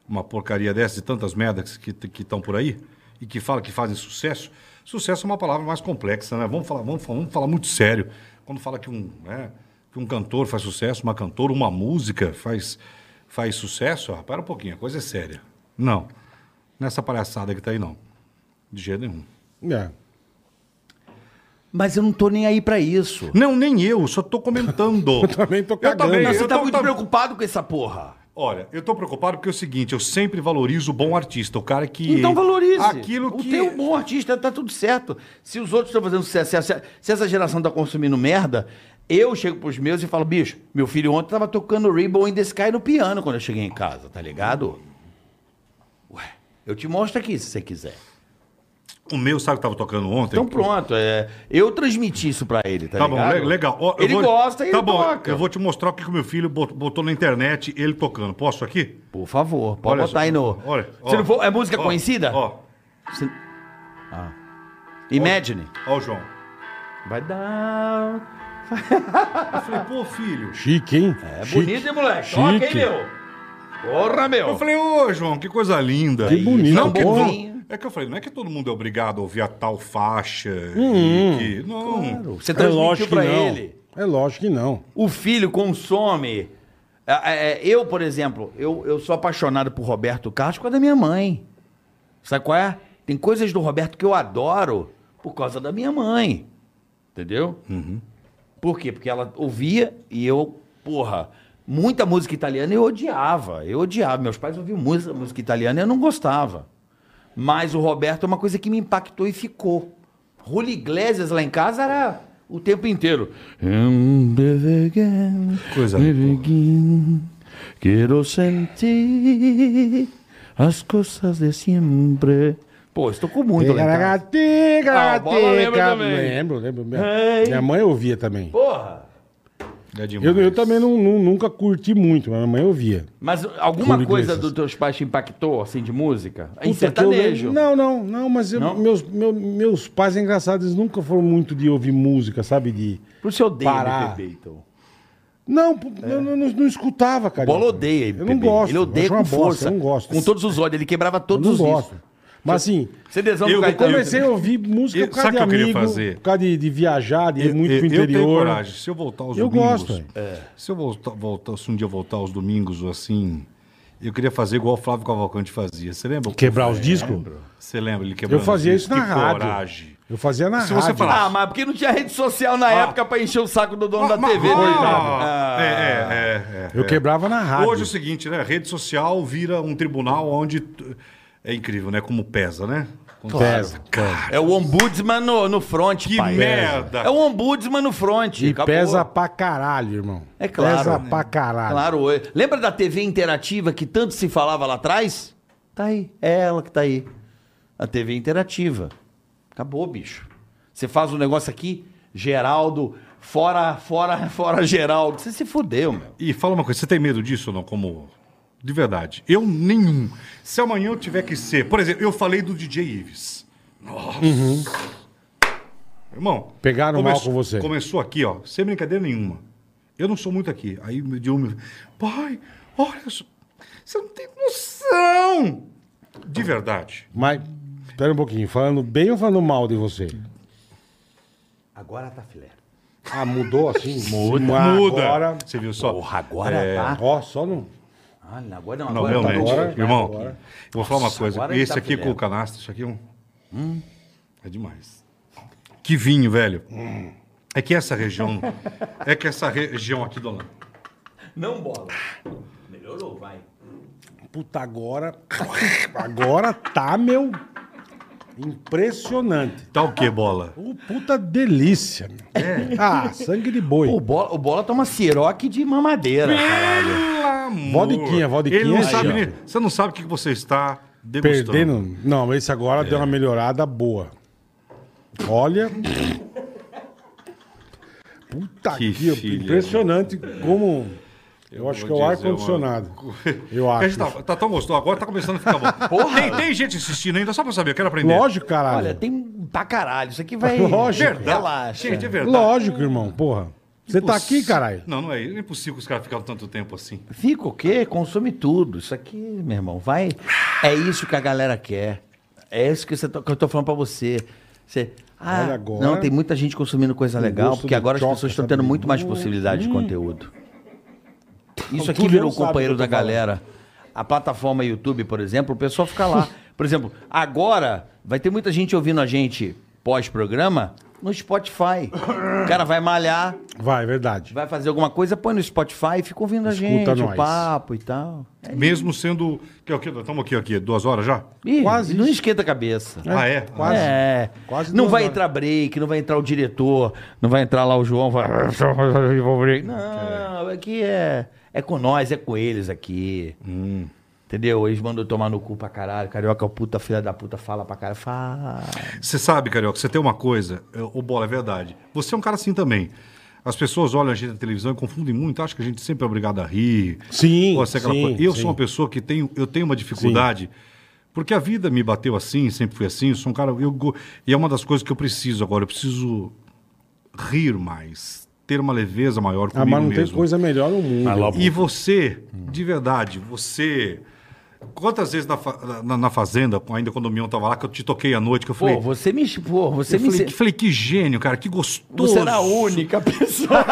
uma porcaria dessa de tantas merdas que estão por aí e que fala que fazem sucesso? Sucesso é uma palavra mais complexa, né? Vamos falar, vamos, falar- vamos falar muito sério. Quando fala que um, né, que um cantor faz sucesso, uma cantora, uma música faz, faz sucesso, ah, para um pouquinho, a coisa é séria. Não. Nessa palhaçada que tá aí, não. De jeito nenhum. É. Mas eu não tô nem aí pra isso. Não, nem eu, só <laughs> tô comentando. também eu tô Eu também, Então cagando. eu Você tá tô- muito tô- preocupado com essa porra. Olha, eu tô preocupado porque é o seguinte, eu sempre valorizo o bom artista, o cara que... Então valorize. Aquilo O que... é. teu bom artista tá tudo certo. Se os outros estão fazendo sucesso, se, essa- se essa geração tá consumindo merda, eu chego pros meus e falo, bicho, meu filho ontem tava tocando Rainbow in the Sky no piano quando eu cheguei em casa, tá ligado? Ué, eu te mostro aqui se você quiser. O meu, sabe, que tava tocando ontem. Então pronto, é, eu transmiti isso pra ele, tá, Tá bom, ligado? le- legal. Ó, eu ele vou- gosta e Tá ele bom, toca. eu vou te mostrar o que que o meu filho bot- botou na internet, ele tocando. Posso aqui? Por favor, pode Olha botar só, aí no... olha, se ó, não for, é música ó, conhecida? Ó, Se- Ah. Imagine. ó o João. Vai dar... Eu falei, pô, <laughs> filho. Chique, hein? É Chique. bonito, hein, moleque? Toca, hein, Chique. meu? Porra, meu. Eu falei, ô, João, que coisa linda. Que bonito, Não, que bom. não- É que eu falei, não é que todo mundo é obrigado a ouvir a tal faixa. e Uhum. que- não. Você É transmitiu lógico que pra não. ele. É lógico que não. O filho consome. É, é, Eu, por exemplo, eu, eu sou apaixonado por Roberto Carlos por causa da minha mãe. Sabe qual é? Tem coisas do Roberto que eu adoro por causa da minha mãe. Entendeu? Por quê? Porque ela ouvia e eu, porra, muita música italiana eu odiava. Eu odiava. Meus pais ouviam música, música italiana e eu não gostava. Mas o Roberto é uma coisa que me impactou e ficou. Julio Iglesias lá em casa era o tempo inteiro. Coisa Quero sentir as coisas de sempre. Pô, estou com muito lá em casa. Garagatica, Ah, o Bola lembra garagatica. também. Lembro, lembro. Minha, Ei. minha mãe ouvia também. Porra! É demais. Eu, eu também não, não- nunca curti muito, mas minha mãe ouvia. Mas alguma Julio coisa Iglesias. dos teus pais te impactou, assim, de música? em Puta, que eu sertanejo. lembro- Não, não, não, mas eu- Não? Meus, meu- meus pais, é engraçado, eles nunca foram muito de ouvir música, sabe? De. Por isso eu odeio Pará. MPB, então. Não, pu- É. eu não, não- não escutava, cara. Bola odeia Eu MPB. não gosto. Ele odeia acho com uma bosta, força. Eu não gosto. Com todos os olhos. Ele quebrava eu todos não os gosto. gosto. Mas assim, CDzão Eu- do eu Caetano. comecei a ouvir música Eu- por causa de sabe o que eu queria amigo, fazer? por causa de, de viajar, de ir é muito pro eu tenho interior. coragem. Se eu voltar aos Eu domingos. gosto, é. Se eu voltar, voltar- se um dia eu voltar aos domingos ou assim, eu queria fazer igual o Flávio Cavalcante fazia. Você lembra? É. Quebrar os discos? Você lembra ele quebrando Eu fazia os isso na discos? Que rádio. coragem. Eu fazia na Se rádio. você falar- Ah, mas porque não tinha rede social Ah. na época pra encher o saco do dono da TV. né? Ah, é, é, é, é. Eu quebrava na rádio. Hoje é o seguinte, né? Rede social vira um tribunal onde. t- É incrível, né? Como pesa, né? Quando Pesa, você- pesa. É o ombudsman no, no front, Que pai. merda! É o ombudsman no front. E acabou. pesa pra caralho, irmão. É claro. Pesa pra caralho. Claro. é. Lembra da TV interativa que tanto se falava lá atrás? Tá aí. É ela que tá aí. A TV interativa. Acabou, bicho. Você faz um negócio aqui, Geraldo, fora, fora, <laughs> fora Geraldo. Você se fudeu, meu. E fala uma coisa, você tem medo disso ou não? Como. De verdade. Eu nenhum. Se amanhã eu tiver que ser. Por exemplo, eu falei do DJ Ives. Nossa. Irmão. Uhum. Pegaram mal com você. Começou aqui, ó. Sem brincadeira nenhuma. Eu não sou muito aqui. Aí o Diogo me. Pai, olha só. Você não tem noção! De verdade. Mas, pera um pouquinho. Falando bem ou falando mal de você? Agora tá filé. Ah, mudou assim? Muda. Ah, Muda. Agora... Você viu só? Porra, agora tá. Ó, só não... Olha, agora não, É. Não, agora tá realmente. agora. Irmão, agora. eu vou falar uma Nossa, coisa. agora Esse tá Hum? aqui filé. com o canastra, isso aqui é um. É demais. Que vinho, velho. É que essa região. é que essa região aqui do lado. Não bola. Melhorou, vai. Puta, agora... agora tá, meu... Impressionante. Tá o quê, bola? Ô, puta delícia, meu. Ah, sangue de boi. O bola, o bola toma siroque de mamadeira, caralho. Amor. Vodiquinha, vodiquinha Ele não aí, sabe ó. nem, Você não sabe o que você está degustando. Perdendo... Não, esse agora É. deu uma melhorada boa. Olha... Puta Que que, filha, impressionante como... Eu, acho que é vou o dizer uma ar-condicionado. <laughs> Eu Porque a acho. gente Tá, tá tão gostoso, agora tá começando a <laughs> ficar bom. Tem, tem gente assistindo ainda, só pra saber, eu quero aprender. Lógico, caralho. Olha, tem pra caralho. Isso aqui vai. Lógico. Verdade. Relaxa. Gente, é verdade. Lógico, irmão, porra. Você tá aqui, caralho. Não, não é. É impossível que os caras ficaram tanto tempo assim. Fica o quê? Consome tudo. Isso aqui, meu irmão, vai. É isso que a galera quer. É isso que, você tá- que eu tô falando pra você. Você, ah, Olha agora. não, tem muita gente consumindo coisa legal, gosto porque do agora choca, as pessoas estão sabe? Hum. tendo muito mais possibilidade de conteúdo. Isso aqui Juliano virou Então, sabe companheiro do que da eu tô falando. galera. A plataforma YouTube, por exemplo, o pessoal fica lá. Por exemplo, agora vai ter muita gente ouvindo a gente pós-programa no Spotify. O cara vai malhar, Vai, é verdade. vai fazer alguma coisa, põe no Spotify e fica ouvindo a Escuta gente, nós. o papo e tal. É Mesmo sendo. Que é o quê? Estamos aqui, aqui, duas horas já? Ih, Quase não isso. esquenta a cabeça. Ah, é? Quase. É. Quase não duas vai horas. entrar break, não vai entrar o diretor, não vai entrar lá o João. Vai... Ah, Não, aqui é. É com nós, é com eles aqui. Hum. Entendeu? Eles mandam tomar no cu pra caralho. Carioca, é o puta filha da puta, fala pra caralho. Fala. Você sabe, Carioca, você tem uma coisa, é, o Bola é verdade. Você é um cara assim também. As pessoas olham a gente na televisão e confundem muito, acham que a gente sempre é obrigado a rir. Sim, Ou a ser aquela sim, coisa. Eu sim. sou uma pessoa que tenho, eu tenho uma dificuldade, porque a vida me bateu assim, sempre fui assim. Eu sou um cara. Eu, go- e é uma das coisas que eu preciso agora. Eu preciso rir mais, ter uma leveza maior comigo Ah, mas não mesmo. tem coisa melhor no mundo. Mas lá- E você, de verdade, você. Quantas vezes na, fa- na, na fazenda, ainda quando o Mion tava lá, que eu te toquei à noite, que eu falei. Pô, você me. Pô, você Eu me. falei, que, falei, que gênio, cara, que gostoso. Você era <laughs> a única pessoa.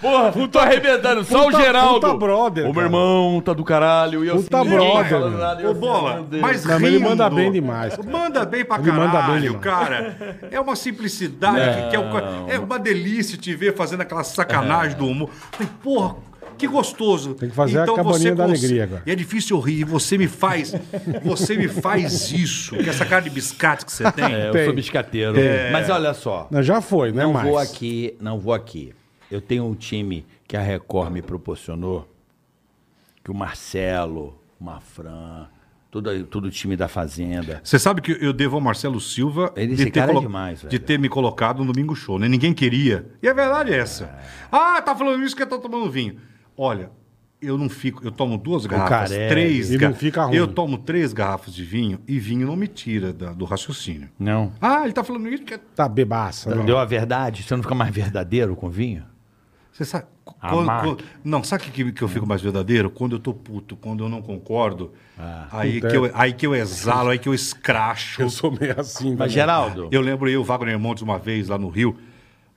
Porra, não tô arrebentando, só Puta- o Geraldo. puta brother, o meu cara. irmão tá do caralho. E eu Puta assim, ninguém brother, falando meu. nada, eu Ô, assim, meu bola, Deus. mas Não, mas ele rindo. manda bem demais, cara. Manda bem pra Ele caralho, manda bem demais. cara. É uma simplicidade que- que é, o- é uma delícia te ver fazendo aquela sacanagem É. do humor. Falei, porra, que gostoso. Então, Tem que fazer a cabaninha da cons- alegria agora. E é difícil eu rir, e você me faz, você me faz isso, com essa cara de biscate que você tem. É, eu Tem. sou biscateiro. Mas olha só, Não, já foi, né, não mais? vou aqui, não vou aqui. Eu tenho um time que a Record me proporcionou, que o Marcelo, o Mafran, todo, todo o time da Fazenda. Você sabe que eu devo ao Marcelo Silva Ele- esse cara é colo- demais, velho. de ter me colocado no Domingo Show, né? Ninguém queria. E a verdade é essa. Ah, tá falando isso que tá tomando vinho. Olha, eu não fico, eu tomo duas garrafas, Carelli. três, E ga- não fica ruim. eu tomo três garrafas de vinho e vinho não me tira da- do raciocínio. Não. Ah, ele tá falando isso porque Tá bebaça. Não né? deu a verdade? Você não fica mais verdadeiro com vinho? Você sabe. quando- quando- não, sabe o que, que eu fico mais verdadeiro? Quando eu tô puto, quando eu não concordo. Ah, aí, que eu, aí que eu exalo, aí que eu escracho. Eu sou meio assim. Mas, também. Geraldo, Eu lembro eu, o Wagner Montes, uma vez lá no Rio.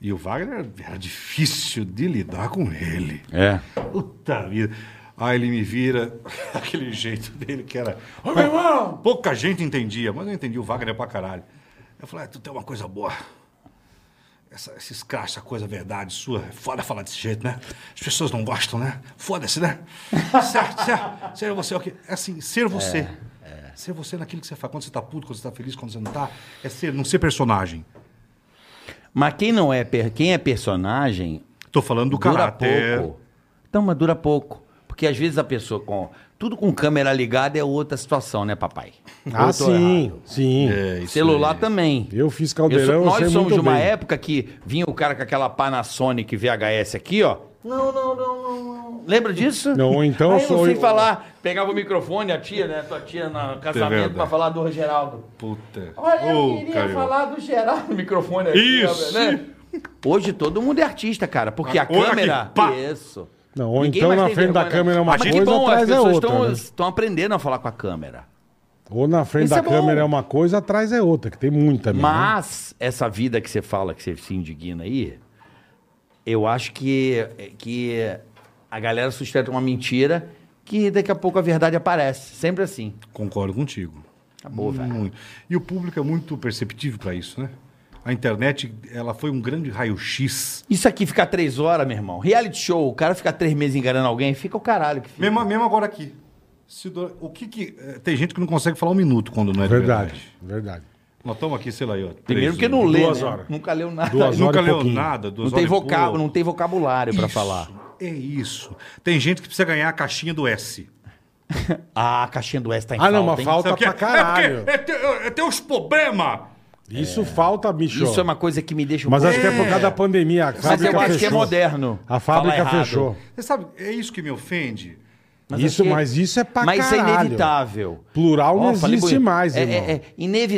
E o Wagner era difícil de lidar com ele. É. Puta vida. Aí ele me vira, <laughs> aquele jeito dele que era. Ô, meu irmão! Pouca gente entendia, mas eu entendi o Wagner é pra caralho. Eu falei, ah, tu tem uma coisa boa. Essa, esses crachos, essa coisa verdade sua, é foda falar desse jeito, né? As pessoas não gostam, né? Foda-se, né? certo, certo. Ser você é o quê? É assim, ser você. É, Ser você naquilo que você faz. Quando você tá puto, quando você tá feliz, quando você não tá. É ser, não ser personagem. Mas quem não é, per- quem é personagem, Tô falando do caráter. Dura pouco. Então, mas dura pouco. Porque às vezes a pessoa com. Tudo com câmera ligada é outra situação, né, papai? Ah, Eu tô errado. sim, sim. É, isso Celular aí. também. Eu fiz caldeirão, eu nós sei somos muito de uma bem. época que vinha o cara com aquela Panasonic VHS aqui, ó. Não, não, não, não, não. Lembra disso? Não, ou então Aí eu sou não sei eu- falar. Pegava o microfone, a tia, né? Tua tia no casamento verdade. pra falar do Geraldo. Puta. Olha, Ô, eu queria carioca. falar do Geraldo no <laughs> microfone aqui, Isso. ó, né? Hoje todo mundo é artista, cara, porque a, Ah, olha câmera. aqui, pá. Isso. Não, ou Ninguém então mais na tem frente da câmera é uma Mas coisa, que bom, atrás as é pessoas outra, né? estão aprendendo a falar com a câmera. Ou na frente Isso da é bom. câmera é uma coisa, atrás é outra, que tem muita mesmo. né? Mas essa vida que você fala, que você se indigna aí, eu acho que, que a galera sustenta uma mentira que daqui a pouco a verdade aparece. Sempre assim. Concordo contigo. Acabou, velho. Muito. E o público é muito perceptível para isso, né? A internet, ela foi um grande raio-x. Isso aqui fica três horas, meu irmão. Reality show, o cara fica três meses enganando alguém, fica o caralho que fica. Mesmo, mesmo agora aqui. Se do- o que que- eh, tem gente que não consegue falar um minuto quando não é de verdade. Verdade, verdade. Nós estamos aqui, sei lá, aí, ó, Primeiro três que não lê, Duas né? horas. Nunca leu nada. Duas Nunca horas é e leu pouquinho. nada. duas Não tem, horas e vocábulo, pouco. não tem vocabulário pra Isso, falar. É isso. Tem gente que precisa ganhar a caixinha do S. Ah, a caixinha do S tá em Ah, não, mas hein? falta Sabe o pra quê? É caralho. porque é teu, é teus problemas. Isso falta, bicho. Isso é uma coisa que me deixa um Mas pouco- acho que é por causa da pandemia. A Mas fábrica eu acho que é fechou. moderno. A falar fábrica errado. fechou. Você sabe, é isso que me ofende. isso, aqui- mas isso é pra assim Mas isso caralho. é inevitável. Plural não Ó, falei existe bonito. mais, é, irmão. é, é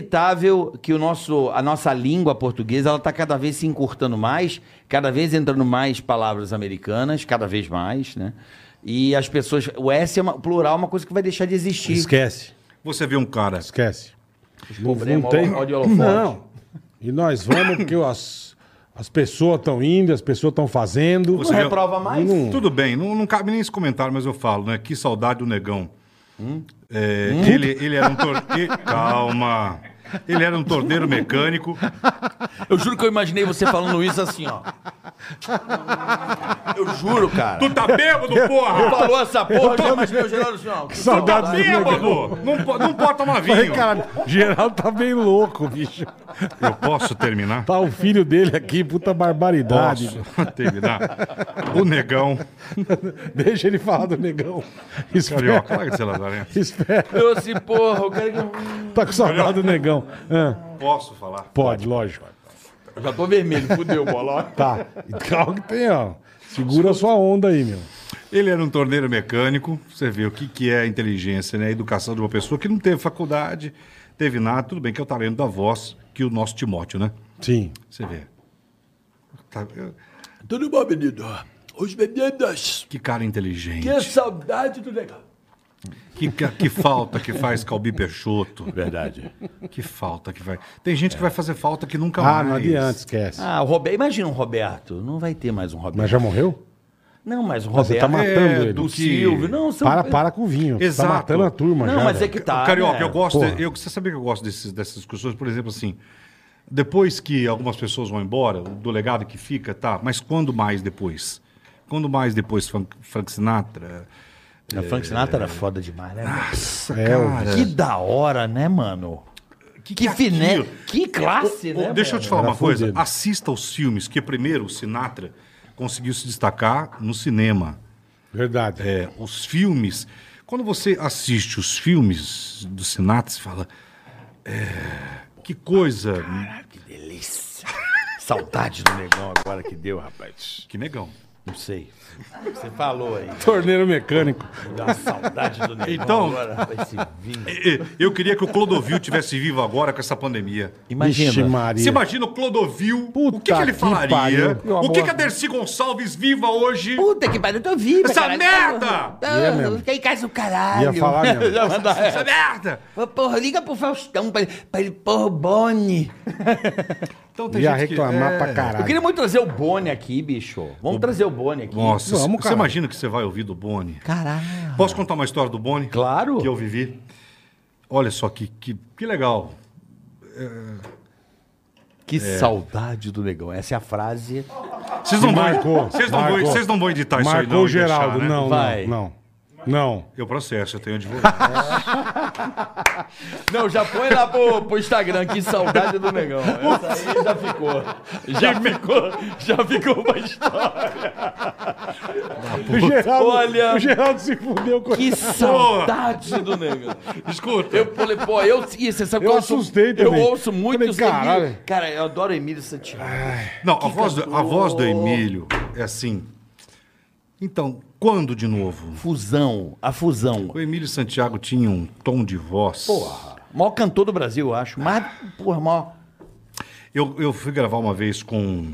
inevitável que o nosso, a nossa língua portuguesa ela tá cada vez se encurtando mais, cada vez entrando mais palavras americanas, cada vez mais, né? E as pessoas. O S é uma, plural é uma coisa que vai deixar de existir. Esquece, Você vê um cara esquece. Não, não Problema, tem. ó, ó de holofote. Não. E nós vamos porque as, as pessoas estão indo, as pessoas estão fazendo. Você viu? mais? Hum. Tudo bem, não, não cabe nem esse comentário, mas eu falo, né? Que saudade do negão. Hum? É, ele, ele era um torneiro. Calma. Ele era um torneiro mecânico. Eu juro que eu imaginei você falando isso assim, ó. Eu juro, cara. Tu tá bêbado, Tu porra! falou essa porra, eu já imaginei o Geraldo assim, ó. saudade Tá bêbado! Não, po- não pode tomar Falei, vinho. cara, geral tá bem louco, bicho. Eu posso terminar? Tá o filho dele aqui, puta barbaridade. Posso <laughs> terminar? O negão. <laughs> Deixa ele falar do negão. Espera, Carioca, larga de ser lazarento. espera. Eu assim, porra, eu quero que... Tá com saudade do negão. Ah, Posso falar? pode, lógico. Eu já tô vermelho, fudeu, <laughs> bola. Tá. E Calma que tem, ó. Segura a sua onda aí, meu. Ele era um torneiro mecânico. Você vê o que, que é a inteligência, né? A educação de uma pessoa que não teve faculdade, teve nada. Tudo bem que é o talento da voz, que o nosso Timóteo, né? Sim. Você vê. Tá- Tudo bom, menino? Os meninos, Que cara inteligente. que saudade do legal. Que, que, que falta que faz Calbi Peixoto. É. Verdade. Que falta que vai. Tem gente que vai fazer falta que nunca mais. Ah, não adianta, esquece. Ah, o Roberto, imagina um Roberto. Não vai ter mais um Roberto. Mas já morreu? Não, mas um Você Roberto. tá matando é, ele. do que- Silvio. Não, são... Para, para com o vinho. Você Tá Exato. matando a turma Não, já. mas é velho. que tá. Carioca, né? eu gosto. Porra. Eu, você sabia que eu gosto desses- dessas discussões, por exemplo, assim. Depois que algumas pessoas vão embora, o delegado que fica, tá, mas quando mais depois? Quando mais depois Frank, Frank Sinatra? O Frank Sinatra era foda demais, né? é Nossa, Elvis. Que da hora, né, mano? Que, que é finé, aquilo? que classe, Ô, né? deixa eu mano? te falar Era uma coisa. fudido. Assista aos filmes, que primeiro o Sinatra conseguiu se destacar no cinema. Verdade. É, os filmes. Quando você assiste os filmes do Sinatra, você fala. é, que coisa. Que delícia. Saudade do negão agora que deu, rapaz. Que negão. Não sei. Você falou aí. É. Torneiro mecânico. Dá uma saudade do negão Então- agora, rapaz, esse vinho. E- e- Eu queria que o Clodovil tivesse vivo agora com essa pandemia. Vixe, Imagina. Maria. Você imagina o Clodovil? Puta o que, que ele que falaria? pariu. o que, que a Dercy Gonçalves viva hoje? Puta que pariu, eu tô viva, Essa caralho. merda! é Tô- Ia mesmo. Fiquei em casa do caralho. Ia falar mesmo. <laughs> Já mandava essa. Essa merda! Ô, Porra, liga pro Faustão pra ele, pra ele pôr o Boni. Então Ia gente que- reclamar é. pra caralho. Eu queria muito trazer o Boni aqui, bicho. Vamos trazer o Boni aqui. Nossa, Vamos, você cara. imagina que você vai ouvir do Boni? Caralho. Posso contar uma história do Boni? Claro. Que eu vivi. Olha só que, que, que legal. Que saudade do negão. Essa é a frase. Vocês não, Marcou, vão, vocês não, vão, marcou. vocês não vão editar isso aí, não. Marcou o e deixar, Geraldo. né? Não, Vai. não, não. Não. Eu processo, eu <laughs> tenho advogado. Não, já põe lá pro, pro Instagram. Que saudade do negão. Essa aí já ficou. Já ficou. Já ficou uma história. O Geraldo, Olha- o Geraldo se fudeu com Que saudade do negão. Escuta. Eu falei, pô, eu. E você sabe Eu que ouço- assustei Eu também. ouço muito Falei, os caralho. Emílio. Cara, eu adoro Emílio Santiago. Não, a voz, do, a cantor. voz do Emílio é assim. Então, quando de novo? Fusão. A fusão. O Emílio Santiago tinha um tom de voz. Porra. Maior cantor do Brasil, eu acho. Mas, porra, maior. Eu, eu fui gravar uma vez com.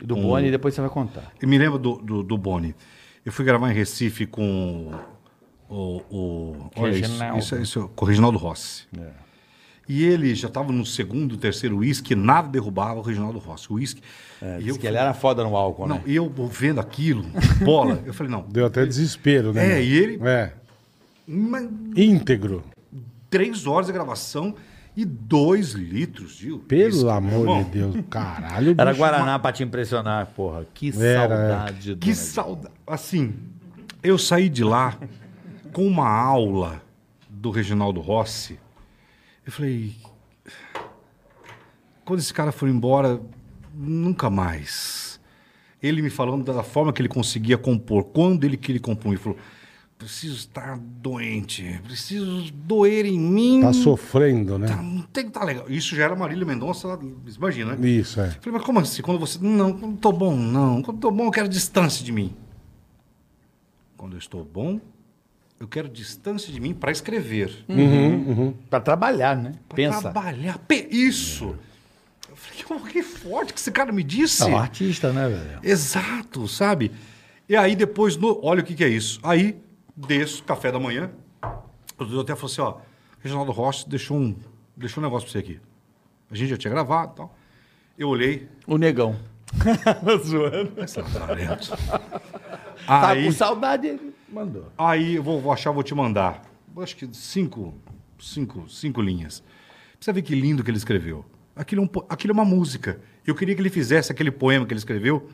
Do Boni, depois você vai contar. Eu me lembro do, do, do Boni. Eu fui gravar em Recife com o. o olha Reginaldo. isso, isso, isso, com o Reginaldo Rossi. E ele já estava no segundo, terceiro uísque, nada derrubava o Reginaldo Rossi. O uísque. e eu, Diz que ele era foda no álcool, não, né? e eu vendo aquilo, bola, eu falei, não. Deu até desespero, né? É, meu? e ele- É. Mas Íntegro. três horas de gravação e dois litros de uísque. Pelo amor irmão. de Deus. Caralho, Era bicho. Guaraná pra te impressionar, porra. Que Era, saudade do Que negócio. saudade. Assim, eu saí de lá com uma aula do Reginaldo Rossi. Eu falei. Quando esse cara for embora, nunca mais. Ele me falando da forma que ele conseguia compor, quando ele que ele compunha. Ele falou: preciso estar doente, preciso doer em mim. Tá sofrendo, né? Tá- não tem que estar legal. Isso já era Marília Mendonça, lá, imagina, né? Isso, é. Eu Falei, mas como assim? Quando você. Não, quando tô bom, não. Quando tô bom, eu quero distância de mim. Quando eu estou bom, eu quero distância de mim para escrever. Pra trabalhar, né? pra Pensa. Trabalhar. Pe- Isso! Eu falei, que, que forte que esse cara me disse. É um artista, né, velho? Exato, sabe? E aí depois, no, olha o que, que é isso. Aí desço, café da manhã. O doutor até falou assim: ó, Reginaldo Rossi deixou um, deixa um negócio pra você aqui. A gente já tinha gravado e tal. Eu olhei. O negão. Esse lazarento. Tá aí, com saudade, ele mandou. aí eu vou, vou achar, vou te mandar. Acho que cinco, cinco, cinco linhas. Pra você ver que lindo que ele escreveu. Aquilo é, um po- aquilo é uma música. Eu queria que ele fizesse aquele poema que ele escreveu.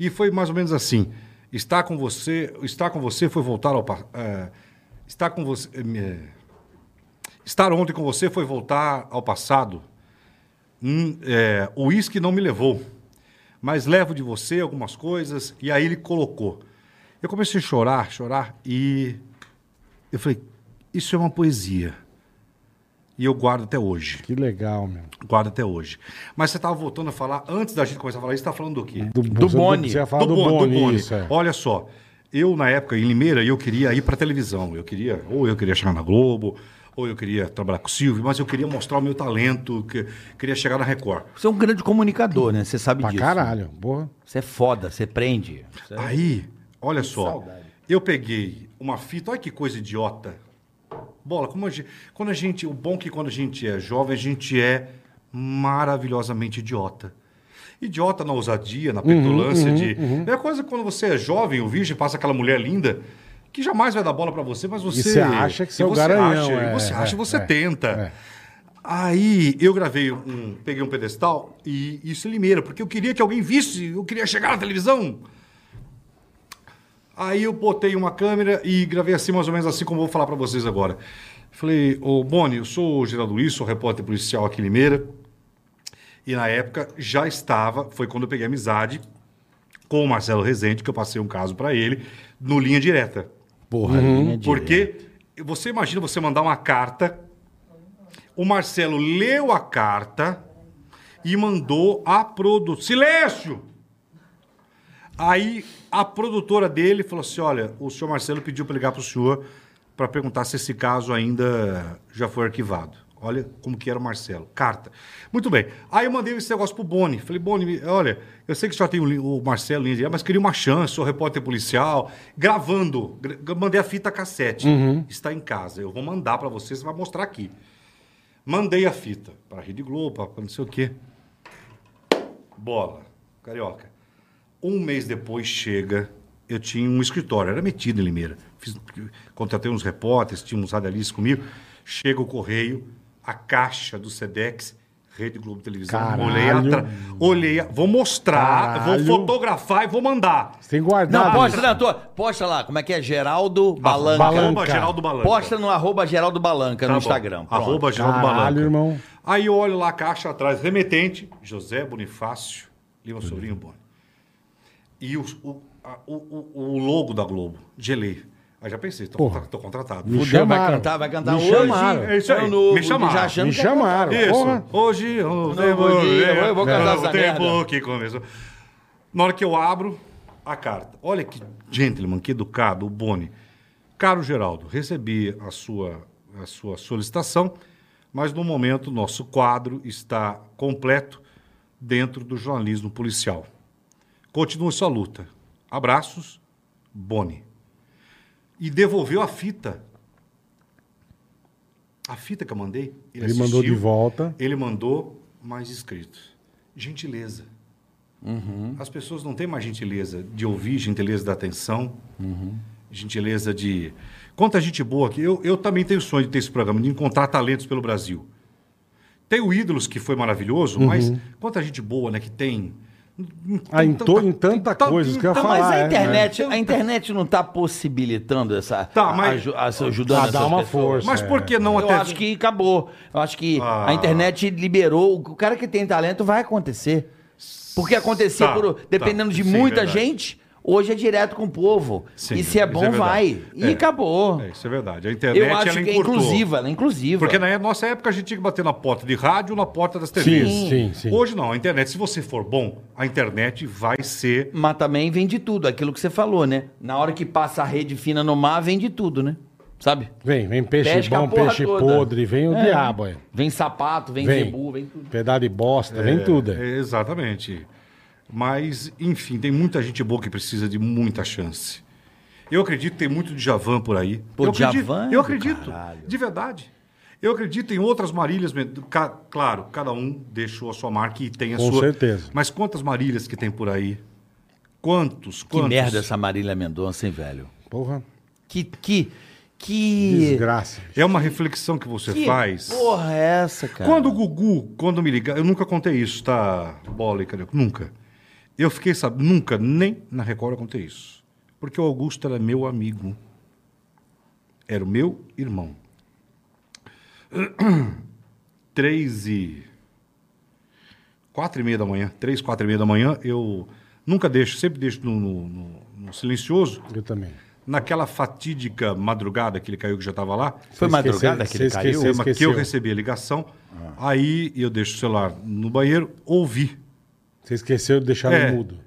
E foi mais ou menos assim. Estar com você, estar com você foi voltar ao pa- eh, estar com você, eh, me- estar ontem com você foi voltar ao passado. Hum, eh, o uísque não me levou, mas levo de você algumas coisas. E aí ele colocou. Eu comecei a chorar, chorar e eu falei: isso é uma poesia. E eu guardo até hoje. Que legal, meu. Guardo até hoje. Mas você estava voltando a falar, antes da gente começar a falar isso, você está falando do quê? Do você- Boni. Você ia falar do, Boni, isso, é. Olha só, eu na época em Limeira, eu queria ir para televisão. Eu queria, ou eu queria chegar na Globo, ou eu queria trabalhar com o Silvio, mas eu queria mostrar o meu talento, que- queria chegar na Record. Você é um grande comunicador, né? Você sabe Pra disso. caralho, porra. Você é foda, você prende. Aí, olha só, eu peguei uma fita, olha que coisa idiota. Bola, como a gente, quando a gente, o bom é que quando a gente é jovem, a gente é maravilhosamente idiota. Idiota na ousadia, Uhum, na petulância de. É a coisa que quando você é jovem, o virgem passa aquela mulher linda que jamais vai dar bola pra você, mas você você acha que e você é o você garanhão, acha, e é, você é, acha, você é, tenta. Aí eu gravei um, peguei um pedestal e isso em Limeira, porque eu queria que alguém visse, eu queria chegar na televisão. Aí eu botei uma câmera e gravei assim, mais ou menos assim como eu vou falar pra vocês agora. Falei, ô Boni, eu sou o Geraldo Luiz, sou repórter policial aqui em Limeira. E na época já estava, foi quando eu peguei amizade com o Marcelo Rezende, que eu passei um caso pra ele, no Linha Direta. Porra, é linha direta. Porque você imagina você mandar uma carta, o Marcelo leu a carta e mandou a produtora. Silêncio! Aí a produtora dele falou assim: olha, o senhor Marcelo pediu para ligar para o senhor para perguntar se esse caso ainda já foi arquivado. Olha como que era o Marcelo. Carta. Muito bem. Aí eu mandei esse negócio pro Boni. Falei, Boni, me- olha, eu sei que o senhor tem o li- o Marcelo Linha Direta, mas queria uma chance, sou repórter policial, gravando. Gra- eu mandei a fita cassete. Está em casa. Eu vou mandar para você, você vai mostrar aqui. Mandei a fita para Rede Globo, para não sei o quê. Bola. Carioca. Um mês depois chega, eu tinha um escritório, era metido em Limeira. Fiz- contratei uns repórteres, tinha uns radialistas comigo. Chega o correio, a caixa do Sedex, Rede Globo Televisão. Caralho. Olhei atrás. Olhei, a- vou mostrar, Caralho. vou fotografar e vou mandar. Você tem guardado. Não, isso. posta, não, tô- posta lá, como é que é? Geraldo Balanca. Balanca. Arroba Geraldo Balanca. Posta no arroba Geraldo Balanca Tá no bom. Instagram. Pronto. Arroba Geraldo Caralho, Balanca. irmão. Aí eu olho lá a caixa atrás, remetente, José Bonifácio, Lima Sobrinho Boni. E os- o, a- o, o, o logo da Globo, gelei. Aí já pensei, tô, Porra. tô contratado. Me Fudeu, vai chamaram. cantar, vai cantar Me hoje. chamaram. É isso aí, Ano novo, me chamaram. já achando Me que é chamaram. Isso. Porra. Hoje um eu não Não, bom dia, eu vou casar essa um tempo merda. que começou. Na hora que eu abro a carta, olha que gentleman, que educado, o Boni. Caro Geraldo, recebi a sua, a sua solicitação, mas no momento nosso quadro está completo dentro do jornalismo policial. Continue sua luta. Abraços, Boni. E devolveu a fita. A fita que eu mandei. Ele mandou de assistiu. volta. Ele mandou mais escrito. Gentileza. Uhum. As pessoas não têm mais gentileza de ouvir, gentileza da atenção, Uhum. gentileza de. Quanta gente boa aqui. Eu, eu também tenho sonho de ter esse programa, de encontrar talentos pelo Brasil. Tem o Ídolos, que foi maravilhoso, mas quanta gente boa, né, que tem. Uhum. Ah, em, to- em tem tanta tan- coisa, isso que eu ia tan- falar. Tá, Mas a é, internet, a internet não tá possibilitando essa. Tá, mas- aju- as- ajudando Ah, dá essas uma pessoas. força. É. Mas por que não Eu até. acho que acabou. Eu acho que Ah. a internet liberou. O cara que tem talento vai acontecer. Porque acontecia Tá, por- dependendo tá. de Sim, muita verdade. gente, hoje é direto com o povo. Sim, e se é isso bom, é verdade. vai. E É. acabou. É, isso é verdade. A internet Eu acho ela que é encurtou. inclusiva, ela é inclusiva. Porque na nossa época a gente tinha que bater na porta de rádio ou na porta das TVs. Sim, sim, sim. Hoje não, a internet, se você for bom, a internet vai ser. Mas também vem de tudo, aquilo que você falou, né? Na hora que passa a rede fina no mar, vem de tudo, né? Sabe? Vem, vem peixe Pesca a bom, porra peixe toda. podre, vem o É. diabo, é. Vem sapato, vem, Vem. zebu, vem tudo. Pedaço de bosta, vem tudo. É. É, exatamente. Mas, enfim, tem muita gente boa que precisa de muita chance. Eu acredito que tem muito Djavan por aí. Pô, eu acredito, Djavan é eu do acredito caralho. de verdade. Eu acredito em outras Marílias, ca- claro, cada um deixou a sua marca e tem a Com sua. certeza. Mas quantas Marílias que tem por aí? Quantos? Que quantos? merda essa Marília Mendonça, hein, velho? Porra, Que. Que. Que. desgraça. bicho. É uma reflexão que você que faz. porra é essa, cara? Quando o Gugu, quando me liga, eu nunca contei isso, tá? Bola e carioca, nunca. Eu fiquei sabendo, nunca, nem na Record eu contei isso. Porque o Augusto era meu amigo. Era o meu irmão. <clears throat> Três e. Quatro e meia da manhã, três, quatro e meia da manhã, eu nunca deixo, sempre deixo no- no- no- no silencioso. Eu também. Naquela fatídica madrugada que ele caiu, que já estava lá, Você Foi madrugada esqueceu- que ele você caiu? esqueceu- Mas que eu recebi a ligação, aí eu deixo o celular no banheiro, ouvi Você esqueceu de deixar É. no mudo.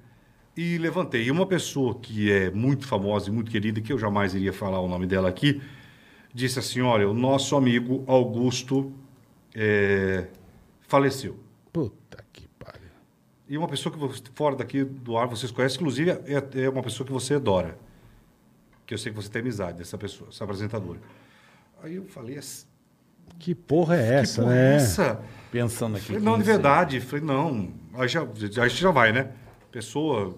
e levantei. E uma pessoa que é muito famosa e muito querida, que eu jamais iria falar o nome dela aqui, disse assim: Olha, o nosso amigo Augusto é, faleceu. Puta que pariu. E uma pessoa que você- fora daqui do ar vocês conhecem, inclusive é, é uma pessoa que você adora. Que eu sei que você tem amizade dessa pessoa, essa apresentadora. Aí eu falei, "Es- Que porra é que essa, porra né? é essa? Pensando aqui. Falei, não, de verdade. Falei, não. Aí já, já, aí já vai, né? Pessoa,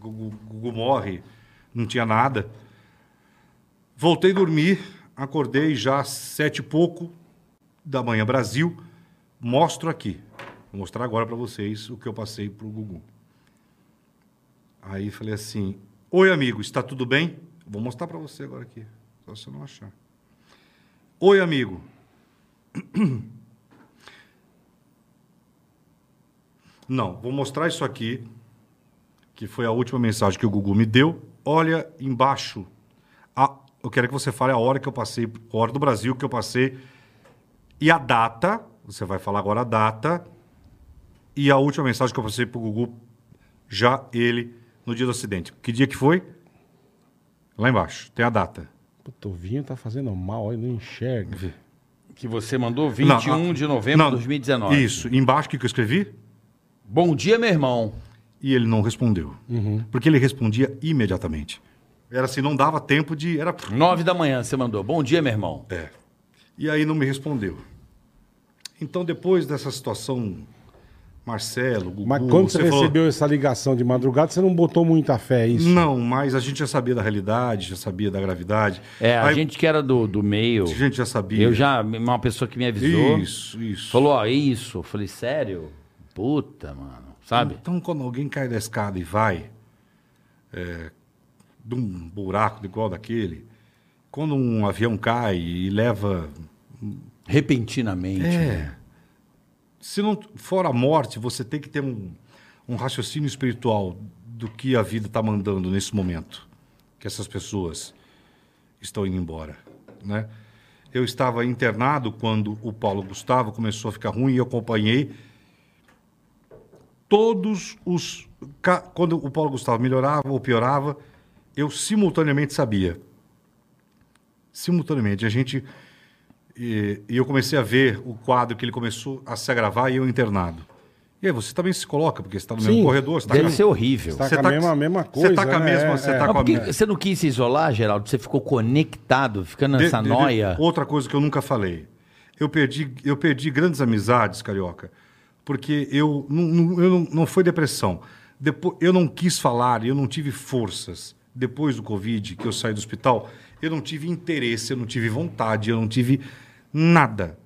Gugu, Gugu morre, não tinha nada. Voltei a dormir, acordei já às sete e pouco da manhã, Brasil. Mostro aqui. Vou mostrar agora para vocês o que eu passei pro Gugu. Aí falei assim: Oi, amigo, está tudo bem? Vou mostrar para você agora aqui, só se eu não achar. Oi, amigo, Não, vou mostrar isso aqui, que foi a última mensagem que o Gugu me deu. Olha embaixo. A- eu quero que você fale a hora que eu passei, a hora do Brasil que eu passei e a data. Você vai falar agora a data e a última mensagem que eu passei para o Gugu, já ele, no dia do acidente. Que dia que foi? Lá embaixo, tem a data. Puta, o vinho tá fazendo mal, ele não enxerga. Que você mandou Não, 21 a- de novembro não, de 2019. Isso, embaixo o que que eu escrevi? Bom dia, meu irmão. E ele não respondeu. Uhum. Porque ele respondia imediatamente. Era assim, não dava tempo de. Era. 9 da manhã você mandou. Bom dia, meu irmão. É. E aí não me respondeu. Então, depois dessa situação, Marcelo, Gugu, Mas quando você, Hum, falou, recebeu essa ligação de madrugada, você não botou muita fé, é isso? Não, mas a gente já sabia da realidade, já sabia da gravidade. É, a Aí, gente que era do, do meio. a gente já sabia. Eu já. Uma pessoa que me avisou. Isso, isso. Falou, ó, isso. Eu Falei, sério? Puta, mano. Sabe? Então, quando alguém cai da escada e vai é, de um buraco igual daquele, quando um avião cai e leva Repentinamente. É. Se não for a morte, você tem que ter um, um raciocínio espiritual do que a vida está mandando nesse momento, que essas pessoas estão indo embora, né? Eu estava internado quando o Paulo Gustavo começou a ficar ruim e eu acompanhei todos os ca- quando o Paulo Gustavo melhorava ou piorava, eu simultaneamente sabia. Simultaneamente a gente e, e eu comecei a ver o quadro que ele começou a se agravar e eu internado. E aí, você também se coloca, porque você está no Sim, mesmo corredor, você Deve está ser horrível. Tá Você com a tá- mesma, a mesma você coisa. tá com a né? mesma- você tá Mas com a por que minha- você não quis se isolar, Geraldo? Você ficou conectado, ficando De- nessa de- de- noia. outra coisa que eu nunca falei. Eu perdi, eu perdi grandes amizades, carioca, porque eu não, não- eu não, não foi depressão. Depois, eu não quis falar, eu não tive forças. Depois do Covid, que eu saí do hospital, eu não tive interesse, eu não tive vontade, eu não tive nada.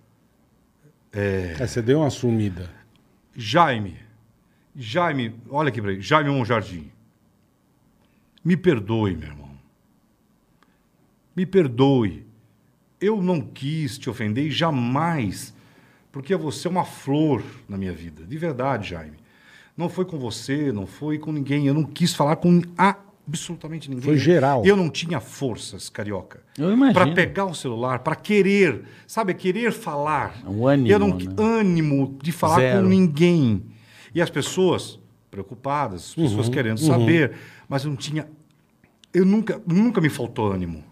É, você deu uma sumida. Jaime, Jaime, olha aqui para aí, Jaime Monjardim. Me perdoe, meu irmão. Me perdoe. Eu não quis te ofender e jamais, porque você é uma flor na minha vida, de verdade, Jaime. Não foi com você, não foi com ninguém, eu não quis falar com a- absolutamente ninguém. Foi geral. Eu não tinha forças, carioca. Eu imagino. Para pegar o celular, para querer, sabe, querer falar. Um ânimo, Eu não, né? ânimo de falar Zero. com ninguém. E as pessoas preocupadas, as Uhum, pessoas querendo saber, mas eu não tinha. Eu nunca, nunca me faltou ânimo.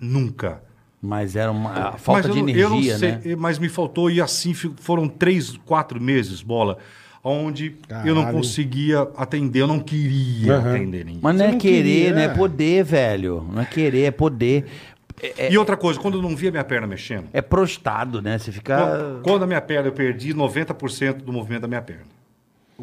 Nunca. Mas era uma a falta mas de eu, não- energia, eu não sei, né? eh, Mas me faltou, e assim fi- foram três, quatro meses, bola, onde eu não Caralho. conseguia atender, eu não queria Aham. atender ninguém. Mas não Você é não querer, queria, né? É né? poder, velho. Não é querer, é poder. É, E outra coisa, quando eu não via minha perna mexendo, é prostado, né? Você fica. quando, quando a minha perna eu perdi 90% do movimento da minha perna.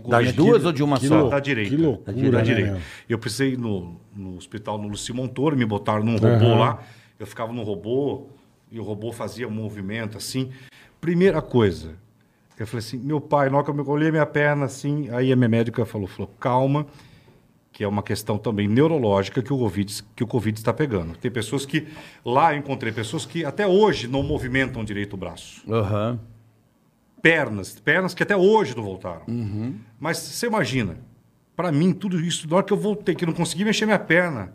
Das duas ou de uma que só? louco. Da direita. Que loucura, Da direita. Da né, direita. meu? Eu precisei ir no, no hospital no Luci Montoro, me botaram num robô Aham. lá. Eu ficava no robô e o robô fazia um movimento assim. Primeira coisa, eu falei assim, meu pai, na hora que eu me olhei minha perna assim, aí a minha médica falou, falou, calma, que é uma questão também neurológica que o Covid, que o COVID está pegando. Tem pessoas que, lá eu encontrei pessoas que até hoje não movimentam direito o braço Aham. pernas, pernas que até hoje não voltaram. Uhum. Mas você imagina, pra mim, tudo isso, na hora que eu voltei, que eu não consegui mexer minha perna,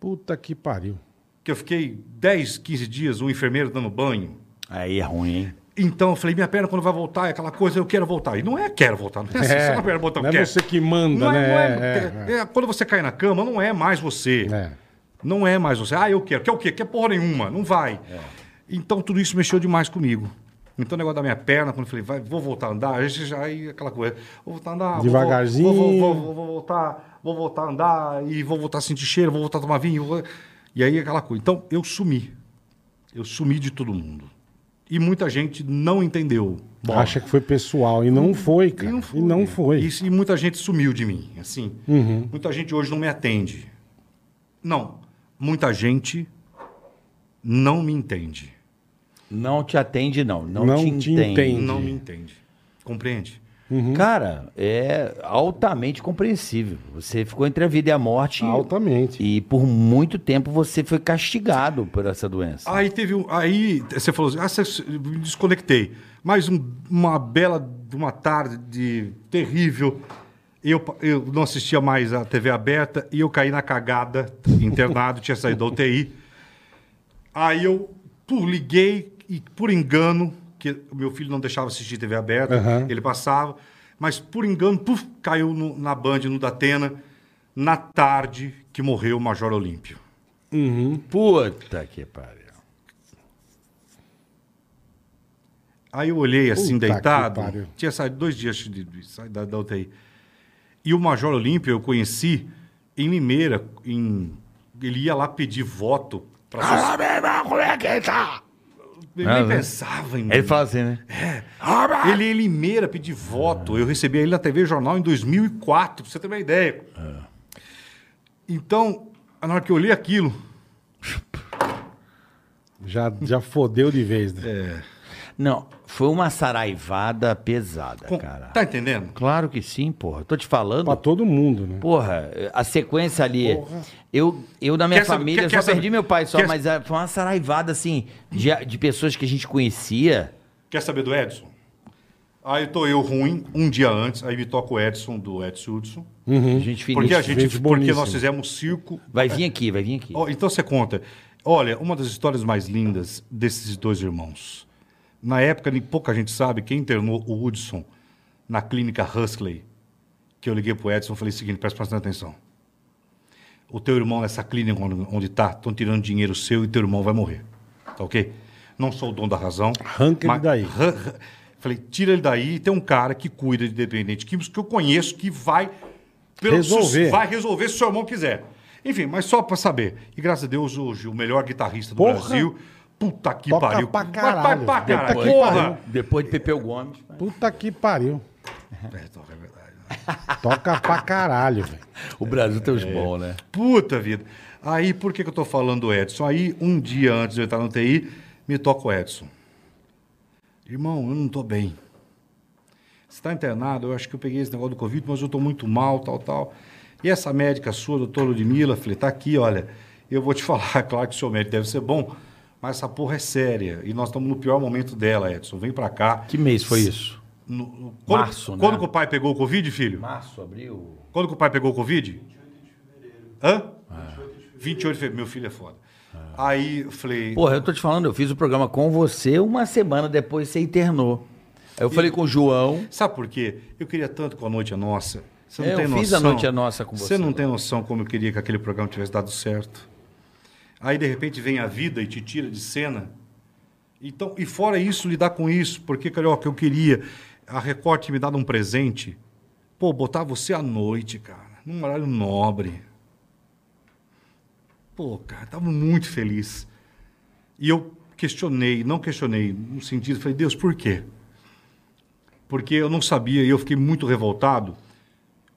Puta que pariu. que eu fiquei 10, 15 dias, um enfermeiro dando banho. Aí é ruim, hein? Então eu falei, minha perna quando vai voltar, é aquela coisa, eu quero voltar. E não é quero voltar, não é, assim, só a perna botar, não é quero. você que manda, Não é- né? não É, é- é- Quando você cai na cama, não é mais você. é, é. Não é mais você. Ah, eu quero. Quer o quê? Quer porra nenhuma. Não vai. Então, tudo isso mexeu demais comigo. Então, o negócio da minha perna, quando eu falei, vai, vou voltar a andar, a gente já aí aquela coisa. Vou voltar a andar. vou- Devagarzinho. Vou, vou- vou- vou voltar, vou voltar a andar e vou voltar a sentir cheiro, vou voltar a tomar vinho. vou- E aí, aquela coisa. Então, eu sumi. Eu sumi de todo mundo. E muita gente não entendeu. Bola. Acha que foi pessoal. E não foi, cara. E não foi. E Isso, e muita gente sumiu de mim, assim. Muita gente hoje não me atende. Não, muita gente não me entende. Não te atende, não. Não, Não te, te entende. entende. Não me entende. Compreende? Cara, é altamente compreensível. Você ficou entre a vida e a morte. Altamente. E por muito tempo você foi castigado por essa doença. Aí teve um. Aí você falou assim, ah, você- me desconectei. Mas um- uma bela de uma tarde de- terrível. Eu, eu não assistia mais a TV aberta e eu caí na cagada, internado, tinha saído da UTI. Aí eu pô, liguei e por engano, que o meu filho não deixava assistir TV aberta, Aham. ele passava, mas por engano, puf, caiu no- na Band, no Datena, na tarde que morreu o Major Olímpio. Uhum. Puta que pariu. Aí eu olhei assim, Puta que deitado. pariu. Tinha saído dois dias de, de, saí da, da UTI. E o Major Olímpio eu conheci em Limeira. Em, ele ia lá pedir voto. Pra Fala, meu irmão, como é que tá? ele Ah, nem né? pensava em Ele fala assim, né? Ele ia em Limeira pedir voto. Eu recebi ele na TV Jornal em 2004, pra você ter uma ideia. Ah. Então, na hora que eu olhei aquilo, Já, já fodeu de vez, né? É. Não, foi uma saraivada pesada, com- cara. tá entendendo? Claro que sim, porra. Tô te falando. Pra todo mundo, né? Porra, a sequência ali. Eu, eu, na minha Quer saber- família, quer- eu só quer saber- perdi meu pai só, quer- mas ah, foi uma saraivada, assim, de, de pessoas que a gente conhecia. Quer saber do Edson? Aí tô eu ruim, um dia antes, aí me toca o Edson, do Edson Hudson. Gente Uhum. Porque, finíssima. a gente, Gente porque boníssima. nós fizemos um circo. Vai vir aqui, vai vir aqui. Ó, então você conta. Olha, uma das histórias mais lindas desses dois irmãos. Na época, nem pouca gente sabe, quem internou o Hudson na clínica Huxley, que eu liguei pro Edson e falei o seguinte, presta bastante atenção. O teu irmão nessa clínica onde- onde tá, estão tirando dinheiro seu e teu irmão vai morrer. Tá ok? Não sou o dono da razão. Arranca ele mas- daí. Ra- ra- Falei, tira ele daí. Tem um cara que cuida de dependente químicos que eu conheço que vai... Resolver. Vai resolver se o seu irmão quiser. Enfim, mas só pra saber. E graças a Deus, hoje, o melhor guitarrista do Porra. Brasil. Puta que Toca pariu. pra Mas caralho. Pra, pra caralho. Puta que Ah. Porra. Depois de Pepeu Gomes. Puta que pariu. É, toca, é verdade. Toca pra caralho, velho. O Brasil tem os bons, né? Puta vida. Aí, por que, que eu tô falando do Edson? Aí, um dia antes de eu entrar no TI, me toca o Edson. Irmão, eu não tô bem. Você está internado, eu acho que eu peguei esse negócio do Covid, mas eu tô muito mal, tal, tal. E essa médica sua, doutora Ludmilla, falei, tá aqui, olha, eu vou te <laughs> falar, claro que o seu médico deve ser bom, mas essa porra é séria. E nós estamos no pior momento dela, Edson. Vem pra cá. Que mês foi isso? No- no- quando, Março, né? quando que o pai pegou o Covid, filho? Março, abril. Quando que o pai pegou o Covid? Hã? 28 de fevereiro. Meu filho é foda. Aí eu falei. Porra, eu tô te falando, eu fiz o programa com você uma semana depois você internou. Aí eu falei com o João. Sabe por quê? Eu queria tanto com a noite é nossa. Você não É, eu tem noção. fiz a Noite é Nossa com você. Você não tem noção como eu queria que aquele programa tivesse dado certo. Aí de repente vem a vida e te tira de cena. Então, e fora isso, lidar com isso, porque, Carioca, eu queria. A Record tinha me dado um presente. Pô, botar você à noite, cara, num horário nobre. Pô, cara, tava muito feliz. E eu questionei, não questionei, no sentido, falei, Deus, por quê? Porque eu não sabia e eu fiquei muito revoltado,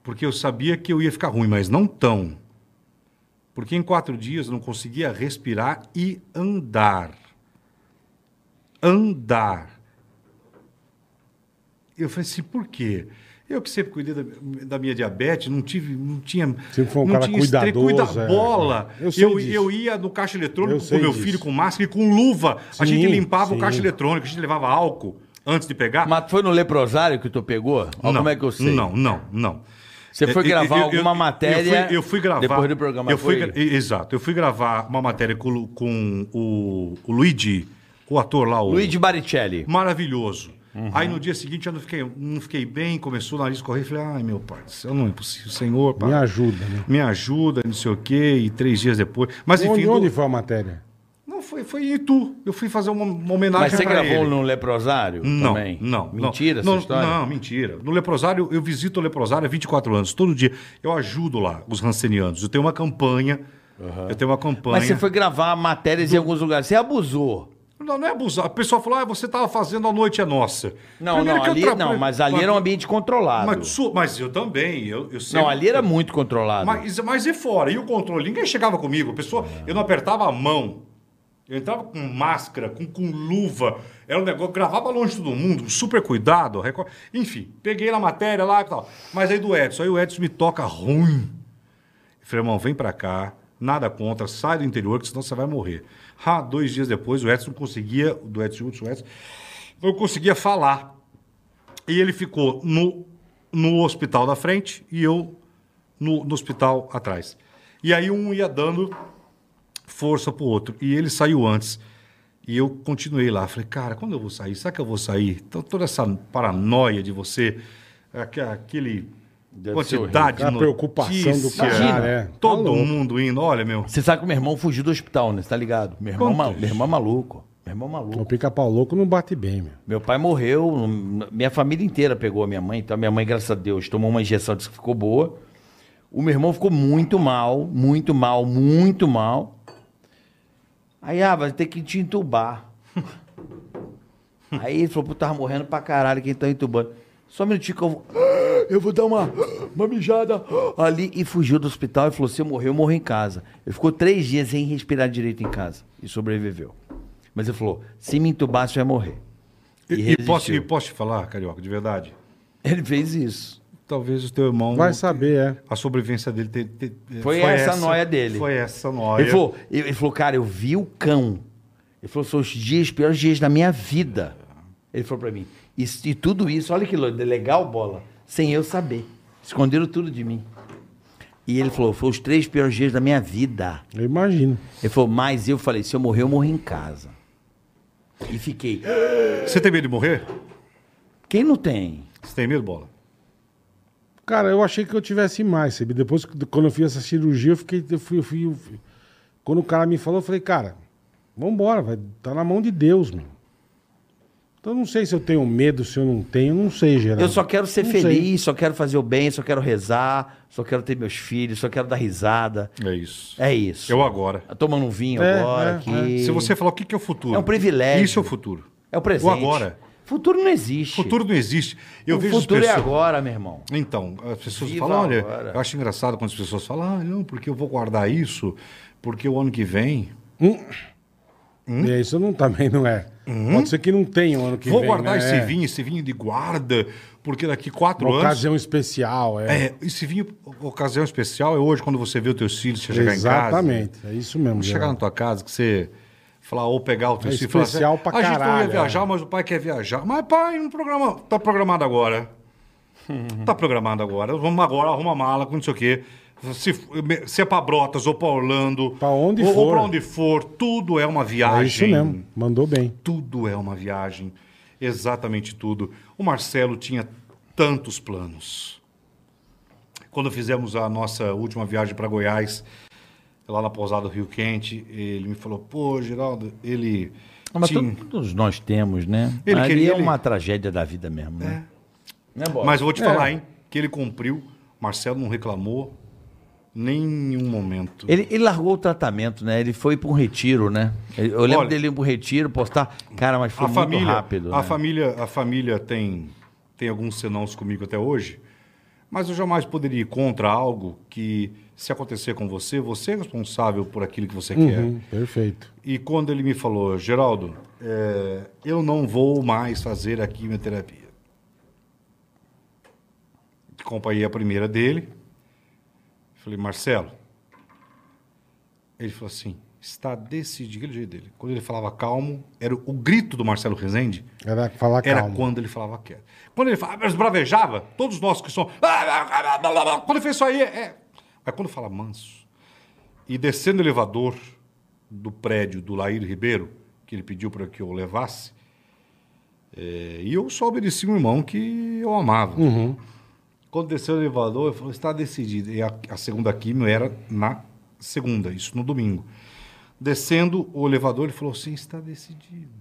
porque eu sabia que eu ia ficar ruim, mas não tão. Porque em quatro dias eu não conseguia respirar e andar. Andar. Eu falei assim, por quê? Eu que sempre cuidei da, da minha diabetes, não tive, não tinha. Sempre foi um não cara tinha estre- cuidadoso, cuida- é. bola. Eu Eu, sei eu, disso. ia no caixa Eu eletrônico sei com meu disso. filho, com máscara e com luva. Sim, a gente limpava sim. o caixa eletrônico, a gente levava álcool antes de pegar. Mas foi no leprosário que tu pegou? Olha como é que eu sei. Não, não, não. Você foi Eu- eu- gravar eu- alguma eu- matéria Eu fui, eu fui gravar. depois do programa, Eu fui, foi? gra- e- Exato. Eu fui gravar uma matéria com, o Lu- com o, o Luigi, o ator lá. O, Luigi Uhum. Baricelli. Maravilhoso. Aí no dia seguinte eu não fiquei, não fiquei bem, começou o nariz correr. Falei, ai meu pai do céu, não é possível. Senhor, Me pai, ajuda, né? me ajuda, não sei o quê. E três dias depois. Mas enfim. onde, do- onde foi a matéria? Não, foi, foi em Itu. Eu fui fazer uma, uma homenagem Mas você é pra gravou ele. no leprosário Não, também? não. Mentira não, essa história? Não, mentira. No Leprosário, eu visito o Leprosário há 24 anos, todo dia. Eu ajudo lá os rancenianos. Eu tenho uma campanha. Eu tenho uma campanha. Mas você foi gravar matérias em alguns lugares. Você abusou. Não, não é abusar. O pessoal falou, ah, você estava fazendo a noite é nossa. Não, Primeiro não, que eu ali, trabalho- não, mas ali era um ambiente controlado. Mas, su- mas eu também. Eu, eu sempre- não, ali era muito controlado. Mas, mas e fora? E o controle? Ninguém chegava comigo. A pessoa, eu não apertava a mão. Eu entrava com máscara, com, com luva. Era um negócio, gravava longe de todo mundo, super cuidado. reco- Enfim, peguei na matéria lá e tal. Mas aí do Edson, aí o Edson me toca ruim. Eu falei, irmão, vem pra cá, nada contra, sai do interior, que senão você vai morrer. Ah, dois dias depois, o Edson não conseguia, do Edson Hudson, o Edson, não conseguia falar. E ele ficou no, no hospital da frente e eu no, no hospital atrás. E aí um ia dando força pro outro. E ele saiu antes. E eu continuei lá. Falei, cara, quando eu vou sair? Será que eu vou sair? Então, toda essa paranoia de você, aque- aquele ser quantidade de horrível. A preocupação do notícia, cara, é. Todo Tá louco. mundo indo, olha, meu. Você sabe que meu irmão fugiu do hospital, né? Você tá ligado? Meu irmão, Quantos? ma- meu irmão é maluco. Meu irmão é O maluco. pica-pau louco não bate bem, meu. Meu pai morreu, n- minha família inteira pegou a minha mãe, então minha mãe, graças a Deus, tomou uma injeção, disse que ficou boa. O meu irmão ficou muito mal, muito mal, muito mal. Aí, ah, vai ter que te <laughs> entubar. Aí ele falou, pô, tava morrendo pra caralho, quem tá entubando. Só um minutinho que eu vou. <gasps> Eu vou dar uma, uma mijada <gasps> ali. E fugiu do hospital e falou: se eu morrer, eu morro em casa. Ele ficou três dias sem respirar direito em casa e sobreviveu. Mas ele falou: se me entubar, você vai morrer. E, E, e resistiu. posso, e posso te falar, Carioca, de verdade? Ele fez isso. Talvez o teu irmão. Vai saber, é. A sobrevivência dele te- te- Foi essa noia dele. Foi essa noia. Ele falou, ele falou, cara, eu vi o cão. Ele falou, são os dias, piores dias da minha vida. Ele falou pra mim, e, e tudo isso, olha que lo- legal, bola, sem eu saber. Esconderam tudo de mim. E ele falou, foram os três piores dias da minha vida. é. Eu imagino. Ele falou, mas eu falei, se eu morrer, eu morro em casa. E fiquei, Você tem medo de morrer? quem não tem? Você tem medo, bola? Cara, eu achei que eu tivesse mais, sabe? Depois, que- quando eu fiz essa cirurgia, eu fiquei. Eu fui, eu fui, eu fui- Quando o cara me falou, eu falei, cara, vambora, vai, tá na mão de Deus, meu. Então eu não sei se eu tenho medo, se eu não tenho, não sei, Geraldo. Eu só quero ser Não sei. feliz, só quero fazer o bem, só quero rezar, só quero ter meus filhos, só quero dar risada. É isso. É isso. Eu agora. Tomando um vinho É, agora é, aqui. Se você falar o que que é o futuro. É um privilégio. Isso é o futuro. É o presente. O agora. Futuro não existe. Futuro não existe. Eu o vejo as futuro é pessoas- agora, meu irmão. Então, as pessoas Viva falam, olha, agora. eu acho engraçado quando as pessoas falam, ah, não, porque eu vou guardar isso, porque o ano que vem. É, isso não, também não é. Pode ser que não tenha o ano que Hum? vou vem. guardar né? esse É. vinho, esse vinho de guarda, porque daqui quatro Uma anos. ocasião especial, é. É, esse vinho, ocasião especial, é hoje quando você vê os teus filhos, você chegar em casa. Exatamente, é isso mesmo. Quando chegar na Geraldo. tua casa, que você falar ou pegar o teu É filho e falar assim, especial pra A gente não ia caralho, viajar, é. mas o pai quer viajar. Mas pai, não programa, tá <laughs> programado agora. tá programado agora. Vamos agora, arruma a mala, com não sei o quê. Se, se é pra Brotas ou pra Orlando. Pra onde ou, for. Ou pra onde for, tudo é uma viagem. É isso mesmo, mandou bem. Tudo é uma viagem. Exatamente tudo. O Marcelo tinha tantos planos. Quando fizemos a nossa última viagem para Goiás, lá na pousada Rio Quente, ele me falou: pô, Geraldo, ele. Mas tinha- todos nós temos, né? Ele Ali queria- é ele- É. uma tragédia da vida mesmo, né? Né, Bola? Mas eu vou te falar, hein? Que ele cumpriu. Marcelo não reclamou. Nenhum momento. Ele, ele largou o tratamento, né? Ele foi pra um retiro, né? Ele- Eu lembro Olha- dele ir pra um retiro, postar. Cara, mas foi a muito família, rápido. a né? família, a família tem tem alguns senãos comigo até hoje, mas eu jamais poderia ir contra algo que se acontecer com você, você é responsável por aquilo É que você quer. Uhum, perfeito. E quando ele me falou, Geraldo, é, eu não vou mais fazer a quimioterapia. Acompanhei a primeira dele. Falei, Marcelo. Ele falou assim, está decidido. Aquele jeito dele. Quando ele falava calmo, era o o grito do Marcelo Rezende Era falar era calmo. quando ele falava quieto. Quando ele falava, mas bravejava, todos nós que somos. ah, Quando ele fez isso aí, é. Mas quando fala manso, e descendo o elevador do prédio do Laír Ribeiro, que ele pediu para que eu levasse, é, e eu só obedeci um irmão que eu amava. Quando desceu o elevador, ele falou, está decidido. E a, a segunda quimio era na segunda, isso no domingo. Descendo o elevador, ele falou assim, está decidido.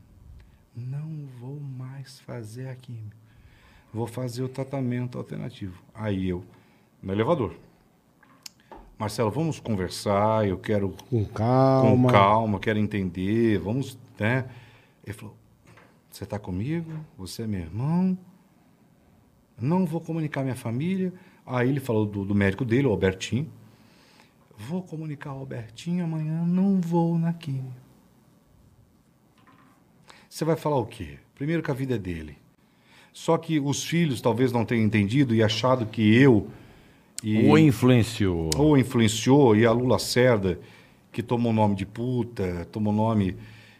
Não vou mais fazer a quimio. Vou fazer o tratamento alternativo. Aí eu, no elevador. Marcelo, vamos conversar, eu quero Com com calma. calma, quero entender, vamos, né? Ele falou, você está comigo, você é meu irmão, não vou comunicar minha família. Aí ele falou do, do médico dele, o Albertinho, vou comunicar o Albertinho amanhã, não vou na quimio. Você vai falar o quê? Primeiro que a vida é dele. Só que os filhos talvez não tenham entendido e achado que eu... e- O influenciou. ou influenciou, e a Lula Cerda, que tomou o nome de puta, tomou o nome.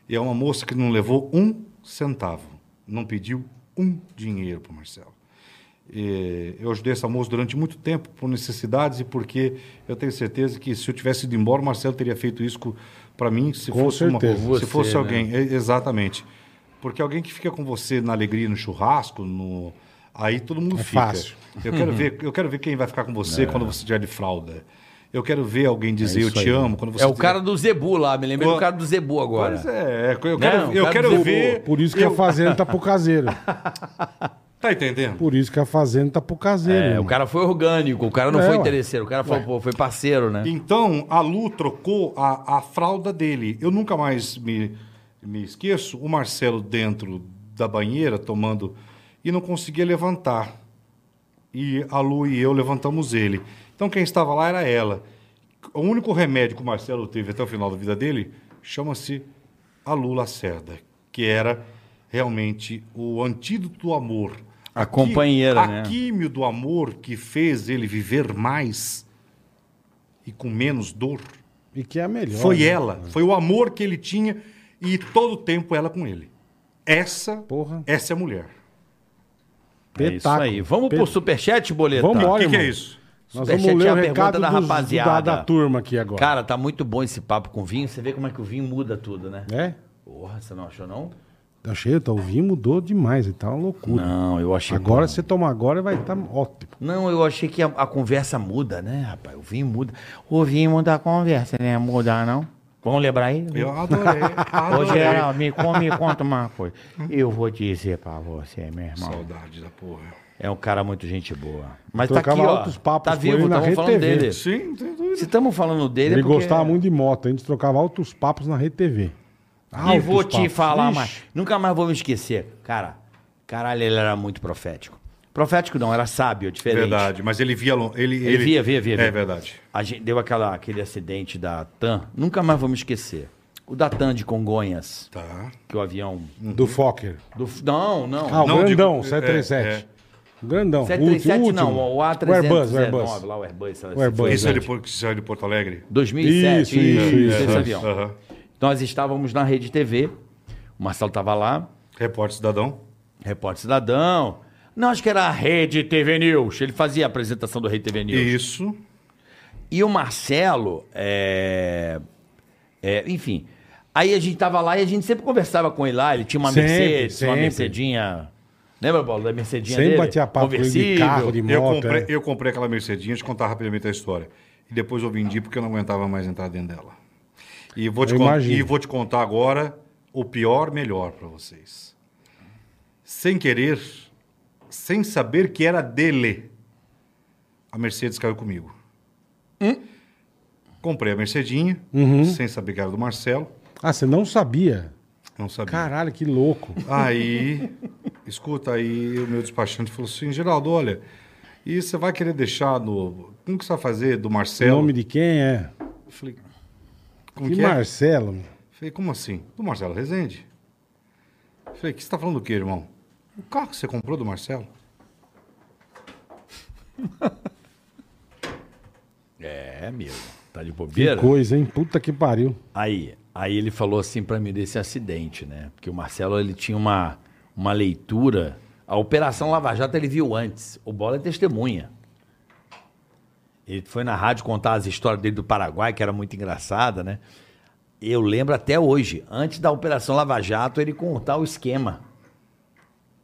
E é uma moça que não levou um centavo, não pediu um dinheiro para Marcelo. E eu ajudei essa moça durante muito tempo, por necessidades e porque eu tenho certeza que se eu tivesse ido embora, o Marcelo teria feito isso para mim, se Com fosse, uma- certeza. se Você, fosse né? alguém. E- Exatamente. Porque alguém que fica com você na alegria, no churrasco, no... aí todo mundo É fica. fácil. Eu quero, ver, eu quero ver quem vai ficar com você quando você estiver de fralda. Eu quero ver alguém dizer eu te amo quando você É o tiver- cara do Zebu lá, me lembrei Pô. do cara do Zebu agora. Pois é, eu quero, eu cara quero do- ver. Por isso que eu... a fazenda tá pro <laughs> caseiro. Tá entendendo? Por isso que a fazenda tá pro caseiro. É, irmão. o cara foi orgânico, o cara não É, foi ué. interesseiro, o cara foi, pô, foi parceiro, né? Então, a Lu trocou a, a fralda dele. Eu nunca mais me, me esqueço. O Marcelo dentro da banheira tomando e não conseguia levantar. E a Lu e eu levantamos ele. Então, quem estava lá era ela. O único remédio que o Marcelo teve até o final da vida dele chama-se a Lu Lacerda, que era realmente o antídoto do amor. A qui- companheira, a né? químio do amor que fez ele viver mais e com menos dor E que é a melhor. foi né? ela. Foi o amor que ele tinha e todo o tempo ela com ele. Essa, Porra. essa é a mulher. É isso Espetáculo. aí. Vamos pro superchat, boleta? Vamos O embora, que, que é irmão. isso? Nós Superchat vamos ler é o a recado pergunta da dos- do- rapaziada. da, da turma aqui agora. Cara, tá muito bom esse papo com vinho. Você vê como é que o vinho muda tudo, né? É? Porra, você não achou, não? Tá cheio, tá, o vinho mudou demais. Ele tá uma loucura. Não, eu achei. agora, se você tomar agora, vai estar ótimo. Não, eu achei que a, a conversa muda, né, rapaz? O vinho muda. O vinho muda a conversa, né? Mudar, não? Vamos lembrar aí? Eu Ah, adorei. Ô, adorei. Geraldo, me, con- me conta uma coisa. Eu vou dizer pra você, meu irmão. Saudade da porra. É um cara muito gente boa. Mas tá Trocava aqui, ó. altos papos tá com ele vivo, na estamos falando RedeTV. dele. Sim, tem dúvida. Se estamos falando dele, Ele é porque... gostava muito de moto. A gente trocava altos papos na Rede TV. E vou te falar Ixi. mais. Nunca mais vou me esquecer. Cara, caralho, ele era muito profético. Profético não, era sábio, diferente. Verdade, mas ele via. lo- Ele, ele, via, via, via, É via. verdade. A gente deu aquela, aquele acidente da TAM. Nunca mais vou me esquecer. O da TAM de Congonhas, Tá. que o avião... Do Fokker. do- não, não. Ah, o Uhum. Não, grandão, digo- é, 737. O Grandão. 737 o último, não, último. o Airbus, o A319, Airbus. lá o Airbus. sei lá, O Airbus. Esse é verdade. de, Por- que saiu de Porto Alegre? É. 2007, Isso, isso, esse isso, isso. avião. Então, Aham. Nós estávamos na Rede TV, o Marcelo estava lá, Repórter Cidadão. Repórter Cidadão. Não, acho que era a Rede TV News. Ele fazia a apresentação do Rede TV News. Isso. E o Marcelo, é... é, enfim. Aí a gente tava lá e a gente sempre conversava com ele lá. Ele tinha uma Sempre, Mercedes, uma sempre. Mercedinha. Lembra, Paulo, da Mercedinha Sempre dele? batia papo com ele de Conversível. carro, de moto. eu, comprei, é. eu comprei aquela Mercedinha, te contar rapidamente a história. E depois eu vendi porque eu não aguentava mais entrar dentro dela. E vou te, Eu con- imagino. e vou te contar agora o pior melhor para vocês. Sem querer, Hum? sem saber que era dele, a Mercedes caiu comigo. Comprei a Mercedinha, Uhum. sem saber que era do Marcelo. Ah, você não sabia? Não sabia. Caralho, que louco. Aí, escuta, aí o meu despachante falou assim, Geraldo, olha, e você vai querer deixar no... Como que você vai fazer do Marcelo? Nome de quem é? Eu falei, como Que que é? Marcelo. meu. Falei, como assim? Do Marcelo Rezende. Falei, que você está falando do quê, irmão? O carro que você comprou do Marcelo? É, meu. Tá de Que bobeira? coisa, hein? Puta que pariu. Aí, aí ele falou assim pra mim desse acidente, né? Porque o Marcelo ele tinha uma, uma leitura. A Operação Lava Jato ele viu antes. O Bola é testemunha. Ele foi na rádio contar as histórias dele do Paraguai, que era muito engraçada, né? Eu lembro até hoje, antes da Operação Lava Jato, ele contar o esquema.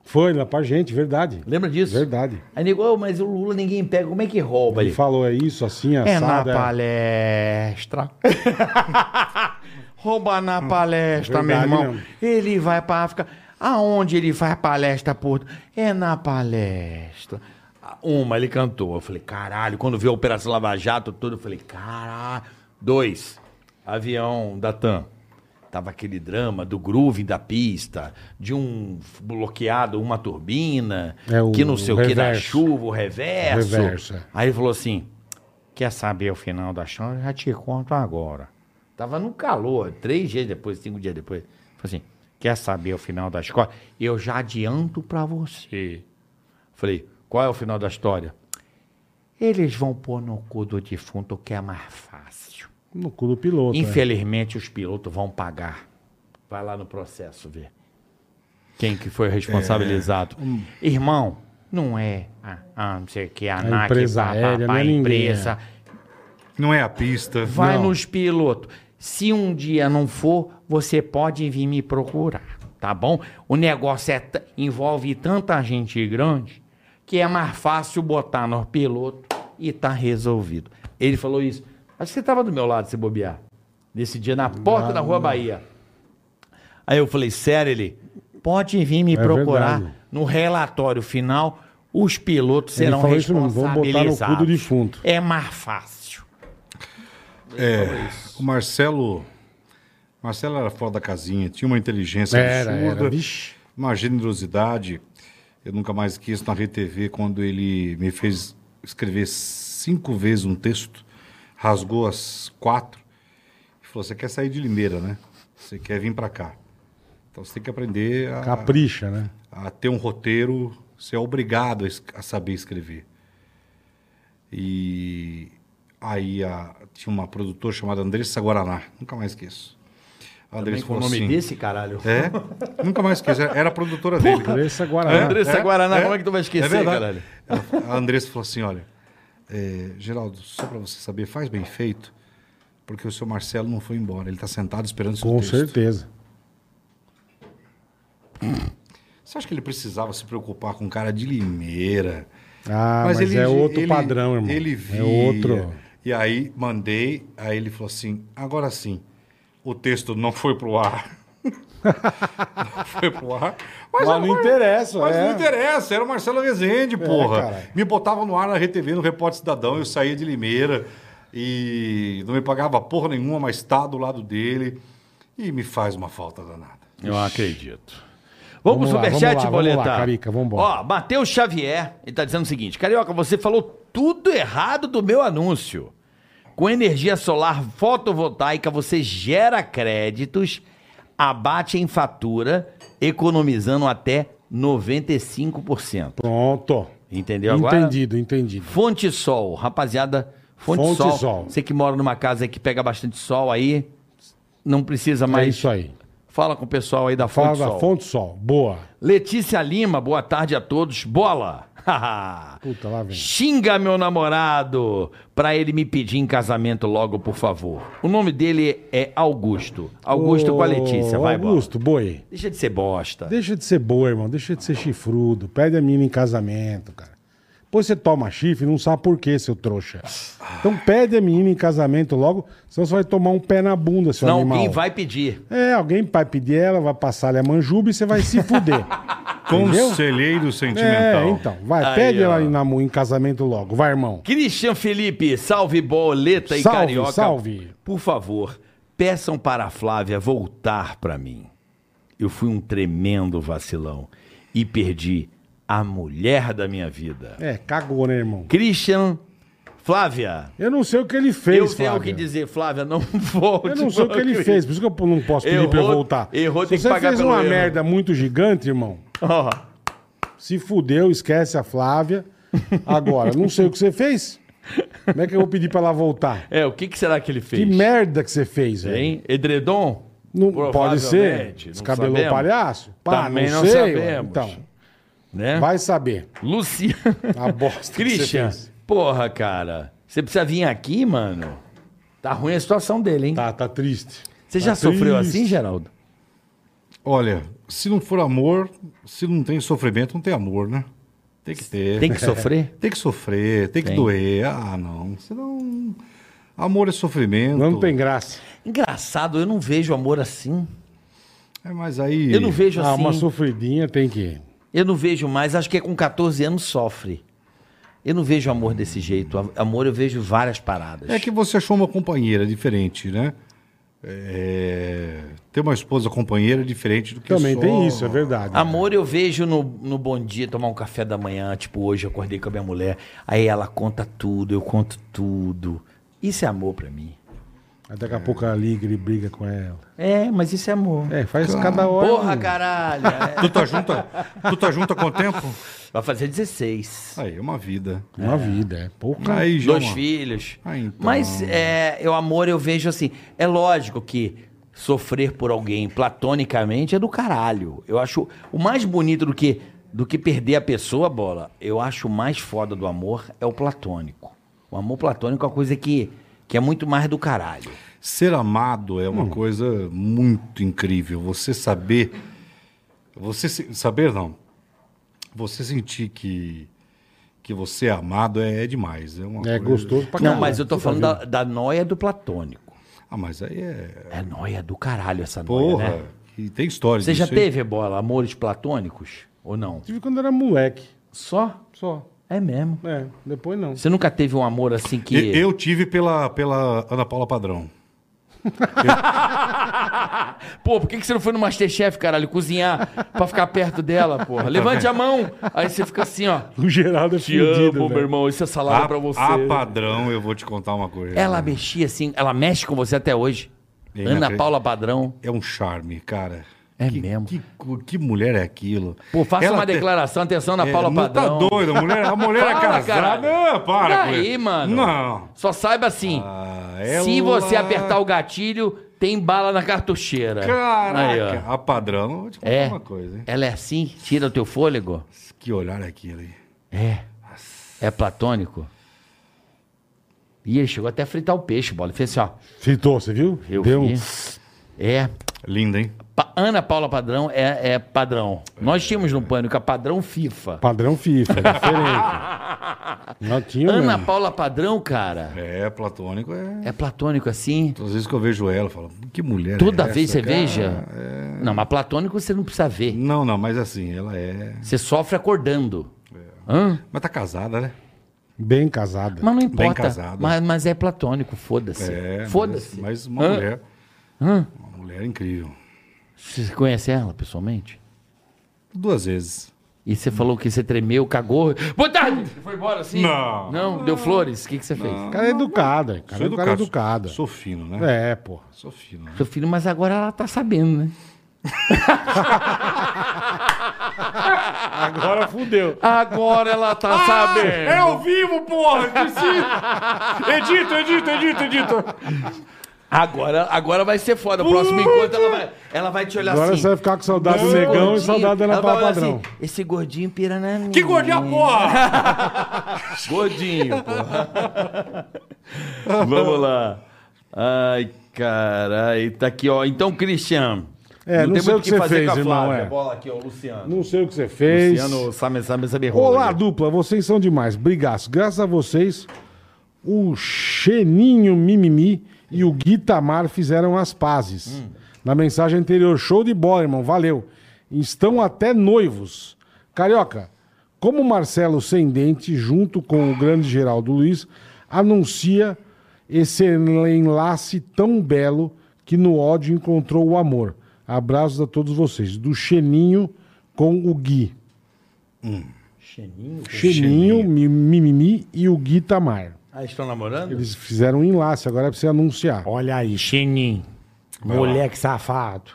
Foi lá pra gente, verdade. Lembra disso? Verdade. Aí ele falou, "Ô, mas o Lula ninguém pega, como é que rouba Ele ele? falou, é isso, assim, É na assado. é. <laughs> palestra. Rouba na palestra, Hum, Verdade meu irmão. mesmo. Ele vai pra África. Aonde ele faz palestra, Porto? É na palestra. Uma, ele cantou. Eu falei, caralho, quando viu a Operação Lava Jato, tudo, eu falei, caralho. Dois, avião da TAM. Tava aquele drama do groove da pista, de um f- bloqueado, uma turbina, É, o que não sei o que, da reverso. chuva, o reverso. Reverso, é. Aí ele falou assim, Quer saber o final da chão? Já te conto agora. tava no calor, três dias depois, cinco dias depois. Falei assim, quer saber o final da história? Eu já adianto pra você. Falei, qual é o final da história? Eles vão pôr no cu do defunto o que é mais fácil. No cu do piloto. é. Infelizmente, os Piloto vão pagar. Vai lá no processo ver. Quem que foi responsabilizado? É, Irmão, não é a, a não sei o que, a, um- A empresa aérea, não é a ninguém, empresa. Não é a pista. Vai Não. nos pilotos. Se um dia não for, você pode vir me procurar, tá bom? O negócio é t- envolve tanta gente grande que é mais fácil botar no piloto e tá resolvido. Ele falou isso. Acho que você estava do meu lado, se bobear. Nesse dia, na porta da Rua Bahia. Aí eu falei, sério, ele? Pode vir me É procurar. verdade. No relatório final, os pilotos Ele serão falou isso mesmo, vão responsabilizados. botar no cu do defunto. É mais fácil. O Marcelo... Marcelo era fora da casinha, tinha uma inteligência Era, absurda. era. Vixe. uma generosidade. Eu nunca mais esqueço na RTV quando ele me fez escrever cinco vezes um texto, rasgou as quatro e falou: Você quer sair de Limeira, né? Você quer vir para cá. Então você tem que aprender a, Capricha, né? a ter um roteiro, você é obrigado a, es- a saber escrever. E aí a- tinha uma produtora chamada Andressa Guaraná, nunca mais esqueço. A Também Andressa com o falou nome assim, desse, caralho. É, nunca mais esqueço, era era a produtora dele. Andressa Guaraná. Andressa Guaraná, como é que tu vai esquecer, verdade. caralho? Ela- A Andressa falou assim, olha, é, Geraldo, só para você saber, faz bem feito, porque o seu Marcelo não foi embora, ele está sentado esperando o seu Com texto. certeza. Você acha que ele precisava se preocupar com um cara de Limeira? Ah, mas, é outro ele- padrão, irmão. Ele via. É outro. E aí mandei, aí ele falou assim: agora sim, o texto não foi pro ar. <laughs> não foi pro ar. é Mas não agora- interessa, Mas é. não interessa, era o Marcelo Rezende, porra. cara. Me botava no ar na RTV, no Repórter Cidadão, eu saía de Limeira e não me pagava porra nenhuma, mas tá do lado dele. E me faz uma falta danada. Eu acredito. Vamos Vamos, pro lá, superchat, vamos lá, vamos Boleta. lá, Carica, vambora. Ó, Matheus Xavier, ele tá dizendo o seguinte: Carioca, você falou tudo errado do meu anúncio. Com energia solar fotovoltaica, você gera créditos, abate em fatura, economizando até 95%. Pronto. Entendeu agora? Entendido, entendido. Fonte Sol, rapaziada. Fonte, Fonte Sol. Sol. Você que mora numa casa aí que pega bastante sol aí, não precisa mais. É isso aí. Fala com o pessoal aí da Fala Fonte da Sol. Fonte Sol. Boa. Letícia Lima, boa tarde a todos. Bola! Puta, lá vem. Xinga meu namorado pra ele me pedir em casamento logo, por favor. O nome dele é Augusto. Augusto com a Letícia, Ô, vai, Augusto. Augusto, boi. Deixa de ser bosta. Deixa de ser boa, irmão. Deixa de ser chifrudo. Pede a mina em casamento, cara. Depois você toma chifre e não sabe por quê, seu trouxa. Então pede a menina em casamento logo, senão você vai tomar um pé na bunda, seu Não, animal. alguém vai pedir. <laughs> É, alguém vai pedir ela, vai passar-lhe a manjuba e você vai se fuder. Entendeu? Conselheiro É, sentimental. então. Vai, Aí, pede ó. ela em, namu- em casamento logo. Vai, irmão. Christian Felipe, salve boleta e Salve, carioca. salve. Por favor, peçam para a Flávia voltar para mim. Eu fui um tremendo vacilão e perdi a mulher da minha vida. É, cagou, né, irmão? Christian, Flávia, Eu não sei o que ele fez, eu tenho Flávio. o que dizer, Flávia, não <laughs> volte. Eu não sei o que ele Christian. fez, por isso que eu não posso pedir Errou- pra eu voltar. errou, Se tem que você pagar fez pelo uma erro. merda muito gigante, irmão, Ó, se fudeu, esquece a Flávia. Agora, não sei o que você fez. Como é que eu vou pedir pra ela voltar? é, o que, que será que ele fez? Que merda que você fez, velho. Hein? Edredom? Não pode ser. Provavelmente, não Descabelou o sabemos. palhaço? Pá, Também não sei, ué. sabemos. Então, Né? vai saber. Luciano. <laughs> A bosta que Christian, você fez. porra, cara. Você precisa vir aqui, mano. Tá ruim a situação dele, hein? Tá, tá triste. Você já tá sofreu triste. assim, Geraldo? Olha, se não for amor, se não tem sofrimento, não tem amor, né? Tem que ter. Tem que sofrer? Tem que sofrer, tem, que Tem. doer. Ah, não. Senão. Amor é sofrimento. Não tem graça. <laughs> Engraçado, eu não vejo amor assim. É, mas aí. Eu não vejo Ah, uma assim. sofridinha tem que. Eu não vejo mais. Acho que é com 14 anos sofre. Eu não vejo amor desse jeito. A- Amor eu vejo várias paradas. É que você achou uma companheira diferente, né? É, Ter uma esposa companheira é diferente do que Também só- tem isso, é verdade. Amor eu vejo no, no bom dia, tomar um café da manhã. Tipo, hoje eu acordei com a minha mulher. Aí ela conta tudo, eu conto tudo. Isso é amor pra mim. Aí Daqui a pouco a liga e briga com ela. É, mas isso é amor. É, faz cada hora. Porra, um- caralho. é. Tu tá junta, tu tá junta com o tempo? Vai fazer 16. Aí, é uma vida. Uma vida, é. Pouca. Aí, já é Dois uma- filhos. Ah, então. Mas é, eu amor, eu vejo assim. É lógico que sofrer por alguém platonicamente é do caralho. Eu acho o mais bonito do que, do que perder a pessoa, bola. Eu acho o mais foda do amor é o platônico. O amor platônico é uma coisa que, que é muito mais do caralho. Ser amado é uma Hum. coisa muito incrível. Você saber. Você se- saber não. Você sentir que, que você é amado é, é demais. É, uma É coisa- gostoso pra caralho. Não, mas eu tô falando da, da noia do platônico. Ah, mas aí é. É noia do caralho essa Porra. noia, né? E tem história Você já disso, hein? teve, bola, amores platônicos? Ou não? Tive quando era moleque. Só? Só. É mesmo. É, depois não. Você nunca teve um amor assim que. E- Eu tive pela, pela Ana Paula Padrão. Pô, por que, que você não foi no Masterchef, caralho, cozinhar pra ficar perto dela, porra? Levante a mão. Aí você fica assim, ó. O Geraldo é Te fudido, amo, velho. meu irmão. Isso é salário a, pra você. a Padrão, eu vou te contar uma coisa. Ela mexia assim, ela mexe com você até hoje. É Ana inacredi- Paula Padrão. É um charme, cara. É que, mesmo. Que, co- que mulher é aquilo? Pô, faça Ela uma te- declaração, atenção na Paula não Padrão. tá doido, a mulher, a mulher é Fala, casada. caralho. Ah, para com Daí, isso. mano. Não. Só saiba assim, Ah, se ela- você apertar o gatilho, tem bala na cartucheira. Aí, Caraca, ó. a Padrão, eu vou te contar É. uma coisa, hein? Ela é assim, tira o teu fôlego. Que olhar é aquilo aí. É. É platônico. E ele chegou até a fritar o peixe, bola. Ele fez assim, ó. Fritou, você viu? Eu Deu vi. um... É. Linda, hein? Pa- Ana Paula Padrão é, é padrão. Nós tínhamos no Pânico a padrão FIFA. Padrão FIFA, é diferente. <laughs> não tinha Ana mesmo. Paula Padrão, cara, É, platônico é. é platônico assim. Às vezes que eu vejo ela, eu falo, que mulher Toda é essa, vez você cara? é. veja. Não, mas platônico você não precisa ver. Não, não, mas assim, ela é. Você sofre acordando. Hã? Mas tá casada, né? Bem casada. Mas não importa. casado. Mas, mas é platônico, foda-se. É, foda-se. Mas, mas uma Hã? mulher. Uma mulher incrível. Você conhece ela pessoalmente? Duas vezes. E você falou que você tremeu, cagou. Boa tarde! Você Foi embora assim? Não. Não, deu flores? O que, que você fez? O cara é educada. O cara, Sou é um cara educado. educada. Sou fino, né? É, pô. Sou fino. né? Seu filho, mas agora ela tá sabendo, né? Agora fudeu. Agora ela tá Ah! É. sabendo. ao vivo, porra! Edito, edito, edito, edito! Agora, agora vai ser foda. O próximo encontro ela vai, ela vai te olhar Agora assim. você vai ficar com saudade do "Esse negão e gordinho", saudade da Ana ela vai Paula olhar Padrão. assim, Esse gordinho pira na minha. Que gordinha, porra! <laughs> Gordinho, porra. <laughs> Vamos lá. Ai, caralho. Tá aqui, ó. Então, Christian. É, não tem sei muito o que você fazer fez, com a irmão, Flávia. é. Bola aqui, ó, o Luciano. Não sei o que você fez. Luciano, sabe, sabe, é sabe. né, Olá, dupla, vocês são demais. Brigaço. Graças a vocês, o Cheninho Mimimi e o Guitamar fizeram as pazes. Na mensagem anterior, show de bola, irmão. Valeu. Estão até noivos. Carioca, como Marcelo Sem Dente, junto com o grande Geraldo Luiz, anuncia esse enlace tão belo que no ódio encontrou o amor. Abraços a todos vocês. Do Cheninho com o Gui. Cheninho? Cheninho, Mi- Mimimi e o Gui Tamar. Ah, estão namorando? Eles fizeram um enlace, agora é pra você anunciar. Olha aí, Chenin. Moleque safado.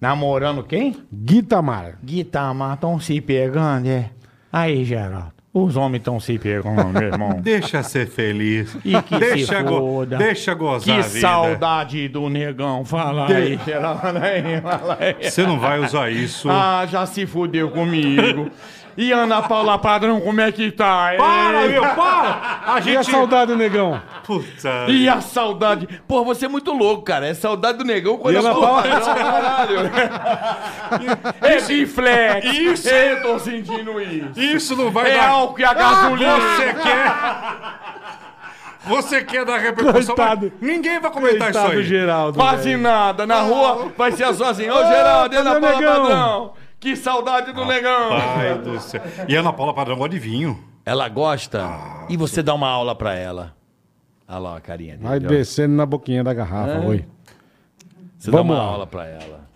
Namorando quem? Gui Tamar. Guitarra, estão tá, se pegando, é? Aí, Geraldo. Os homens estão se pegando, meu irmão. Deixa ser feliz. E que deixa, se go- foda. deixa gozar Que a vida. saudade do negão. Fala aí, Geraldo. Fala aí, fala <laughs> aí. Você não vai usar isso. Ah, já se fudeu comigo. E Ana Paula Padrão, como é que tá? hein? Para, meu, para! E A a gente... saudade, negão? Puta... E a saudade? Pô, você é muito louco, cara. É saudade do negão quando E ela eu fala- <laughs> caralho. É biflex. Isso. Eu tô sentindo isso. Isso não vai É dar... álcool Ah, e a gasolina. <laughs> Você quer... Você quer dar repercussão, Coitado. mas ninguém vai comentar isso Coitado aí. Geraldo. Quase velho. nada. Ah, Na rua vai ser só assim. Ô, Geraldo, cadê Ana o Paula negão? Padrão. Que saudade Ah, do negão. Ai, do céu. E Ana Paula Padrão gosta de vinho. Ela gosta e você dá uma aula pra ela. Olha lá a carinha dele. Vai ó. descendo na boquinha da garrafa, oi. Você dá Vamos uma lá. aula pra ela.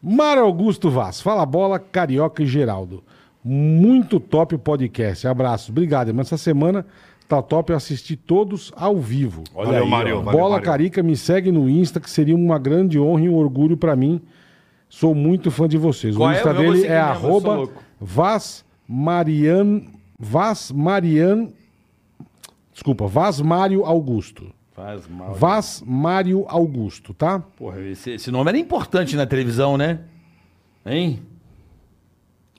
Mário Augusto Vaz, fala bola, Carioca e Geraldo. Muito top o podcast. Abraço. Obrigado, irmão. Essa semana tá top eu assisti todos ao vivo. Valeu, Mário. Bola valeu, Mário. Carica, me segue no Insta, que seria uma grande honra e um orgulho pra mim. Sou muito fã de vocês. Qual o é? Insta Eu vou dele seguir é mesmo, eu sou arroba louco. Vaz Marian. Vaz Marian. Desculpa, Vaz Mário Augusto. Faz mal. Vaz Mário Augusto, tá? Porra, esse, esse nome era importante na televisão, né? Hein?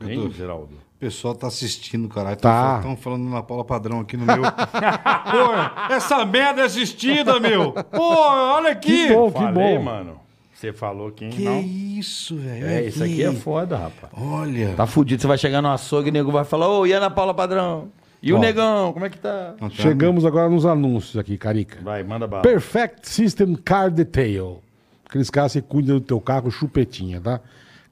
Hein, Geraldo? O pessoal tá assistindo, caralho. Tá. Estão falando na Paula Padrão aqui <laughs> no meu. Pô, essa merda é assistida, meu. Pô, olha aqui. Que bom, que Falei, bom. mano. Você falou que Que não. isso, velho. É, isso aqui é foda, rapaz. Olha. Tá fudido, você vai chegar no açougue e o nego vai falar, ô, e Ana Paula Padrão? E o negão, como é que tá? Não tá, Chegamos agora nos anúncios aqui, Carica. Vai, manda bala. Perfect System Car Detail. Aqueles caras que cuidam do teu carro, chupetinha, tá?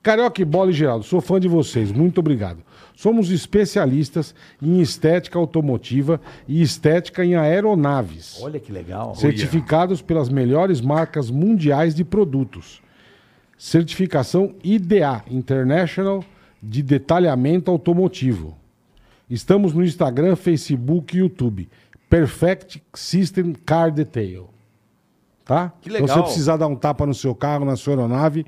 Carioca e Bola e Geraldo, sou fã de vocês, muito obrigado. Somos especialistas em estética automotiva e estética em aeronaves. Olha que legal. Certificados pelas melhores marcas mundiais de produtos. Certificação IDA International de Detalhamento Automotivo. Estamos no Instagram, Facebook e YouTube. Perfect System Car Detail. Tá? Que Então, se você legal. precisar dar um tapa no seu carro, na sua aeronave,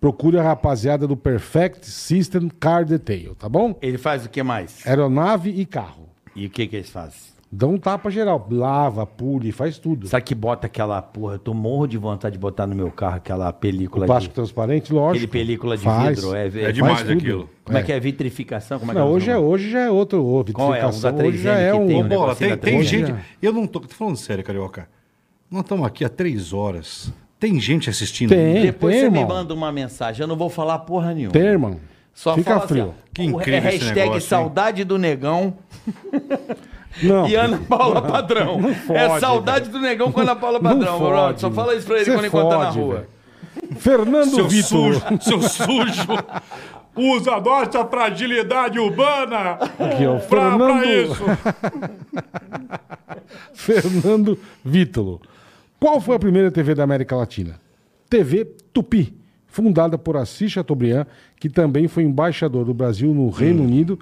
procure a rapaziada do Perfect System Car Detail, tá bom? Ele faz o que É. mais? Aeronave e carro. E o que que eles fazem? Dá um tapa geral. Lava, pule, faz tudo. Sabe que bota aquela porra? Eu tô morro de vontade de botar no meu carro aquela película Plástico de. transparente, lógico. Aquele película de Faz. vidro. É, É demais Faz tudo. aquilo. Como é. que é? Vitrificação? Como é que Não, o hoje, é, nome? hoje já é outro. Ô, Qual é? Um da vitrificação 3M hoje já é que um. tem, Ô, né? Bola, negocinho tem, da tem Hoje gente... é. Eu não tô... Tô falando sério, Carioca. Nós estamos aqui há três horas. Tem gente assistindo. Tem. Depois Tem, você me irmão. manda uma mensagem. Eu não vou falar porra nenhuma. Tem, irmão. Só Fica fala frio. Assim, ó, Que o- incrível é esse hashtag negócio, hein? saudade do negão <laughs> Não. e Ana Paula Padrão. é fode, saudade do negão com Ana Paula Padrão, fode, Brother. Só fala isso pra ele Cê quando encontrar na fode, rua. velho. Fernando Seu sujo, Vitor. seu sujo. Usa a nossa fragilidade urbana Aqui, ó, pra, é pra Fernando- isso. <laughs> Fernando Vítolo. Qual foi a primeira TV da América Latina? TV Tupi, fundada por Assis Chateaubriand, que também foi embaixador do Brasil no Reino Hum. Unido,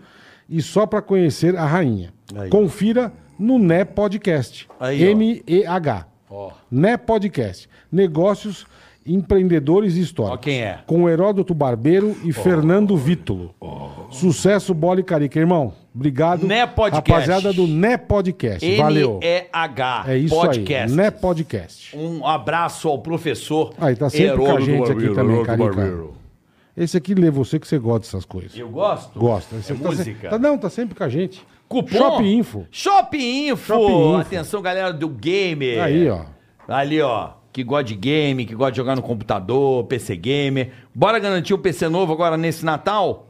e só para conhecer a rainha. Confira no Né Podcast. Aí, ó. M-E-H. Né Podcast. Negócios, empreendedores e história. Ó quem é. Com Heródoto Barbeiro e Fernando Vítolo. Sucesso, bola e carica. Irmão, obrigado. Né Podcast. Rapaziada do Né Podcast. Valeu. N-E-H. É isso podcast. aí, né? Podcast. Um abraço ao professor Aí tá sempre com a Heródoto gente aqui Barbeiro, também, Heródoto Carica. Barbeiro. Esse aqui lê você que você gosta dessas coisas. Eu gosto? Gosta. Esse É aqui tá música. sempre- tá- não, tá sempre com a gente. Cupom? Shop Info. Shop Info. Shop Info. Atenção, galera do gamer. Aí, ó. Ali, ó. Que gosta de game, que gosta de jogar no computador, PC gamer. Bora garantir o PC novo agora nesse Natal?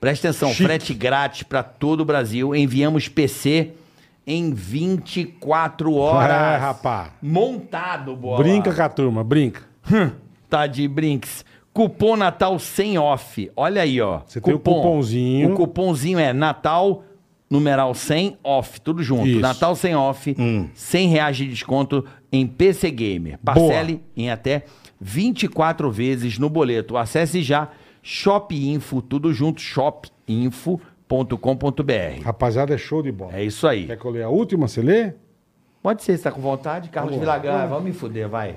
Presta atenção, frete grátis para todo o Brasil. Enviamos PC em 24 horas. É, rapá. Montado, bola. Brinca com a turma, brinca. Tá de brinks. Cupom Natal sem off. Olha aí, ó. Você tem o cupomzinho. O cupomzinho é Natal, numeral 100, off. Tudo junto. Isso. Hum. Natal sem off, 100 reais de desconto em PC Gamer. Parcele em até 24 vezes no boleto. Acesse já shopinfo, tudo junto, shopinfo.com.br. Rapaziada, é show de bola. É isso aí. Quer que eu leia a última? Você lê? Pode ser, você tá com vontade? Carlos Vilagrã, vamos me fuder, vai.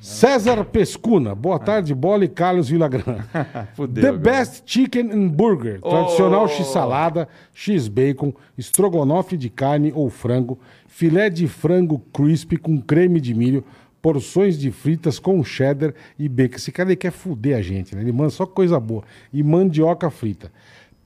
César Pescuna. Boa tarde, bola e Carlos Vilagrã. The <laughs> Fudeu, cara. best chicken and burger. Tradicional x-salada, x-bacon, estrogonofe de carne ou frango, filé de frango crispy com creme de milho, porções de fritas com cheddar e bacon. Esse cara ele quer fuder a gente, né? Ele manda só coisa boa. E mandioca frita.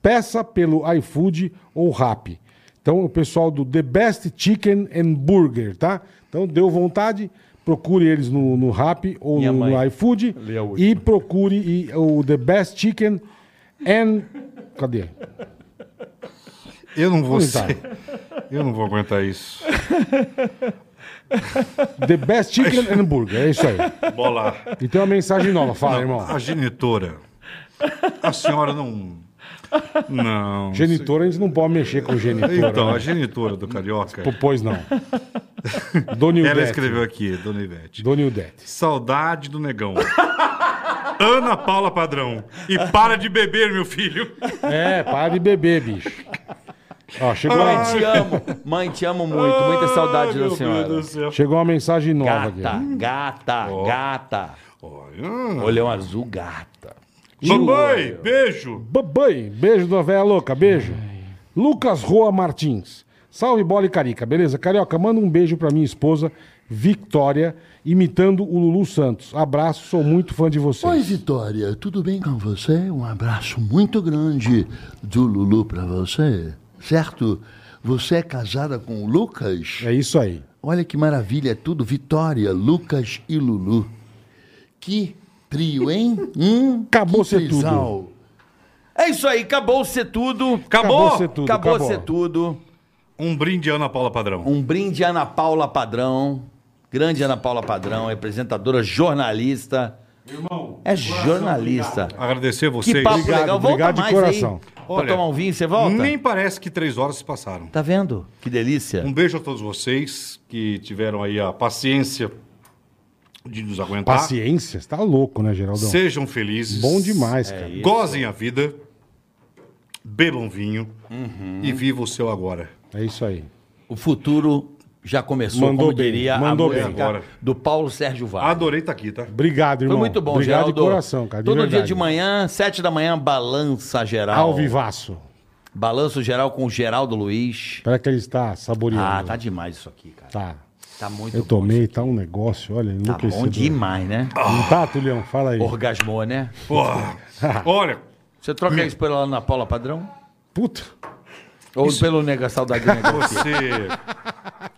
Peça pelo iFood ou Rap. Então, o pessoal do The Best Chicken and Burger, tá? Então, deu vontade, procure eles no, no Rap ou Minha no, no mãe. iFood Lê a última. e procure e- o The Best Chicken and... Cadê? Eu não vou Onde tá? ser. <laughs> Eu não vou aguentar isso. The Best Chicken and Burger, é isso aí. Bola. E tem uma mensagem nova, fala, irmão. A genitora. A senhora não. Não. Genitora, a gente não pode mexer com genitora. Então, a né? genitora do Carioca. Pois não. Dona Ildete. Ela escreveu aqui, Dona Ivete. Dona Ildete. Saudade do negão. Ana Paula Padrão. E para de beber, meu filho. É, para de beber, bicho. Ó, Ah, chegou, Mãe, uma- te amo. Mãe, te amo muito. Muita saudade da senhora. céu. chegou uma mensagem nova Gata, aqui. gata, gata. Olha. Olhão azul, gata. Mamãe, beijo. Babai, beijo do véia louca, beijo. Lucas Roa Martins. Salve bola e carica, beleza? Carioca, manda um beijo pra minha esposa, Victória, imitando o Lulu Santos. Abraço, sou muito fã de vocês. Oi, então. Vitória, tudo bem com você? Um abraço muito grande do Lulu pra você, certo? Você é casada com o Lucas? É isso aí. Olha que maravilha, é tudo Vitória, Lucas e Lulu. Que trio, <laughs> hein? Hum, Acabou que ser tudo. trisal. É isso aí, acabou ser tudo. Acabou? ser tudo. acabou, acabou. ser tudo. Um brinde, Ana Paula Padrão. Um brinde a Ana Paula Padrão. Grande Ana Paula Padrão, apresentadora, jornalista. Irmão. É jornalista. Agradecer vocês. Que papo Obrigado, legal. Volta obrigado de mais coração. aí. Olha, pra tomar um vinho, você volta? Nem parece que três horas se passaram. Tá vendo? Que delícia. Um beijo a todos vocês que tiveram aí a paciência de nos Ah. aguentar. Paciência, você tá louco, né, Geraldão? Sejam felizes. É, Bom demais, cara. Gozem a vida. Bebam um vinho. E viva o seu agora. É isso aí. O futuro já começou, Mandou como bem, diria mandou a música bem. Agora. do Paulo Sérgio Vaz. Adorei estar aqui, tá? Obrigado, Foi irmão. muito bom, Obrigado Geraldo. de coração, cara. Todo verdade. dia de manhã, sete da manhã, balança geral. Ao vivaço. Balanço geral com o Geraldo Luiz. Espera que ele está saboreando. Ah, tá demais isso aqui, cara. Tá, Tá. muito Eu tomei, tá um negócio, olha, bom. Tá bom enlouquecedor. demais, né? Não tá, Tulião? Fala aí. Orgasmou, né? <laughs> Porra. Olha, Você troca isso pela Ana Paula Padrão? Puta. Ou pelo Nega <laughs> Saudade do Nega? você.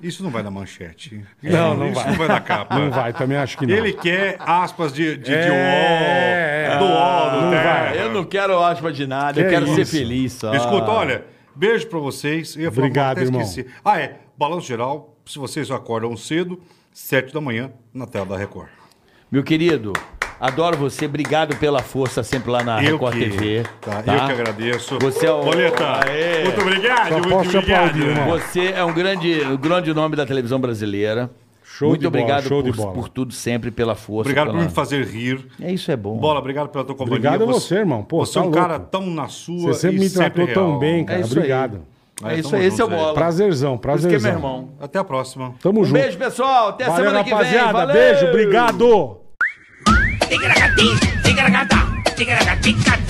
Isso não vai na manchete. Não, não Isso vai. não vai na capa. Não vai, também acho que não. Ele quer aspas de, de, de É. UOL, do UOL, do né? Não Terra. vai. Eu não quero aspa de nada, eu Que quero ser isso? feliz. Só. Escuta, olha, beijo pra vocês. Eu ia falar, Obrigado, até irmão. esqueci. Ah, é. Balanço geral, se vocês acordam cedo, sete da manhã, na tela da Record. Meu querido, adoro você. Obrigado pela força sempre lá na Record TV. tá, tá? Eu que agradeço. Você é o- Boleta, Aê. muito obrigado, Só muito posso obrigado. aplaudir, irmão. Você é um grande, um grande nome da televisão brasileira. Show Muito de bola, obrigado show de por, bola. por tudo sempre, pela força. Obrigado por pela... me fazer rir. É isso é bom. Bola, obrigado pela tua companhia. Obrigado a você, irmão. Pô, você é tá um cara louco. tão na sua Você sempre e me tratou sempre tão real. bem, cara. É isso aí. Obrigado. É Mas isso né? tamo aí, esse é o junto, bola. Prazerzão, Por isso prazerzão. que é meu irmão. Até a próxima. Tamo Um junto. beijo, pessoal. Até Valeu, semana que vem. rapaziada. Valeu. Beijo, obrigado. Ticaracati, ticaracata, ticaracati,